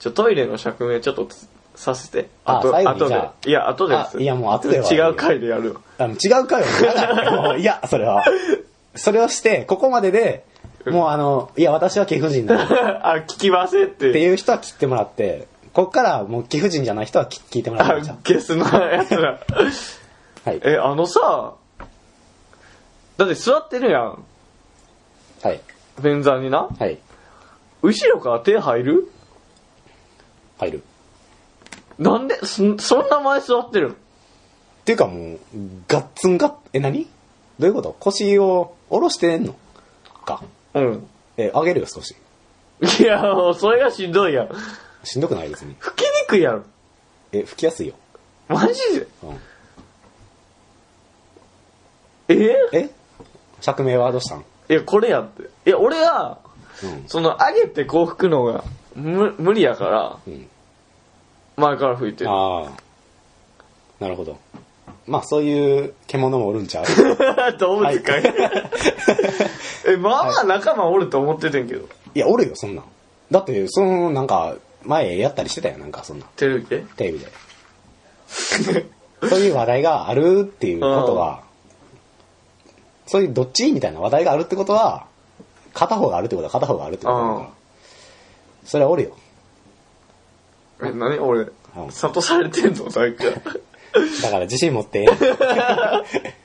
Speaker 1: ちょ、トイレの釈明ちょっとつさせて。
Speaker 2: あ
Speaker 1: と
Speaker 2: 最後に
Speaker 1: 後
Speaker 2: じ
Speaker 1: で
Speaker 2: ゃ。あ
Speaker 1: いや、後です。
Speaker 2: あいやもう後では
Speaker 1: 違う回でやるわ。
Speaker 2: あの違うかよ。やだもういや、それは。それをして、ここまでで、もうあの、いや、私は貴婦人だ。っ
Speaker 1: あ、聞きませんって。
Speaker 2: ていう人は切ってもらって、こっからもう貴婦人じゃない人はき聞いてもら
Speaker 1: あ
Speaker 2: うじゃん。
Speaker 1: ゲスのやつら。
Speaker 2: はい。
Speaker 1: え、あのさ、だって座ってるやん。
Speaker 2: はい。
Speaker 1: 便座にな。
Speaker 2: はい。
Speaker 1: 後ろから手入る
Speaker 2: 入る。っ
Speaker 1: なんで、そそんな前座ってる
Speaker 2: ていうかもう、ガッツンガッ、え、何どういうこと腰を下ろしてんのか。
Speaker 1: のうん。
Speaker 2: え、上げるよ、少し。
Speaker 1: いや、もうそれがしんどいやん。
Speaker 2: しんどくない別に。
Speaker 1: 拭きにくいやろ。
Speaker 2: え、吹きやすいよ。
Speaker 1: マジで。
Speaker 2: うん。
Speaker 1: え
Speaker 2: え釈明はどうしたん
Speaker 1: いや、これやって。いや、俺は、
Speaker 2: うん。
Speaker 1: その、上げてこう拭くのが、む、無理やから、
Speaker 2: うん。
Speaker 1: 前から拭いてる。
Speaker 2: ああ。なるほど。まあ、そういう獣もおるんちゃう
Speaker 1: 動物かいえ、まあまあ仲間おると思っててんけど。
Speaker 2: いや、おるよ、そんなん。だって、その、なんか、前やったりしてたよ、なんか、そんなん。
Speaker 1: テレビで。
Speaker 2: テレビで。そういう話題があるっていうことは、そういうどっちみたいな話題があるってことは、片方があるってことは片方があるってことだか
Speaker 1: うん
Speaker 2: ら。それはおるよ。
Speaker 1: え、何俺、
Speaker 2: ん
Speaker 1: 諭されてんのなんか。
Speaker 2: だから自信持って。ありがと
Speaker 1: ありが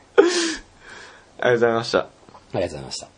Speaker 1: とうございました。
Speaker 2: うございました。